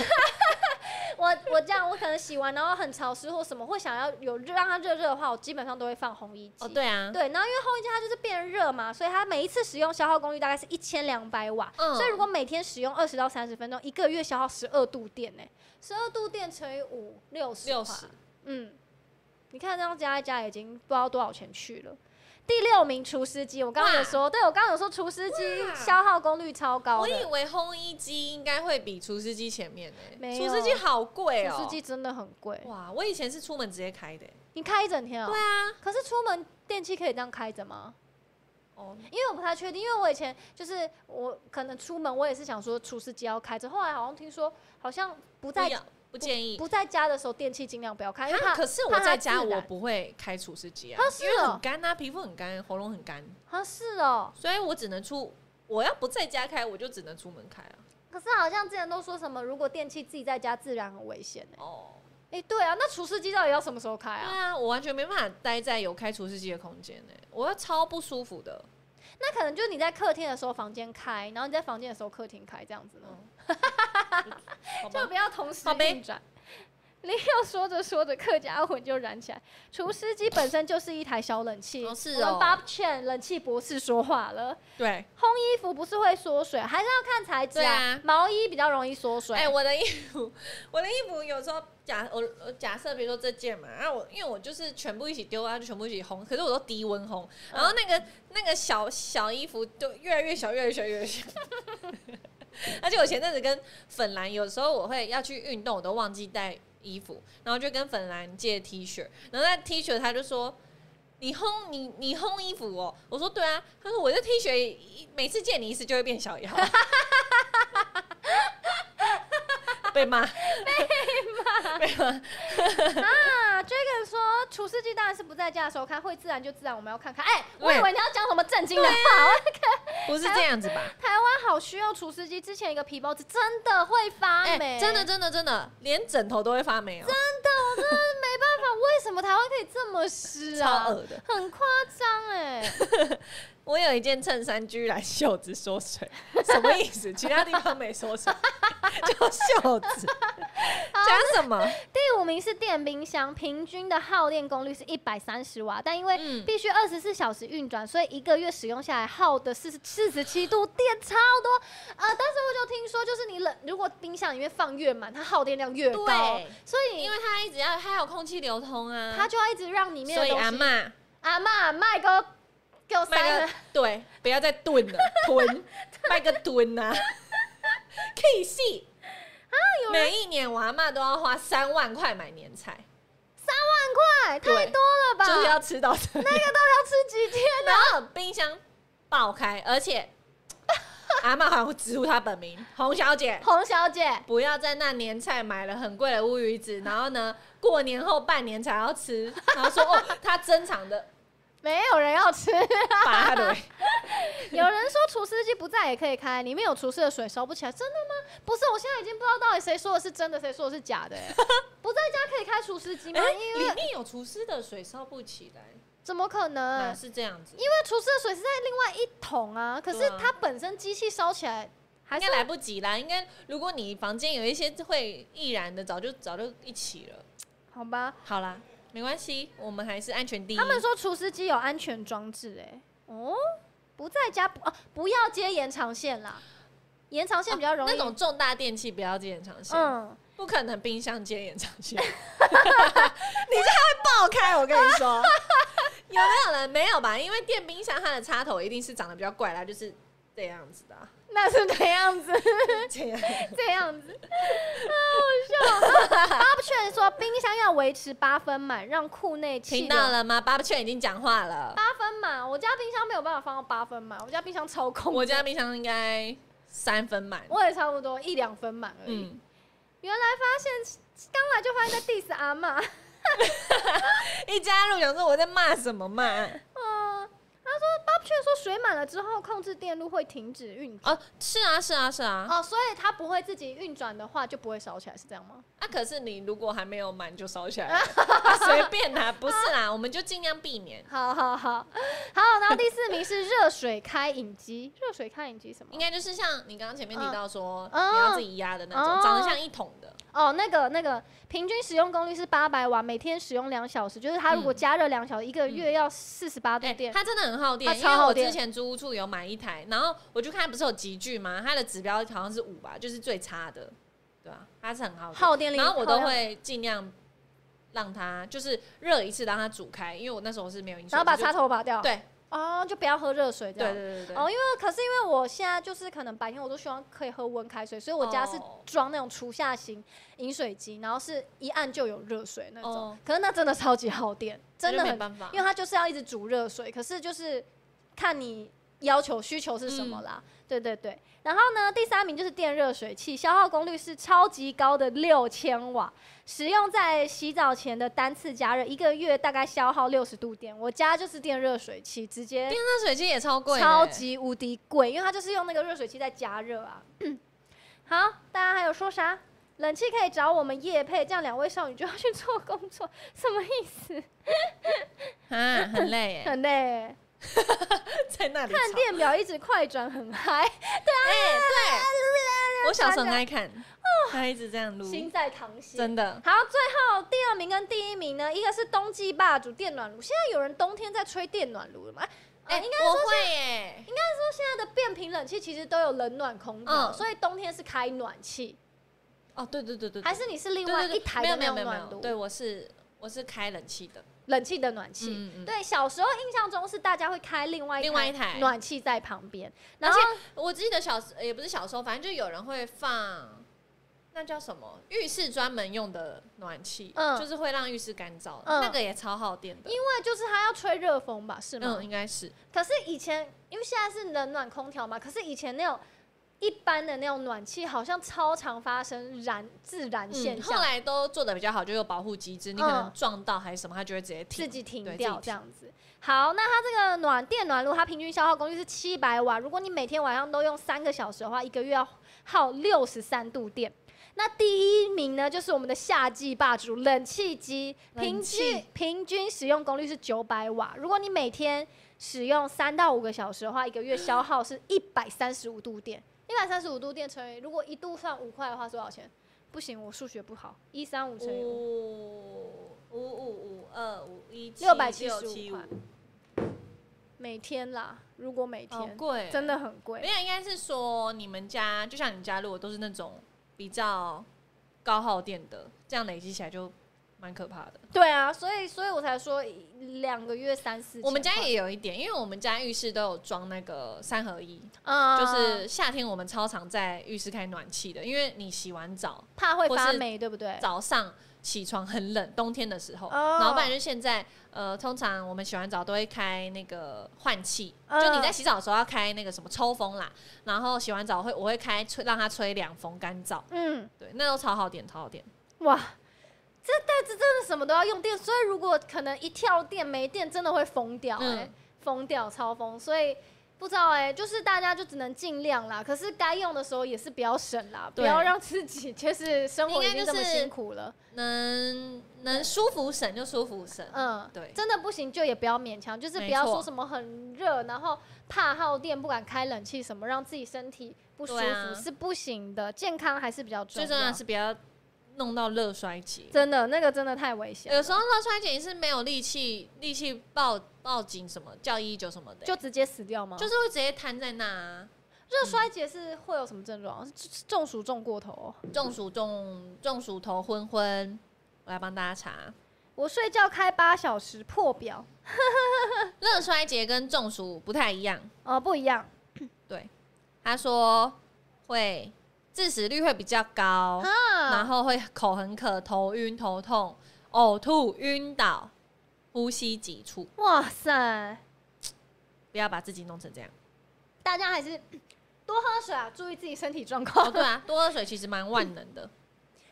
Speaker 1: 我我我这样，我可能洗完然后很潮湿或什么，会想要有热让它热热的话，我基本上都会放烘衣机。
Speaker 2: 哦，对啊，
Speaker 1: 对，然后因为烘衣机它就是变热嘛，所以它每一次使用消耗功率大概是一千两百瓦。
Speaker 2: 嗯
Speaker 1: 所以如果每天使用二十到三十分钟，一个月消耗十二度电呢、十二度电乘以五，六十。
Speaker 2: 60。
Speaker 1: 嗯，你看这样加一加，已经不知道多少钱去了。第六名除湿机，我刚刚有
Speaker 2: 哇
Speaker 1: 说，对我刚刚有说除湿机
Speaker 2: 哇
Speaker 1: 消耗功率超高
Speaker 2: 我
Speaker 1: 的
Speaker 2: 以，为烘衣机应该会比除湿机前面呢、
Speaker 1: 没有
Speaker 2: 除湿机好贵哦、
Speaker 1: 除湿机真的很贵，
Speaker 2: 哇，我以前是出门直接开的、欸
Speaker 1: 你开一整天哦、
Speaker 2: 对啊，
Speaker 1: 可是出门电器可以这样开着吗？
Speaker 2: 哦，
Speaker 1: 因为我不太确定，因为我以前就是我可能出门，我也是想说除湿机要开着，后来好像听说好像不
Speaker 2: 不
Speaker 1: 在
Speaker 2: 要不建议。
Speaker 1: 不在家的时候电器尽量不要开，因为
Speaker 2: 啊
Speaker 1: 它
Speaker 2: 可是我
Speaker 1: 怕它
Speaker 2: 在家
Speaker 1: 自
Speaker 2: 我
Speaker 1: 燃
Speaker 2: 不会开除湿机啊
Speaker 1: 啊，是
Speaker 2: 因为
Speaker 1: 哦
Speaker 2: 很干啊，皮肤很干，喉咙很干，
Speaker 1: 啊是哦、
Speaker 2: 所以我只能出。我要不在家开，我就只能出门开啊。
Speaker 1: 可是好像之前都说什么，如果电器自己在家自燃很危险呢、
Speaker 2: 哦，
Speaker 1: 哎、对啊，那除湿机到底要什么时候开
Speaker 2: 对
Speaker 1: 啊？
Speaker 2: 啊，我完全没办法待在有开除湿机的空间呢、我要超不舒服的。
Speaker 1: 那可能就是你在客厅的时候房间开，然后你在房间的时候客厅开这样子呢，
Speaker 2: 嗯，
Speaker 1: [LAUGHS]
Speaker 2: 好吧
Speaker 1: 就不要同时
Speaker 2: 好呗
Speaker 1: 运转。林佑说着说着，客家魂就燃起来。除湿机本身就是一台小冷气，
Speaker 2: 哦是
Speaker 1: 我们
Speaker 2: 哦
Speaker 1: Bob Chen 冷气博士说话了。
Speaker 2: 对，
Speaker 1: 衣服不是会缩水，还是要看材质啊。
Speaker 2: 对啊
Speaker 1: 毛衣比较容易缩水。
Speaker 2: 哎、我的衣服，我的衣服有时候假我我假设，比如说这件嘛，然、后我因为我就是全部一起丢啊，就全部一起烘，可是我都低温烘，然后那个、那个小小衣服就越来越小，越来越小，越来越小。 [LAUGHS] 而且我前阵子跟粉蓝，有时候我会要去运动，我都忘记带衣服，然后就跟粉蓝借 T 恤，然后那 T 恤他就说。你烘你你烘衣服哦，我说对啊，他说我的 T 恤一每次见你一次就会变小一号， [LAUGHS] 被骂。
Speaker 1: 啊，Dragon 说除湿机当然是不在家的时候看，会自然就自然，我们要看看。哎、我以
Speaker 2: 对
Speaker 1: 为你要讲什么震惊的话。
Speaker 2: 啊不是这样子吧？
Speaker 1: 台湾好需要除湿机，之前一个皮包子真的会发
Speaker 2: 哎、
Speaker 1: 霉，
Speaker 2: 真的真的真的，连枕头都会发霉哦、
Speaker 1: 没办法，为什么台湾可以这么湿啊
Speaker 2: 超？恶的。
Speaker 1: 很夸张哎，
Speaker 2: 我有一件衬衫居然袖子缩水，什么意思？其他地方没缩水，就袖 [LAUGHS] 子。讲什么？
Speaker 1: 第五名是电冰箱，平均的耗电功率是一百三十瓦，但因为
Speaker 2: 嗯，
Speaker 1: 必须二十四小时运转，所以一个月使用下来耗的四四十七度电超多。呃，但是我就听说，就是你冷，如果冰箱里面放越满，它耗电量越高，
Speaker 2: 对，
Speaker 1: 所以你
Speaker 2: 因为它一直要它有空气流通啊，
Speaker 1: 它就要一直让里面
Speaker 2: 所
Speaker 1: 的
Speaker 2: 以阿
Speaker 1: 东西。
Speaker 2: 嬷
Speaker 1: 阿妈，麦哥，给我
Speaker 2: 卖
Speaker 1: 塞
Speaker 2: 个
Speaker 1: 了，
Speaker 2: 对，不要再炖了，吞，卖个吞啊，可以细。啊每一年我阿嬷都要花三万块买年菜，
Speaker 1: 快，太多了吧？
Speaker 2: 就是要吃到这样
Speaker 1: 那个到底要吃几天？ [LAUGHS]
Speaker 2: 然后冰箱爆开，而且 [LAUGHS] 阿嬷好像直呼她本名洪小姐，
Speaker 1: 洪小姐，
Speaker 2: 不要在那年菜买了很贵的乌鱼子，然后呢过年后半年才要吃，然后说哦她珍藏的
Speaker 1: 没有人要
Speaker 2: [LAUGHS]
Speaker 1: 吃。
Speaker 2: 八对，
Speaker 1: 有人说除湿机不在也可以开，里面有除湿的水烧不起来，真的吗？不是，我现在已经不知道到底谁说的是真的，谁说的是假的、
Speaker 2: [LAUGHS]
Speaker 1: 欸。不在家可以开除湿机吗？
Speaker 2: [LAUGHS] 哎
Speaker 1: 因为
Speaker 2: 里面有厨师的水烧不起来，
Speaker 1: 怎么可
Speaker 2: 哪
Speaker 1: 能？
Speaker 2: 是这样子？
Speaker 1: 因为除湿的水是在另外一桶啊，可
Speaker 2: 对
Speaker 1: 是
Speaker 2: 啊
Speaker 1: 它本身机器烧起来还
Speaker 2: 应
Speaker 1: 是
Speaker 2: 该来不及啦，应该如果你房间有一些会易燃的，早就早就一起了。
Speaker 1: 好吧？
Speaker 2: 好啦，没关系，我们还是安全第一。
Speaker 1: 他们说除湿机有安全装置、欸，哦，不在家不啊，不要接延长线啦，延长线比较容易、
Speaker 2: 哦那种重大电器不要接延长线，
Speaker 1: 嗯，
Speaker 2: 不可能冰箱接延长 [LAUGHS] 线，你这会爆开，我跟你 [LAUGHS] 说。有没有人没有吧？因为电冰箱它的插头一定是长得比较怪啦，就是这样子的啊、
Speaker 1: 那是怎样子？
Speaker 2: [LAUGHS]
Speaker 1: [LAUGHS]
Speaker 2: 这样
Speaker 1: 这样子，啊，好笑。Bob 劝说冰箱要维持八分满，让库内气
Speaker 2: 听
Speaker 1: 流
Speaker 2: 到了吗？爸爸劝已经讲话了，
Speaker 1: 八分满。我家冰箱没有办法放到八分满，我家冰箱超空的。
Speaker 2: 我家冰箱应该三分满。
Speaker 1: 我也差不多一两分满而已。
Speaker 2: 嗯，
Speaker 1: 原来发现刚来就发现在 diss 阿妈，
Speaker 2: 一加入想说我在骂什么 [LAUGHS] 骂？
Speaker 1: 嗯，他说 Bob 劝说水满了之后控制电路会停止运转。
Speaker 2: 哦，是啊，是啊，是啊。
Speaker 1: 哦，所以它不会自己运转的话，就不会烧起来，是这样吗？
Speaker 2: 啊，可是你如果还没有满就烧起来 [LAUGHS] 了，啊随、便啦，不是啦，我们就尽量避免。
Speaker 1: [LAUGHS] 好好好，好。然后第四名是热水开饮
Speaker 2: [LAUGHS]
Speaker 1: 机，热水开饮机什么
Speaker 2: 应？该就是像你刚刚前面提到说，
Speaker 1: 嗯
Speaker 2: 你要自己压的那种，
Speaker 1: 哦
Speaker 2: 长得像一桶的，
Speaker 1: 哦，那个那个，平均使用功率是八百瓦，每天使用两小时，就是它如果
Speaker 2: 嗯
Speaker 1: 加热两小时，一个月要四十八度
Speaker 2: 哎、
Speaker 1: 电。
Speaker 2: 它真的很耗电，
Speaker 1: 它
Speaker 2: 因
Speaker 1: 超
Speaker 2: 为
Speaker 1: 耗
Speaker 2: 我
Speaker 1: 电
Speaker 2: 之前租屋处有买一台，然后我就看它不是有集聚吗？它的指标好像是五吧，就是最差的，对啊？它是很耗电，
Speaker 1: 耗电力，
Speaker 2: 然后我都
Speaker 1: 耗量，
Speaker 2: 会尽量让它就是热一次，让它煮开，因为我那时候是没有饮水，
Speaker 1: 然后把
Speaker 2: 我就
Speaker 1: 插头拔掉。，
Speaker 2: 对
Speaker 1: 哦，就不要喝热水这
Speaker 2: 对
Speaker 1: 样。
Speaker 2: 对对对，
Speaker 1: 哦，因为可是因为我现在就是可能白天我都希望可以喝温开水，所以我家是
Speaker 2: 哦
Speaker 1: 装那种厨下型饮水机，然后是一按就有热水那种。
Speaker 2: 哦
Speaker 1: 可是那真的超级耗电，真的
Speaker 2: 那就
Speaker 1: 很
Speaker 2: 没办法，
Speaker 1: 因为它就是要一直煮热水，可是就是看你要求需求是什么
Speaker 2: 嗯
Speaker 1: 啦。对对对，然后呢，第三名就是电热水器，消耗功率是超级高的六千瓦，使用在洗澡前的单次加热，一个月大概消耗六十度电。我家就是电热水器，直接
Speaker 2: 电热水器也超贵的，
Speaker 1: 超级无敌贵，因为它就是用那个热水器在加热啊。 [COUGHS] 好，大家还有说啥？冷气可以找我们叶配，这样两位少女就要去做工作，什么意思？
Speaker 2: 啊，很累
Speaker 1: [LAUGHS]
Speaker 2: 耶，
Speaker 1: 很累欸、
Speaker 2: 在那里
Speaker 1: 看
Speaker 2: 吵
Speaker 1: 电表一直快转很嗨，
Speaker 2: 哎我小时候很
Speaker 1: [LAUGHS]
Speaker 2: 爱看，
Speaker 1: 哦
Speaker 2: 他一直这样撸，
Speaker 1: 心在淌血。
Speaker 2: 真的。
Speaker 1: 好，最后第二名跟第一名呢，一个是冬季霸主电暖炉，现在有人冬天在吹电暖炉了吗？哎、应该
Speaker 2: 我会耶，
Speaker 1: 现在的变频冷气其实都有冷暖空调，
Speaker 2: 嗯
Speaker 1: 所以冬天是开暖气，
Speaker 2: 哦，对对对对，对
Speaker 1: 还是你是
Speaker 2: 对
Speaker 1: 另
Speaker 2: 对
Speaker 1: 外
Speaker 2: 对
Speaker 1: 一台
Speaker 2: 没有
Speaker 1: 的
Speaker 2: 没有没
Speaker 1: 那种
Speaker 2: 有没
Speaker 1: 暖
Speaker 2: 有，
Speaker 1: 炉，
Speaker 2: 对我是我是开冷气的，
Speaker 1: 冷气的暖气。
Speaker 2: 嗯嗯嗯。
Speaker 1: 对，小时候印象中是大家会开另外一
Speaker 2: 另外一台
Speaker 1: 暖气在旁边，
Speaker 2: 而
Speaker 1: 然后
Speaker 2: 我记得小时也不是小时候，反正就有人会放，那叫什么浴室专门用的暖气，
Speaker 1: 嗯
Speaker 2: 就是会让浴室干燥，
Speaker 1: 嗯
Speaker 2: 那个也超耗电的。
Speaker 1: 因为就是它要吹热风吧，是吗？
Speaker 2: 嗯，应该是
Speaker 1: 可是以前，因为现在是冷暖空调嘛，可是以前那种一般的那种暖气，好像超常发生燃自燃现
Speaker 2: 嗯，
Speaker 1: 象，
Speaker 2: 后来都做的比较好，就有保护机制，你可能
Speaker 1: 嗯
Speaker 2: 撞到还是什么，它就会直接停。
Speaker 1: 自己停
Speaker 2: 对
Speaker 1: 掉
Speaker 2: 自己停
Speaker 1: 这样子。好，那它这个暖电暖炉，它平均消耗功率是七百瓦，如果你每天晚上都用三个小时的话，一个月要耗六十三度电。那第一名呢，就是我们的夏季霸主冷气机，平
Speaker 2: 冷气
Speaker 1: 均平均使用功率是九百瓦，如果你每天使用三到五个小时的话，一个月消耗是一百三十五度电。一百三十五度电乘以，如果一度算五块的话，是多少钱？不行，我数学不好，一三五乘以五，
Speaker 2: 五五五五二五一七
Speaker 1: 675块每天啦，如果每
Speaker 2: 好
Speaker 1: 天，
Speaker 2: 哦贵，
Speaker 1: 真。的很贵
Speaker 2: 没。有，应该是说你们家就像你家，如果都是那种比较高耗电的，这样累积起来就蛮可怕的。
Speaker 1: 对啊，所以所以我才说两个月三四千块。
Speaker 2: 我们家也有一点，因为我们家浴室都有装那个三合一，
Speaker 1: 嗯，
Speaker 2: 就是夏天我们超常在浴室开暖气的，因为你洗完澡
Speaker 1: 怕会
Speaker 2: 或
Speaker 1: 发
Speaker 2: 是
Speaker 1: 霉，对不对？
Speaker 2: 早上起床很冷，冬天的时候，
Speaker 1: 哦
Speaker 2: 然后不然就现在呃，通常我们洗完澡都会开那个换气，
Speaker 1: 嗯
Speaker 2: 就你在洗澡的时候要开那个什么抽风啦，然后洗完澡会我会开吹让它吹凉风干燥，
Speaker 1: 嗯，
Speaker 2: 对，那都超耗电，超耗电。
Speaker 1: 哇，这但这真的什么都要用电，所以如果可能一跳电没电，真的会疯掉、欸，
Speaker 2: 嗯
Speaker 1: 疯掉超疯，所以。不知道哎、就是大家就只能尽量啦，可是该用的时候也是不要省啦，不
Speaker 2: 对
Speaker 1: 要让自己 [LAUGHS] 就是生活已
Speaker 2: 应该
Speaker 1: 经
Speaker 2: 就
Speaker 1: 这么
Speaker 2: 是
Speaker 1: 辛苦了，
Speaker 2: 能能舒服省就舒服省，
Speaker 1: 嗯，
Speaker 2: 对
Speaker 1: 真的不行就也不要勉强，就是不
Speaker 2: 没
Speaker 1: 要说
Speaker 2: 错
Speaker 1: 什么很热，然后怕耗电不敢开冷气什么，让自己身体不舒服、
Speaker 2: 对啊
Speaker 1: 是不行的，健康还是比较重
Speaker 2: 最
Speaker 1: 要。
Speaker 2: 重要的是不要弄到热衰竭。
Speaker 1: 真的那个真的太危险了，
Speaker 2: 有时候热衰竭是没有力气，力气报报警什么叫一一九什么的、
Speaker 1: 就直接死掉吗？
Speaker 2: 就是会直接瘫在那、啊，
Speaker 1: 热衰竭是会有什么症
Speaker 2: 嗯
Speaker 1: 状？是中暑中过头哦、
Speaker 2: 中暑中中暑头昏昏。我来帮大家查，
Speaker 1: 我睡觉开八小时破表，
Speaker 2: 热衰竭跟中暑不太一样。
Speaker 1: 呃，不一样
Speaker 2: 对，他说会致死率会比较高，然
Speaker 1: 啊。
Speaker 2: 后会口很渴、头晕、头痛、呕吐、晕倒、呼吸急促，
Speaker 1: 哇塞，
Speaker 2: 不要把自己弄成这样。
Speaker 1: 大家还是 [CLEARS THROAT] 多喝水啊，注意自己身体状况
Speaker 2: [LAUGHS] 哦，。对啊，多喝水其实蛮万能的。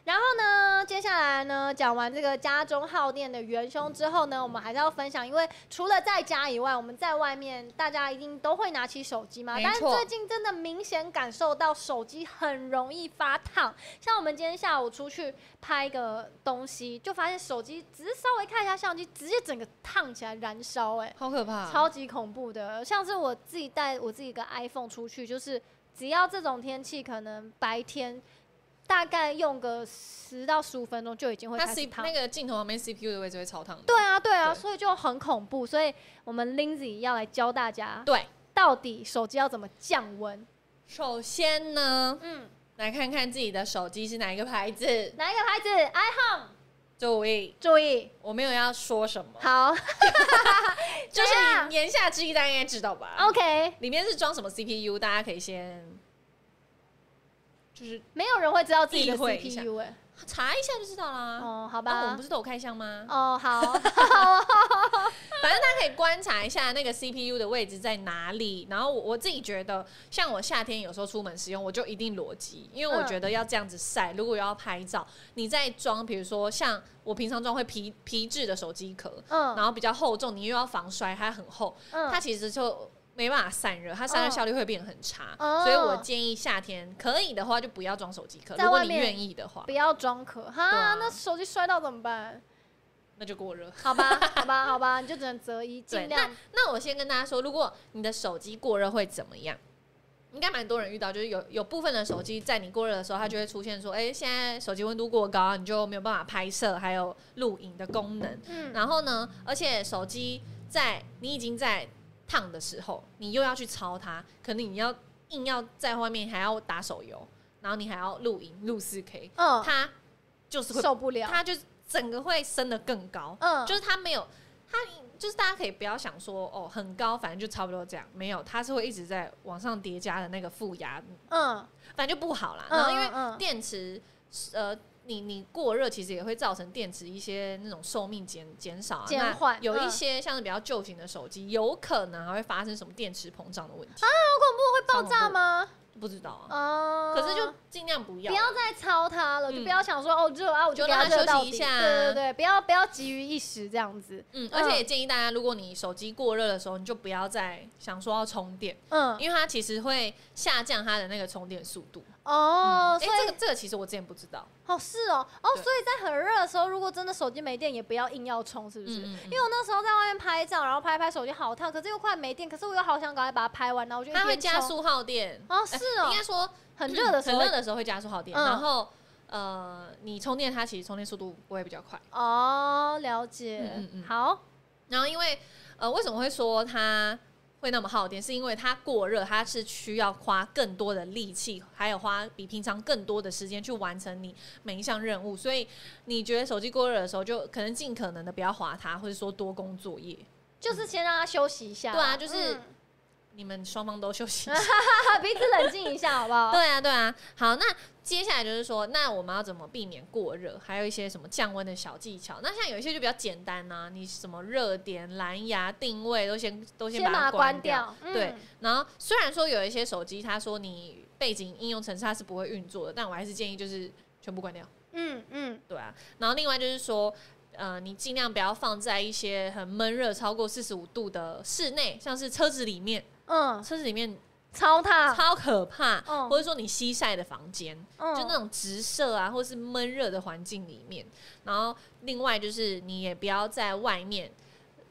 Speaker 1: 然后呢，接下来呢，讲完这个家中耗电的元凶之后呢，我们还是要分享，因为除了在家以外，我们在外面大家一定都会拿起手机嘛。
Speaker 2: 没
Speaker 1: 但是
Speaker 2: 错
Speaker 1: 最近真的明显感受到手机很容易发烫，像我们今天下午出去拍一个东西，就发现手机只是稍微看一下相机，直接整个烫起来燃烧、哎。
Speaker 2: [LAUGHS] 好可怕
Speaker 1: 超级恐怖的。像是我自己带我自己一个 iPhone 出去，就是只要这种天气，可能白天大概用个十到十五分钟就已经会
Speaker 2: 它
Speaker 1: 开始
Speaker 2: C
Speaker 1: 烫
Speaker 2: 那。个镜头旁边 CPU 的位置会超烫的。
Speaker 1: 对啊，对啊，
Speaker 2: 对
Speaker 1: 所以就很恐怖。所以我们 Lindsay 要来教大家，
Speaker 2: 对，
Speaker 1: 到底手机要怎么降温。
Speaker 2: 首先呢，
Speaker 1: 嗯，
Speaker 2: 来看看自己的手机是哪一个牌子。
Speaker 1: 哪一个牌子？iPhone。
Speaker 2: 注意，
Speaker 1: 注意，
Speaker 2: 我没有要说什么，
Speaker 1: 好
Speaker 2: [LAUGHS] 就是啊哦
Speaker 1: 怎样
Speaker 2: 你言下之意大家应该知道吧？
Speaker 1: ，OK，
Speaker 2: 里面是装什么 CPU，大家可以先就是
Speaker 1: 没有人会知道自己的
Speaker 2: 意会一下
Speaker 1: CPU 哎。
Speaker 2: 查一下就知道啦。
Speaker 1: 哦，好
Speaker 2: 啊，我
Speaker 1: 吧
Speaker 2: 们不。是都有开箱吗？
Speaker 1: 哦，
Speaker 2: [LAUGHS]
Speaker 1: 好，
Speaker 2: 反正大家可以观察一下那个 CPU 的位置在哪里。然后我我自己觉得，像我夏天有时候出门使用，我就一定裸机，因为我
Speaker 1: 嗯
Speaker 2: 觉得要这样子晒，如果要拍照，你再装，比如说像我平常装会皮皮质的手机壳，然
Speaker 1: 嗯
Speaker 2: 后比较厚重，你又要防摔，它很厚，它
Speaker 1: 嗯，
Speaker 2: 其实就。没办法散热，它散热效率会变得很差，
Speaker 1: 哦
Speaker 2: 所以我建议夏天可以的话就不要装手机壳，
Speaker 1: 在
Speaker 2: 如果
Speaker 1: 外
Speaker 2: 你
Speaker 1: 面
Speaker 2: 愿意的话
Speaker 1: 不，要装壳
Speaker 2: 对
Speaker 1: 哈
Speaker 2: 啊，
Speaker 1: 那手机摔到怎么办？
Speaker 2: 那就过热。
Speaker 1: [LAUGHS] 好吧，好吧，好吧，你就只能择一，
Speaker 2: 对
Speaker 1: 尽量
Speaker 2: 那我先跟大家说，如果你的手机过热会怎么样？应该蛮多人遇到，就是有有部分的手机在你过热的时候，它就会出现说，哎、现在手机温度过高，你就没有办法拍摄还有录影的功能。
Speaker 1: 嗯
Speaker 2: 然后呢，而且手机在你已经在烫的时候，你又要去操它，可能你要硬要在外面还要打手游，然后你还要录影录四 K，
Speaker 1: 嗯，
Speaker 2: 它就是会，
Speaker 1: 受不了，
Speaker 2: 它就整个会升得更高。
Speaker 1: 嗯，
Speaker 2: 就是它没有，它就是大家可以不要想说哦很高，反正就差不多这样，没有，它是会一直在往上叠加的那个负压，
Speaker 1: 嗯，
Speaker 2: 反正就不好啦。
Speaker 1: 嗯
Speaker 2: 啊然后因为
Speaker 1: 嗯
Speaker 2: 电池，呃，你你过热其实也会造成电池一些那种寿命减减少啊，
Speaker 1: 减
Speaker 2: 那
Speaker 1: 缓
Speaker 2: 有一
Speaker 1: 嗯
Speaker 2: 些像是比较旧型的手机，有可能还会发生什么电池膨胀的问
Speaker 1: 啊
Speaker 2: 题，
Speaker 1: 会爆炸吗？
Speaker 2: 不知道啊。
Speaker 1: 哦，
Speaker 2: 可是就尽量不要，
Speaker 1: 不要再操它了，就
Speaker 2: 嗯
Speaker 1: 不要想说哦热啊，我
Speaker 2: 就
Speaker 1: 给
Speaker 2: 让
Speaker 1: 它
Speaker 2: 它
Speaker 1: 热
Speaker 2: 休
Speaker 1: 到
Speaker 2: 息一
Speaker 1: 底
Speaker 2: 下
Speaker 1: 对对对，不要不要急于一时这样子，
Speaker 2: 嗯，
Speaker 1: 嗯
Speaker 2: 而且也建议大家，如果你手机过热的时候，你就不要再想说要充电。
Speaker 1: 嗯，
Speaker 2: 因为它其实会下降它的那个充电速度。
Speaker 1: 哦，
Speaker 2: 哎、
Speaker 1: 所以
Speaker 2: 这个这个其实我之前不知道，
Speaker 1: 哦是哦哦，
Speaker 2: 对
Speaker 1: 所以在很热的时候，如果真的手机没电，也不要硬要充，是不是？
Speaker 2: 嗯嗯
Speaker 1: 因为我那时候在外面拍照，然后拍拍手机好烫，可是又快没电，可是我又好想赶快把它拍完，然后我就一
Speaker 2: 它会
Speaker 1: 边
Speaker 2: 加
Speaker 1: 冲。
Speaker 2: 速耗电。呃
Speaker 1: 哦，是哦
Speaker 2: 应，该说
Speaker 1: 很热的时候会，
Speaker 2: 很热的时候会加速耗电，
Speaker 1: 嗯
Speaker 2: 然后呃，你充电它其实充电速度不会比较快。
Speaker 1: 哦，了解，
Speaker 2: 嗯嗯嗯
Speaker 1: 好，
Speaker 2: 然后因为呃，为什么会说它会那么耗电？是因为它过热，它是需要花更多的力气，还有花比平常更多的时间去完成你每一项任务。所以你觉得手机过热的时候，就可能尽可能的不要划它，或者说多工作业。
Speaker 1: 就是先让他休息一下啦，
Speaker 2: 对啊就是
Speaker 1: 嗯 [LAUGHS]
Speaker 2: 你们双方都休息一下。
Speaker 1: 哈哈彼此冷静一下，好不好？
Speaker 2: [LAUGHS] 对啊，对啊。好，那接下来就是说，那我们要怎么避免过热？还有一些什么降温的小技巧？那像有一些就比较简单呐、你什么热点、蓝牙定位都先都
Speaker 1: 先
Speaker 2: 把
Speaker 1: 把它
Speaker 2: 它
Speaker 1: 关
Speaker 2: 掉。
Speaker 1: 掉，
Speaker 2: 对
Speaker 1: 嗯，
Speaker 2: 然后虽然说有一些手机，它说你背景应用程式它是不会运作的，但我还是建议就是全部关掉。
Speaker 1: 嗯嗯，
Speaker 2: 对啊，然后另外就是说。呃，你尽量不要放在一些很闷热、超过四十五度的室内，像是车子里面，
Speaker 1: 嗯，
Speaker 2: 车子里面
Speaker 1: 超烫，
Speaker 2: 超可怕，
Speaker 1: 啊嗯
Speaker 2: 或者说你西晒的房间，
Speaker 1: 嗯
Speaker 2: 就那种直射啊，或是闷热的环境里面。然后另外就是你也不要在外面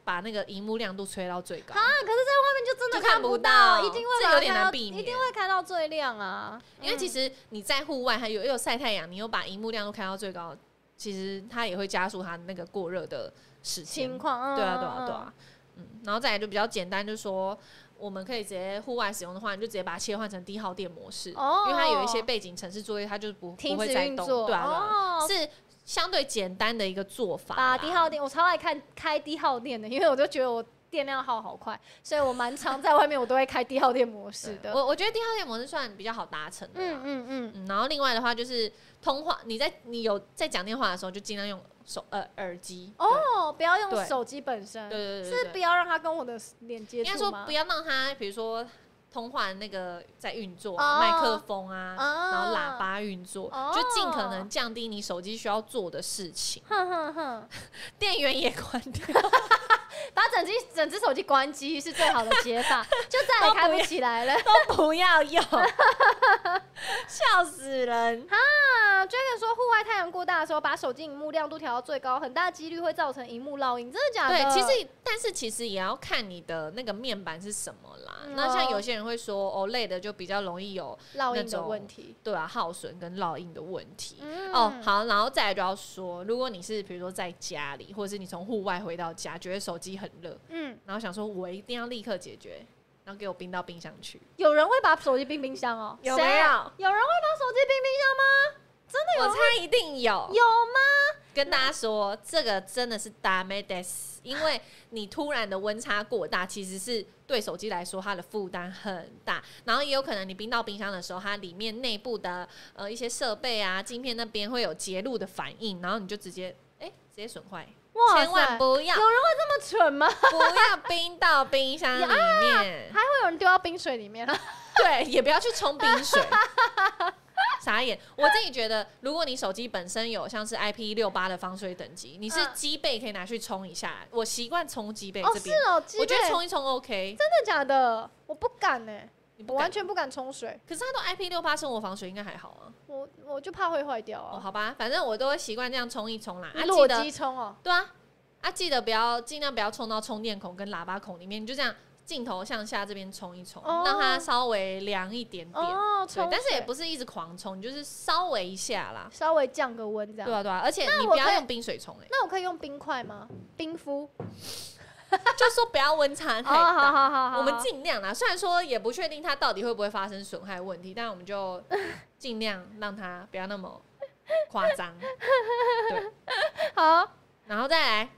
Speaker 2: 把那个荧幕亮度吹到最高，
Speaker 1: 啊，可是，在外面就真的
Speaker 2: 就看
Speaker 1: 不
Speaker 2: 不
Speaker 1: 到，
Speaker 2: 到
Speaker 1: 一定会
Speaker 2: 这
Speaker 1: 把它
Speaker 2: 有点
Speaker 1: 开
Speaker 2: 难
Speaker 1: 到
Speaker 2: 避
Speaker 1: 一
Speaker 2: 免
Speaker 1: 定会开到最亮啊。
Speaker 2: 因为其
Speaker 1: 嗯
Speaker 2: 实你在户外还有又有晒太阳，你又把荧幕亮度开到最高，其实它也会加速它那个过热的时间
Speaker 1: 情。况，嗯
Speaker 2: 对啊，对啊，
Speaker 1: 嗯
Speaker 2: 对啊。嗯，然后再来就比较简单，就是说我们可以直接户外使用的话，你就直接把它切换成低耗电模式，
Speaker 1: 哦
Speaker 2: 因为它有一些背景城市作业，它就不不
Speaker 1: 停
Speaker 2: 会
Speaker 1: 止
Speaker 2: 再
Speaker 1: 运
Speaker 2: 动，
Speaker 1: 作，
Speaker 2: 对啊，对啊
Speaker 1: 哦，
Speaker 2: 是相对简单的一个做法啦。
Speaker 1: 把低耗电，我超爱看开低耗电的，因为我就觉得我电量耗好快，所以我蛮常在外面我都会开低耗电模式
Speaker 2: 对
Speaker 1: 的。
Speaker 2: 我我觉得低耗电模式算比较好达成的
Speaker 1: 嗯
Speaker 2: 啦。
Speaker 1: 嗯嗯，
Speaker 2: 嗯，然后另外的话就是通话，你在你有在讲电话的时候，就尽量用手呃耳机。
Speaker 1: 哦，不要用
Speaker 2: 对
Speaker 1: 手机本身
Speaker 2: 对，，对对对
Speaker 1: 是
Speaker 2: 对
Speaker 1: 不要让它跟我的连接
Speaker 2: 应该
Speaker 1: 触
Speaker 2: 说
Speaker 1: 吗
Speaker 2: 不？要让它，比如说通话那个在运作啊，
Speaker 1: 哦
Speaker 2: 麦克风啊，
Speaker 1: 啊
Speaker 2: 然后喇，叭运作，
Speaker 1: 哦
Speaker 2: 就尽可能降低你手机需要做的事情。
Speaker 1: 哼哼哼，
Speaker 2: 电源也关掉，
Speaker 1: 把整机整只手机关机是最好的解
Speaker 2: [LAUGHS]
Speaker 1: 法，就再也
Speaker 2: 都
Speaker 1: 开
Speaker 2: 不
Speaker 1: 不
Speaker 2: 要
Speaker 1: 起来了。
Speaker 2: 都不
Speaker 1: [LAUGHS]
Speaker 2: 要用，笑死人。
Speaker 1: 啊，Dragon 说，户外太阳过大的时候，把手机荧幕亮度调到最高，很大几率会造成荧幕烙印，真的假的？
Speaker 2: 对，其实但是其实也要看你的那个面板是什么啦。
Speaker 1: 嗯
Speaker 2: 那像
Speaker 1: 哦
Speaker 2: 有些人人会说哦，累的就比较容易有
Speaker 1: 烙印
Speaker 2: 那
Speaker 1: 的
Speaker 2: 种
Speaker 1: 问题。
Speaker 2: 对啊耗损跟烙印的问题。
Speaker 1: 嗯
Speaker 2: 哦，好，然后再来就要说，如果你是比如说在家里，或者是你从户外回到家，觉得手机很热，
Speaker 1: 嗯，
Speaker 2: 然后想说我一定要立刻解决，然后给我冰到冰箱去，
Speaker 1: 有人会把手机冰冰箱哦？
Speaker 2: 有
Speaker 1: 谁
Speaker 2: 没有？
Speaker 1: 有人会把手机冰冰箱吗？
Speaker 2: 我猜一定有。
Speaker 1: 有吗？
Speaker 2: 跟大家说，这个真的是大 m e d e s 因为你突然的温差过大，其实是对手机来说它的负担很大。然后也有可能你冰到冰箱的时候，它里面内部的呃一些设备啊、镜片那边会有截录的反应，然后你就直接哎、直接损坏。
Speaker 1: 哇
Speaker 2: 千万
Speaker 1: 塞！
Speaker 2: 不要
Speaker 1: 有人会这么蠢吗？
Speaker 2: 不要冰到冰箱里
Speaker 1: [LAUGHS]
Speaker 2: 面，
Speaker 1: 还会有人丢到冰水里面了？
Speaker 2: 对，也不要去冲冰
Speaker 1: [LAUGHS]
Speaker 2: 水。傻眼！我自己觉得，如果你手机本身有像是 IP 六八的防水等级，你是
Speaker 1: 嗯
Speaker 2: 机背可以拿去冲一下。我习惯冲机背
Speaker 1: 哦，
Speaker 2: 这
Speaker 1: 是
Speaker 2: 边，
Speaker 1: 哦，鸡
Speaker 2: 我觉
Speaker 1: 背
Speaker 2: 得冲一冲 OK。
Speaker 1: 真的假的？我不敢呢、
Speaker 2: 你不
Speaker 1: 我完
Speaker 2: 敢？
Speaker 1: 全不敢冲水，
Speaker 2: 可是它都 IP 六八生活防水，应该还好啊。
Speaker 1: 我我就怕会坏掉啊。
Speaker 2: 哦，好吧，反正我都会习惯这样冲一冲啦。啊，
Speaker 1: 你
Speaker 2: 记
Speaker 1: 裸
Speaker 2: 得
Speaker 1: 机冲哦，
Speaker 2: 对啊，啊，记得不要尽量不要冲到充电孔跟喇叭孔里面，你就这样镜头向下这边冲一冲，
Speaker 1: 哦
Speaker 2: 让它稍微凉一点点。
Speaker 1: 哦，
Speaker 2: 对
Speaker 1: 冲，，
Speaker 2: 但是也
Speaker 1: 水
Speaker 2: 不是一直狂冲，你就是稍微一下啦。
Speaker 1: 稍微降个温这
Speaker 2: 对
Speaker 1: 样。
Speaker 2: 啊，对啊，而且你
Speaker 1: 我
Speaker 2: 不要
Speaker 1: 可以
Speaker 2: 用冰水冲哎、
Speaker 1: 那我可以用冰块吗？冰敷？
Speaker 2: [LAUGHS] 就说不要温差
Speaker 1: 哦，
Speaker 2: 太
Speaker 1: 好好
Speaker 2: 大。
Speaker 1: 好好好，啊
Speaker 2: 我们尽量啦，虽然说也不确定它到底会不会发生损害问题，但我们就尽量让它不要那么夸张。
Speaker 1: 好，
Speaker 2: 然后再来，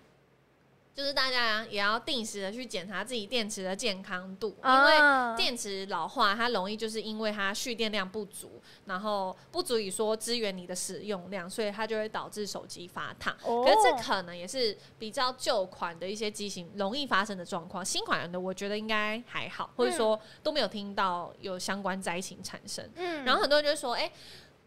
Speaker 2: 就是大家也要定时的去检查自己电池的健康度，因为
Speaker 1: 啊
Speaker 2: 电池老化，它容易就是因为它蓄电量不足，然后不足以说支援你的使用量，所以它就会导致手机发烫。
Speaker 1: 哦
Speaker 2: 可是这可能也是比较旧款的一些机型容易发生的状况，新款的我觉得应该还好，或者说都没有听到有相关灾情产生。
Speaker 1: 嗯
Speaker 2: 然后很多人就会说，哎、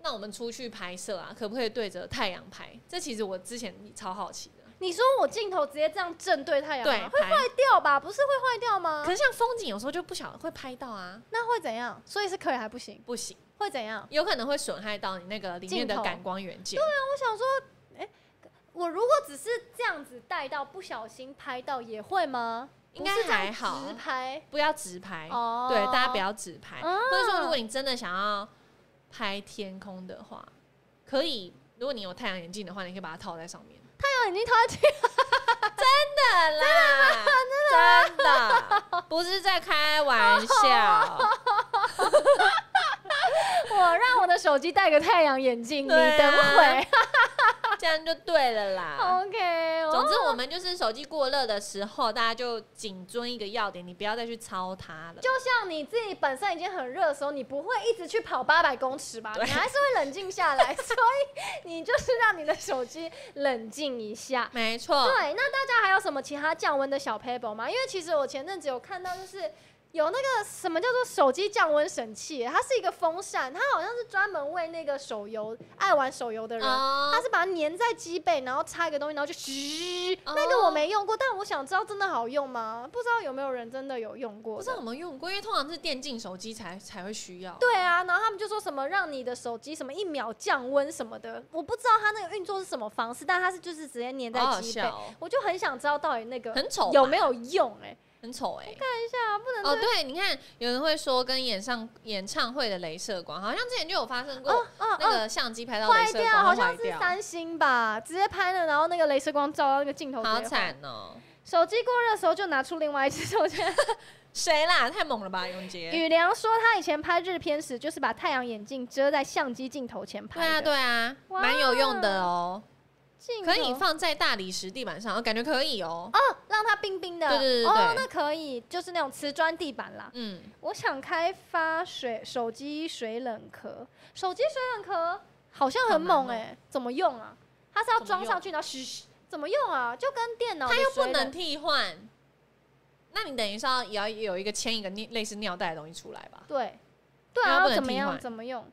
Speaker 2: 那我们出去拍摄啊，可不可以对着太阳拍？这其实我之前超好奇的，
Speaker 1: 你说我镜头直接这样正对太阳吗，
Speaker 2: 对，
Speaker 1: 会
Speaker 2: 拍。
Speaker 1: 掉吧？不是会坏掉吗
Speaker 2: [LAUGHS] 可？是像风景有时候就不晓得会拍到啊，
Speaker 1: 那会怎样？所以是可以还不行，
Speaker 2: 不行，
Speaker 1: 会怎样？
Speaker 2: 有可能会损害到你那个里面的
Speaker 1: 镜头
Speaker 2: 感光元件。
Speaker 1: 我想说，哎，我如果只是这样子带到，不小心拍到也会吗？
Speaker 2: 应该
Speaker 1: 不是这样
Speaker 2: 还好
Speaker 1: 直拍
Speaker 2: 不要直拍，
Speaker 1: 哦
Speaker 2: 对，大家不要直拍。
Speaker 1: 啊
Speaker 2: 或者说，如果你真的想要拍天空的话，可以，如果你有太阳眼镜的话，你可以把它套在上面。
Speaker 1: 太阳已经套进
Speaker 2: 真的啦，真的，不是在开玩笑。
Speaker 1: 我让我的手机戴个太阳眼镜，你
Speaker 2: 对
Speaker 1: 等
Speaker 2: 啊
Speaker 1: 会。 [LAUGHS]
Speaker 2: 这样就对了
Speaker 1: 哦
Speaker 2: 啦。
Speaker 1: OK，
Speaker 2: 总
Speaker 1: 我
Speaker 2: 之，我们就是手机过热的时候，大家就谨遵一个要点，你不要再去操它了。
Speaker 1: 就像你自己本身已经很热的时候，你不会一直去跑八百公尺吧？
Speaker 2: 对
Speaker 1: 你还是会冷静下
Speaker 2: [LAUGHS]
Speaker 1: 来，所以你就是让你的手机冷静一下。
Speaker 2: 没错，
Speaker 1: 对，那大家还有什么其他降温的小 paper 吗？因为其实我前阵子有看到，就是有那个什么叫做手机降温神器，它是一个风扇，它好像是专门为那个手游爱玩手游的人，
Speaker 2: 哦
Speaker 1: 它是把它粘在机背，然后插一个东西，然后就嘘。
Speaker 2: 哦
Speaker 1: 那个我没用过，但我想知道真的好用吗？不知道有没有人真的有用过
Speaker 2: 不
Speaker 1: 的？
Speaker 2: 知道有没有用过，因为通常是电竞手机才才会需要。
Speaker 1: 对啊，然后他们就说什么让你的手机什么一秒降温什么的，我不知道它那个运作是什么方式，但它是就是直接粘
Speaker 2: 好好
Speaker 1: 在机背，
Speaker 2: 笑哦，
Speaker 1: 我就很想知道到底那个
Speaker 2: 很丑吧，
Speaker 1: 有没有用、欸？哎，
Speaker 2: 很丑哎、
Speaker 1: 看一下，不能
Speaker 2: 哦，对，你看有人会说跟演唱演唱会的镭射光，好像之前就有发生过，
Speaker 1: 哦
Speaker 2: 那个相机拍到
Speaker 1: 坏
Speaker 2: 镭射
Speaker 1: 掉，
Speaker 2: 光
Speaker 1: 好
Speaker 2: 会
Speaker 1: 像
Speaker 2: 坏
Speaker 1: 是
Speaker 2: 掉，
Speaker 1: 三星吧，直接拍了，然后那个镭射光照到那个镜头，
Speaker 2: 好。惨哦、
Speaker 1: 手机过热的时候就拿出另外一只手
Speaker 2: [LAUGHS]
Speaker 1: 机。
Speaker 2: 谁啦？太猛了吧，永杰！
Speaker 1: 雨良说他以前拍日片时，就是把太阳眼镜遮在相机镜头前拍
Speaker 2: 对啊，
Speaker 1: 的，
Speaker 2: 对啊，
Speaker 1: 哇
Speaker 2: 蛮有用的哦、
Speaker 1: 镜头
Speaker 2: 可以放在大理石地板上，哦感觉可以哦、
Speaker 1: 哦，让它冰冰的，
Speaker 2: 对对对
Speaker 1: 哦，
Speaker 2: 对
Speaker 1: 那可以，就是那种瓷砖地板啦。
Speaker 2: 嗯，
Speaker 1: 我想开发水手机水冷壳，手机水冷壳好像很猛
Speaker 2: 好难
Speaker 1: 哎、
Speaker 2: 哦
Speaker 1: 怎么用啊？它是要
Speaker 2: 怎么
Speaker 1: 装
Speaker 2: 用
Speaker 1: 上去，然后嘘嘘，怎么用啊？就跟电脑它
Speaker 2: 它又不能替换，那你等于是要也要有一个牵一个尿类似尿袋的东西出来吧？
Speaker 1: 对对
Speaker 2: 它
Speaker 1: 啊，要
Speaker 2: 又不能
Speaker 1: 怎么
Speaker 2: 替
Speaker 1: 样
Speaker 2: 换
Speaker 1: 怎么用？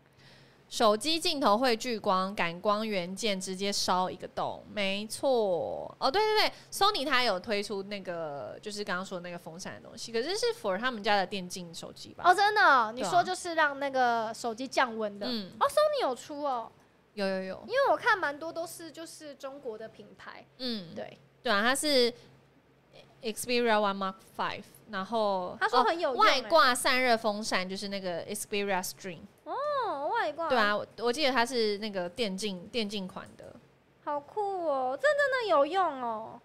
Speaker 2: 手机镜头会聚光，感光元件直接烧一个洞，没错。哦，对对对，Sony 它有推出那个，就是刚刚说的那个风扇的东西，可是是 for 他们家的电竞手机吧？
Speaker 1: 哦，真的哦、你
Speaker 2: 对啊
Speaker 1: 说就是让那个手机降温的。
Speaker 2: 嗯，
Speaker 1: 哦，Sony 有出哦，
Speaker 2: 有有有
Speaker 1: 因，为我看蛮多都是就是中国的品牌，
Speaker 2: 嗯，
Speaker 1: 对，
Speaker 2: 对啊，它是 Xperia One Mark Five，然后
Speaker 1: 他说很有
Speaker 2: 哦
Speaker 1: 用
Speaker 2: 外
Speaker 1: 欸
Speaker 2: 挂散热风扇就是那个 Xperia Stream，
Speaker 1: 哦，外挂，
Speaker 2: 对，啊，我我记得它是那个电竞电竞款的，
Speaker 1: 好酷哦，这真的有用哦。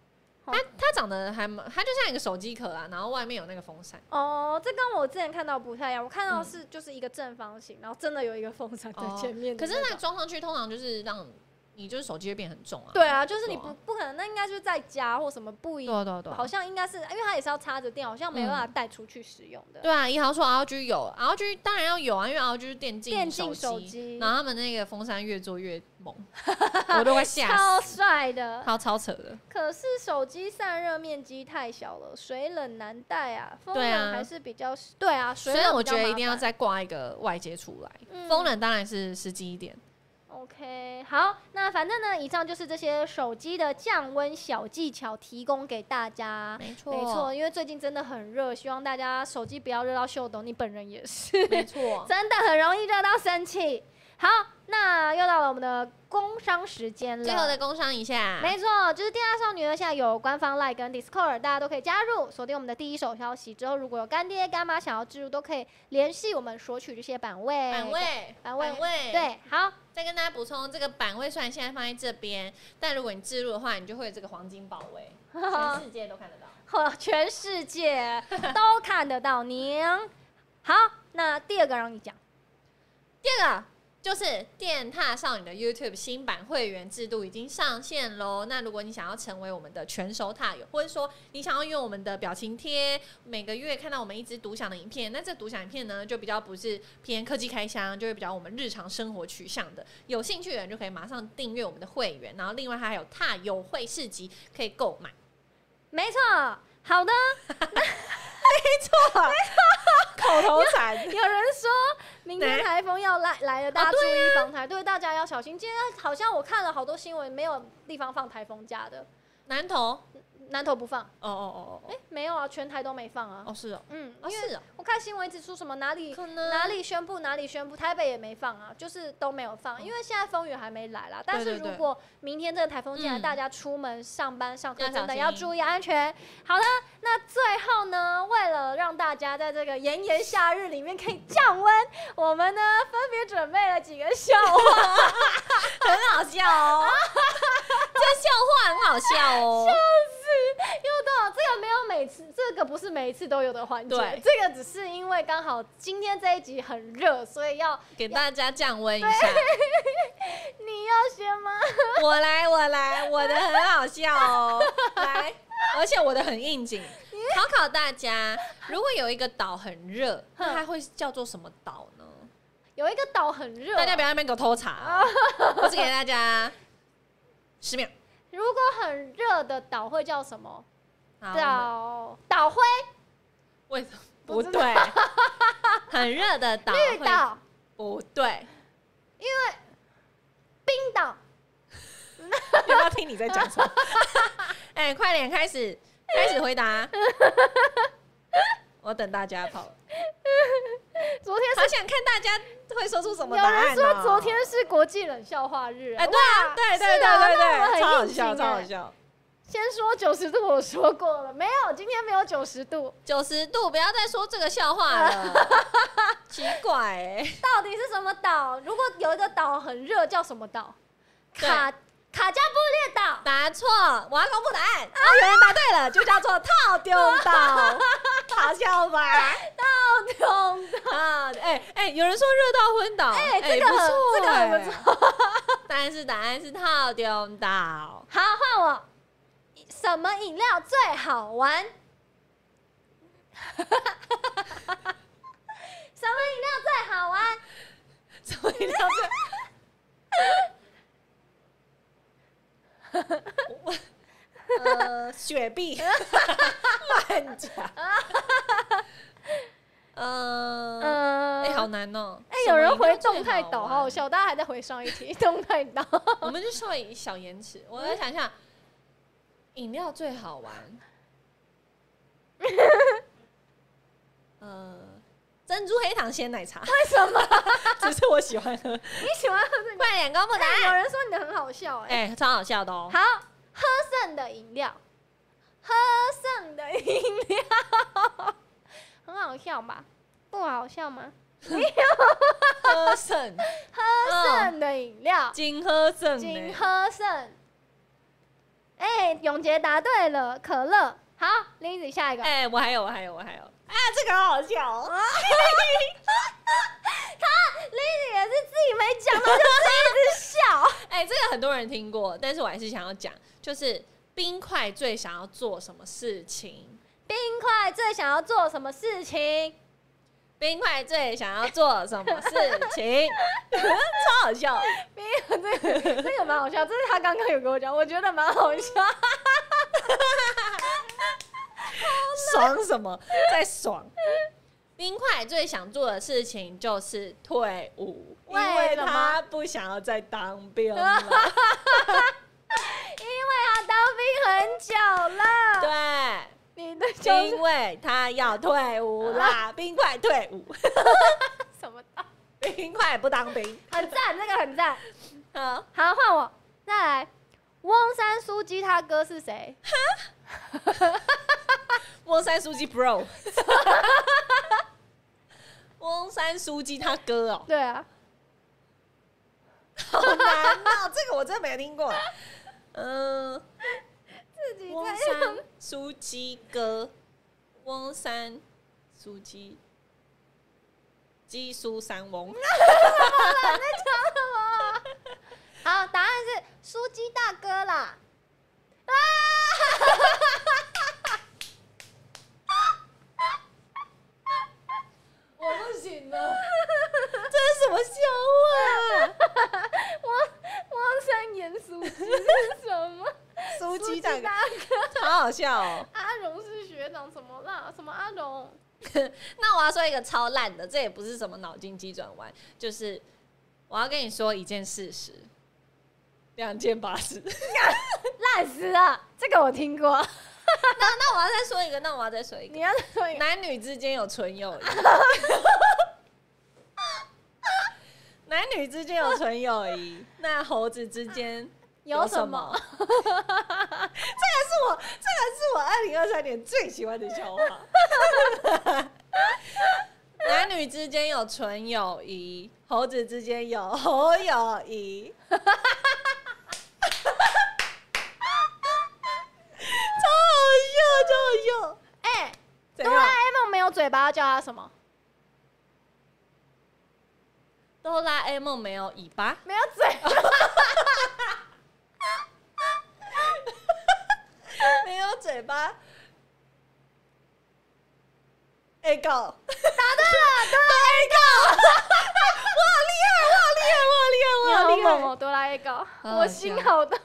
Speaker 2: 它它长得还蛮，它就像一个手机壳啊，然后外面有那个风扇。
Speaker 1: 哦，这跟我之前看到不太一样，我看到
Speaker 2: 嗯
Speaker 1: 是就是一个正方形，然后真的有一个风扇在
Speaker 2: 哦
Speaker 1: 前面的
Speaker 2: 可
Speaker 1: 那
Speaker 2: 是
Speaker 1: 种。
Speaker 2: 那装上去通常就是让你就是手机会变很重啊。
Speaker 1: 对啊，就是你
Speaker 2: 对
Speaker 1: 不
Speaker 2: 啊
Speaker 1: 不可能，那应该就是在家或什么不一
Speaker 2: 对，啊对啊对啊
Speaker 1: 好像应该是，因为它也是要插着电，好像没办法带出去使用的。
Speaker 2: 对啊，一豪说 RG 有，RG 当然要有啊，因为 RG 是电竞
Speaker 1: 电竞手
Speaker 2: 手
Speaker 1: 机
Speaker 2: 然后他们那个风扇越做越猛，
Speaker 1: [LAUGHS]
Speaker 2: 我都快吓
Speaker 1: 超
Speaker 2: 死，
Speaker 1: 帅的，
Speaker 2: 超超扯的。
Speaker 1: 可是手机散热面积太小了，水冷难带啊，风
Speaker 2: 对啊
Speaker 1: 冷还是比较对啊，水
Speaker 2: 所
Speaker 1: 冷
Speaker 2: 以我
Speaker 1: 比
Speaker 2: 觉
Speaker 1: 较
Speaker 2: 得一
Speaker 1: 麻
Speaker 2: 定要
Speaker 1: 烦
Speaker 2: 再挂一个外接出来，
Speaker 1: 嗯
Speaker 2: 风冷当然是实际一点。
Speaker 1: OK，好，那反正呢，以上就是这些手机的降温小技巧，提供给大家。
Speaker 2: 没错
Speaker 1: 啊没错，，因为最近真的很热，希望大家手机不要热到秀抖，你本人也是，[LAUGHS]
Speaker 2: 没错。
Speaker 1: 真的很容易热到生气。好，那又到了我们的工商时间了。
Speaker 2: 最后的工商一下，
Speaker 1: 没错，就是电压少女呢，现在有官方 Line 跟 Discord，大家都可以加入，锁定我们的第一手消息。之后如果有干爹干妈想要置入，都可以联系我们索取这些版位。
Speaker 2: 板位，
Speaker 1: 板位
Speaker 2: 板位，。
Speaker 1: 对，好，
Speaker 2: 再跟大家补充，这个板位虽然现在放在这边，但如果你置入的话，你就会有这个黄金宝位，全世界都看得到。
Speaker 1: 呵全世界都看得到您。好，那第二个让你讲。
Speaker 2: 第二个就是电踏少女的 YouTube 新版会员制度已经上线喽。那如果你想要成为我们的全手塔友，或者说你想要用我们的表情贴，每个月看到我们一支独享的影片，那这独享影片呢就比较不是偏科技开箱，就会比较我们日常生活取向的。有兴趣的人就可以马上订阅我们的会员，然后另外还有踏友会市集可以购买。
Speaker 1: 没错，好的。
Speaker 2: [LAUGHS]
Speaker 3: 口头禅，
Speaker 1: 有人说明天
Speaker 2: 哪
Speaker 1: 台风要来来了，大家
Speaker 2: 啊
Speaker 1: 注意防台，对大家要小心。今天好像我看了好多新闻，没有地方放台风假的，
Speaker 2: 南投，哦
Speaker 1: 南投不放，
Speaker 2: 哦哦哦
Speaker 1: 哎、没有啊，全台都没放啊。
Speaker 2: 哦，哦是哦，
Speaker 1: 嗯，
Speaker 2: 哦
Speaker 1: 因为
Speaker 2: 是哦，
Speaker 1: 我看新闻一直说什么哪里
Speaker 2: 可能 [LAUGHS]
Speaker 1: 哪里宣布哪里宣布，台北也没放啊，就是都没有放，因为现在风雨还没来啦。但是
Speaker 2: 对对
Speaker 1: 如果明天这个台风进来，
Speaker 2: 嗯
Speaker 1: 大家出门上班上课
Speaker 2: 要小
Speaker 1: 真的
Speaker 2: 心
Speaker 1: 要注意安全。好的，那最后呢，为了让大家在这个炎炎夏日里面可以降温，我们呢分别准备了几个笑话，
Speaker 2: 很好笑 [LAUGHS] 哦，这笑话很好笑哦，
Speaker 1: [LAUGHS] 又到这个没有每次，这个不是每一次都有的环节
Speaker 2: 对，
Speaker 1: 这个只是因为刚好今天这一集很热，所以要
Speaker 2: 给大家降温一下。
Speaker 1: 你要先吗？ [LAUGHS]
Speaker 2: 我来，我来，我的很好笑哦， [LAUGHS] 来，而且我的很应 [LAUGHS] 景。考考大家，如果有一个岛很热，那它会叫做什么岛呢？
Speaker 1: 有一个岛很热，
Speaker 2: 大家不要在那边给我偷查、 [LAUGHS] 哦，我只给大家十秒。
Speaker 1: 如果很热的岛会叫什么？
Speaker 2: 好，我们
Speaker 1: 岛岛灰
Speaker 2: 为什么
Speaker 1: 不
Speaker 2: 不
Speaker 1: 知道
Speaker 2: 对？ [LAUGHS] 很热的岛，
Speaker 1: 绿岛、
Speaker 2: 不对，
Speaker 1: 冰岛，
Speaker 2: 你要不要听你在讲什么？哎、快点开始，开始回答。我等大家跑了，
Speaker 1: 昨天
Speaker 2: 好想看大家会说出什么
Speaker 1: 有
Speaker 2: 答案、
Speaker 1: 人
Speaker 2: 哦。
Speaker 1: 说昨天是国际冷笑话日，
Speaker 2: 哎、
Speaker 1: 哇
Speaker 2: 对啊，对
Speaker 1: 是
Speaker 2: 对
Speaker 1: 啊
Speaker 2: 对
Speaker 1: 那我
Speaker 2: 对
Speaker 1: 们
Speaker 2: 对，超好
Speaker 1: 很应景
Speaker 2: 笑，超好
Speaker 1: 哎
Speaker 2: 笑。
Speaker 1: 先说九十度，我说过了，没有，今天没有九十度，
Speaker 2: 九十度，不要再说这个笑话了，奇怪哎、
Speaker 1: 到底是什么岛？如果有一个岛很热，叫什么岛？
Speaker 2: 对
Speaker 1: 卡卡加布列
Speaker 2: [LAUGHS]
Speaker 1: 岛。
Speaker 2: 答错，我要公布答案。啊，有人答对了，就叫做套丢岛， [LAUGHS] 好笑吧？
Speaker 1: 痛
Speaker 2: [LAUGHS] 啊，哎、哎、有人说热到昏倒，哎、
Speaker 1: 这个
Speaker 2: 不错、
Speaker 1: 这个很不
Speaker 2: 错。但是 [LAUGHS] 答案是套丢岛，
Speaker 1: 好，换我。什么饮料最好玩？ [LAUGHS] 什么饮料最好玩？
Speaker 2: 什么饮料最？
Speaker 1: [LAUGHS]
Speaker 2: 我呃，雪碧， [LAUGHS] 乱讲。呃，
Speaker 1: 嗯，
Speaker 2: 哎，好难哦。
Speaker 1: 哎、有人回
Speaker 2: 什么
Speaker 1: 动
Speaker 2: 饮料最
Speaker 1: 态岛，好好笑，大家还在回上一题动态岛。
Speaker 2: 玩。 [LAUGHS] 我们就稍微一小延迟，我来想一下，饮料最好玩。呃，珍珠黑糖鲜奶茶，
Speaker 1: 为 [LAUGHS] 什么
Speaker 2: 只是我喜欢喝。
Speaker 1: 你喜欢喝这个？
Speaker 2: 快点公布答
Speaker 1: 哎有
Speaker 2: 案。
Speaker 1: 人说你的很好笑、哎、
Speaker 2: 哎、超好笑的哦！
Speaker 1: 好，喝剩的饮料，
Speaker 2: 喝
Speaker 1: 上的饮料， [LAUGHS] 很好笑吧？不好笑吗？
Speaker 2: 喝剩，喝
Speaker 1: 剩的饮料，
Speaker 2: 金喝剩
Speaker 1: 仅
Speaker 2: 呢，
Speaker 1: 喝剩。哎、永杰答对了，可乐。好，Lizzy 下一个，
Speaker 2: 哎，我还有，我还有，我还有，
Speaker 3: 这个好好笑哦。
Speaker 1: Lizzy 也是自己没讲，然后就自己一直笑。
Speaker 2: 哎，这个很多人听过，但是我还是想要讲，就是冰块最想要做什么事情？
Speaker 1: [LAUGHS] 冰块最想要做什么事情？
Speaker 2: 冰块最想要做什么事情？超好笑，
Speaker 1: 这个这个蛮好笑，这是他刚刚有跟我讲，我觉得蛮好笑。
Speaker 2: 爽什么？在爽。冰块最想做的事情就是退伍，因
Speaker 1: 为
Speaker 2: 为
Speaker 1: 什么
Speaker 2: 他不想要再当兵 [LAUGHS] 了。
Speaker 1: [LAUGHS] 因为他当兵很久
Speaker 2: [LAUGHS]
Speaker 1: 了，
Speaker 2: 对。
Speaker 1: 你的就是
Speaker 2: 因为他要退伍啦，冰块退伍，
Speaker 1: 什么道？
Speaker 2: 冰块不当兵。
Speaker 1: [LAUGHS] 很赞，这个很赞。
Speaker 2: 好， [LAUGHS]
Speaker 1: 好，换我，再来。翁山苏姬他哥是谁？
Speaker 2: 翁山书记 bro，翁山书记他哥哦，
Speaker 1: 对啊，
Speaker 2: 好难哦，这个我真的没听过。嗯，
Speaker 1: 自己
Speaker 2: 翁山书记哥，翁山书记，鸡苏三翁，
Speaker 1: 好，答案是苏姬大哥啦。啊 [LAUGHS]
Speaker 2: 我不行了，这是什么笑 [LAUGHS] 话？
Speaker 1: 汪汪山演苏姬是什 [LAUGHS] 么？
Speaker 3: 苏
Speaker 1: 苏
Speaker 3: 鸡蛋
Speaker 1: 大哥，
Speaker 2: 好好笑哦。
Speaker 1: 阿荣是学长，什么啦？什么阿荣？
Speaker 2: 那我要说一个超烂的，这也不是什么脑筋急转弯，就是我要跟你说一件事实，两件八 [LAUGHS] 十。
Speaker 1: 烂死了，这个我听过。
Speaker 2: 那那我要再说一个，那我要再说一个
Speaker 1: 你，要说一个
Speaker 2: 男女之间有纯友
Speaker 1: [LAUGHS]
Speaker 2: 谊，男女之间有纯友
Speaker 1: [LAUGHS]
Speaker 2: 谊，那猴子之间
Speaker 1: 有
Speaker 2: 什
Speaker 1: 什么？？
Speaker 2: 这
Speaker 1: [LAUGHS]
Speaker 2: 个是我，这个是我二零二三年最喜欢的笑话。
Speaker 1: [LAUGHS]
Speaker 2: 男女之间有纯友谊，猴子之间有猴友
Speaker 1: [LAUGHS]
Speaker 2: 谊。超好笑，超好笑！
Speaker 1: 哎，
Speaker 2: 怎
Speaker 1: 哆
Speaker 2: 样
Speaker 1: 啦 A 梦没有嘴巴，要叫他什么？
Speaker 2: 哆啦 A 梦没有尾巴，
Speaker 1: 没有嘴巴，
Speaker 2: [LAUGHS] 没有嘴巴。A 狗，答对了， [LAUGHS] 对 A 狗，我好厉害，我好厉害，我好厉害，我好
Speaker 1: 好
Speaker 2: 厉害！
Speaker 1: 猛哦！哆啦 A 高，
Speaker 2: 好
Speaker 1: 我心
Speaker 2: 笑
Speaker 1: 好痛，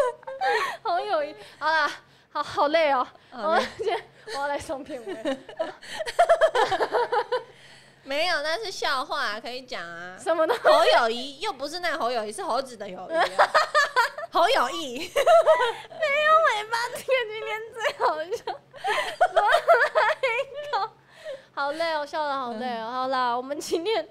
Speaker 1: [LAUGHS] 好有意。好啦，好好累哦，
Speaker 2: 好
Speaker 1: 我
Speaker 2: 累
Speaker 1: 先我要来送片尾了，
Speaker 2: 没有，那是笑话，可以讲啊。
Speaker 1: 什么都
Speaker 2: 侯友谊又不是那侯友谊，是猴子的友谊
Speaker 1: [LAUGHS]
Speaker 2: 啊、侯友谊，
Speaker 1: 尾巴，这个今天最好笑，哆啦 A 高，好累哦，笑的好累
Speaker 2: 嗯
Speaker 1: 哦。好啦，我们今天。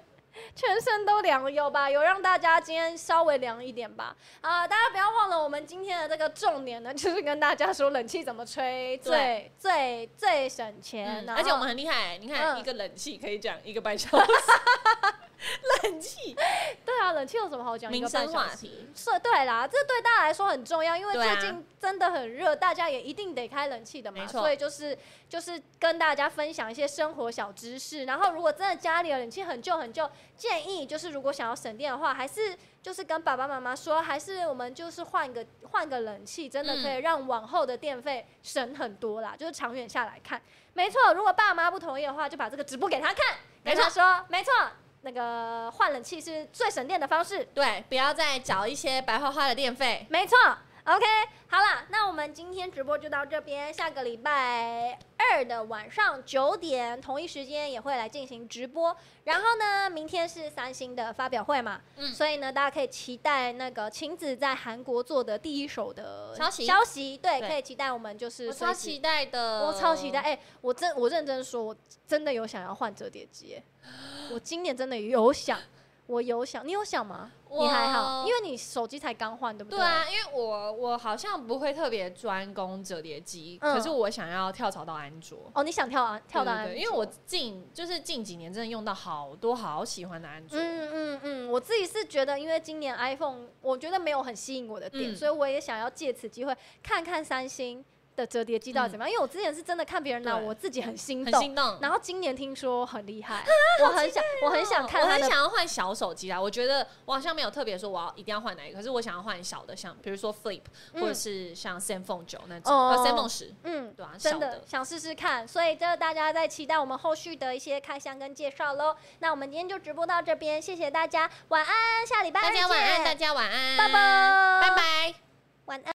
Speaker 1: 全身都凉了，有吧？有让大家今天稍微凉一点吧。啊、大家不要忘了，我们今天的这个重点呢，就是跟大家说冷气怎么吹最
Speaker 2: 对嗯
Speaker 1: 最最省钱、然后
Speaker 2: 而且我们很厉害，你看、
Speaker 1: 嗯
Speaker 2: 一个冷气可以讲一个半小时，冷气
Speaker 1: 对啊，冷气有什么好讲？一
Speaker 2: 民
Speaker 1: 个半
Speaker 2: 生
Speaker 1: 小
Speaker 2: 话
Speaker 1: 时。
Speaker 2: 题，
Speaker 1: 是，对啦，这对大家来说很重要，因为
Speaker 2: 对啊
Speaker 1: 最近真的很热，大家也一定得开冷气的嘛，
Speaker 2: 没错
Speaker 1: 所以就是就是跟大家分享一些生活小知识。然后，如果真的家里的冷气很旧很旧，建议就是如果想要省电的话，还是就是跟爸爸妈妈说，还是我们就是换个换个冷气，真的
Speaker 2: 嗯
Speaker 1: 可以让往后的电费省很多啦，就是长远下来看。没错，如果爸妈不同意的话，就把这个直播给他看，跟
Speaker 2: 没错
Speaker 1: 他说，没错，那个换冷气是最省电的方式。
Speaker 2: 对，不要再找一些白花花的电费。
Speaker 1: 没错。OK，好啦，那我们今天直播就到这边，下个礼拜二的晚上九点同一时间也会来进行直播。然后呢，明天是三星的发表会嘛，
Speaker 2: 嗯
Speaker 1: 所以呢，大家可以期待那个晴子在韩国做的第一手的
Speaker 2: 消息
Speaker 1: 消息，对，
Speaker 2: 对
Speaker 1: 可以期待我们就是
Speaker 2: 我
Speaker 1: 随
Speaker 2: 超
Speaker 1: 时
Speaker 2: 期，待的，
Speaker 1: 我超期待。哎、我真
Speaker 2: [GASPS]
Speaker 1: 我认真说，我真的有想要换折叠机、哎我今年真的有想，我有想，你有想吗？你
Speaker 2: 我
Speaker 1: 还好，因为你手机才刚换，对不
Speaker 2: 对啊，因为我我好像不会特别专攻折叠机，
Speaker 1: 嗯
Speaker 2: 可是我想要跳槽到安卓。
Speaker 1: 哦，你想跳啊，跳到安
Speaker 2: 对
Speaker 1: 卓，
Speaker 2: 对对因为我近就是近几年真的用到好多好喜欢的安卓，
Speaker 1: 嗯嗯嗯，我自己是觉得，因为今年 iPhone 我觉得没有很吸引我的点，
Speaker 2: 嗯
Speaker 1: 所以我也想要借此机会看看三星的折叠机到底怎么样。因为我之前是真的看别人拿，
Speaker 2: 嗯对
Speaker 1: 我自己很心
Speaker 2: 很
Speaker 1: 动。
Speaker 2: 心动。啊
Speaker 1: 然后今年听说很厉害， [LAUGHS] 我很想，我很想看
Speaker 2: 嗯哦我
Speaker 1: 它
Speaker 2: 很
Speaker 1: 的。
Speaker 2: 想要换小手机啦。我觉得我好像没有特别说我要一定要换哪一个，可是我想要换小的，像比如说 Flip、
Speaker 1: 嗯
Speaker 2: 或者是像 Samphone 九那种，
Speaker 1: 哦
Speaker 2: 呃 Samphone 十，
Speaker 1: 嗯，
Speaker 2: 对啊，小
Speaker 1: 真的
Speaker 2: 的。
Speaker 1: 想试试看，所以这大家在期待我们后续的一些开箱跟介绍喽。那我们今天就直播到这边，谢谢大家，晚安，下礼拜
Speaker 2: 大
Speaker 1: 二
Speaker 2: 家晚安，
Speaker 1: 见
Speaker 2: 大家晚安，
Speaker 1: 拜拜
Speaker 2: 拜拜。
Speaker 1: 晚安。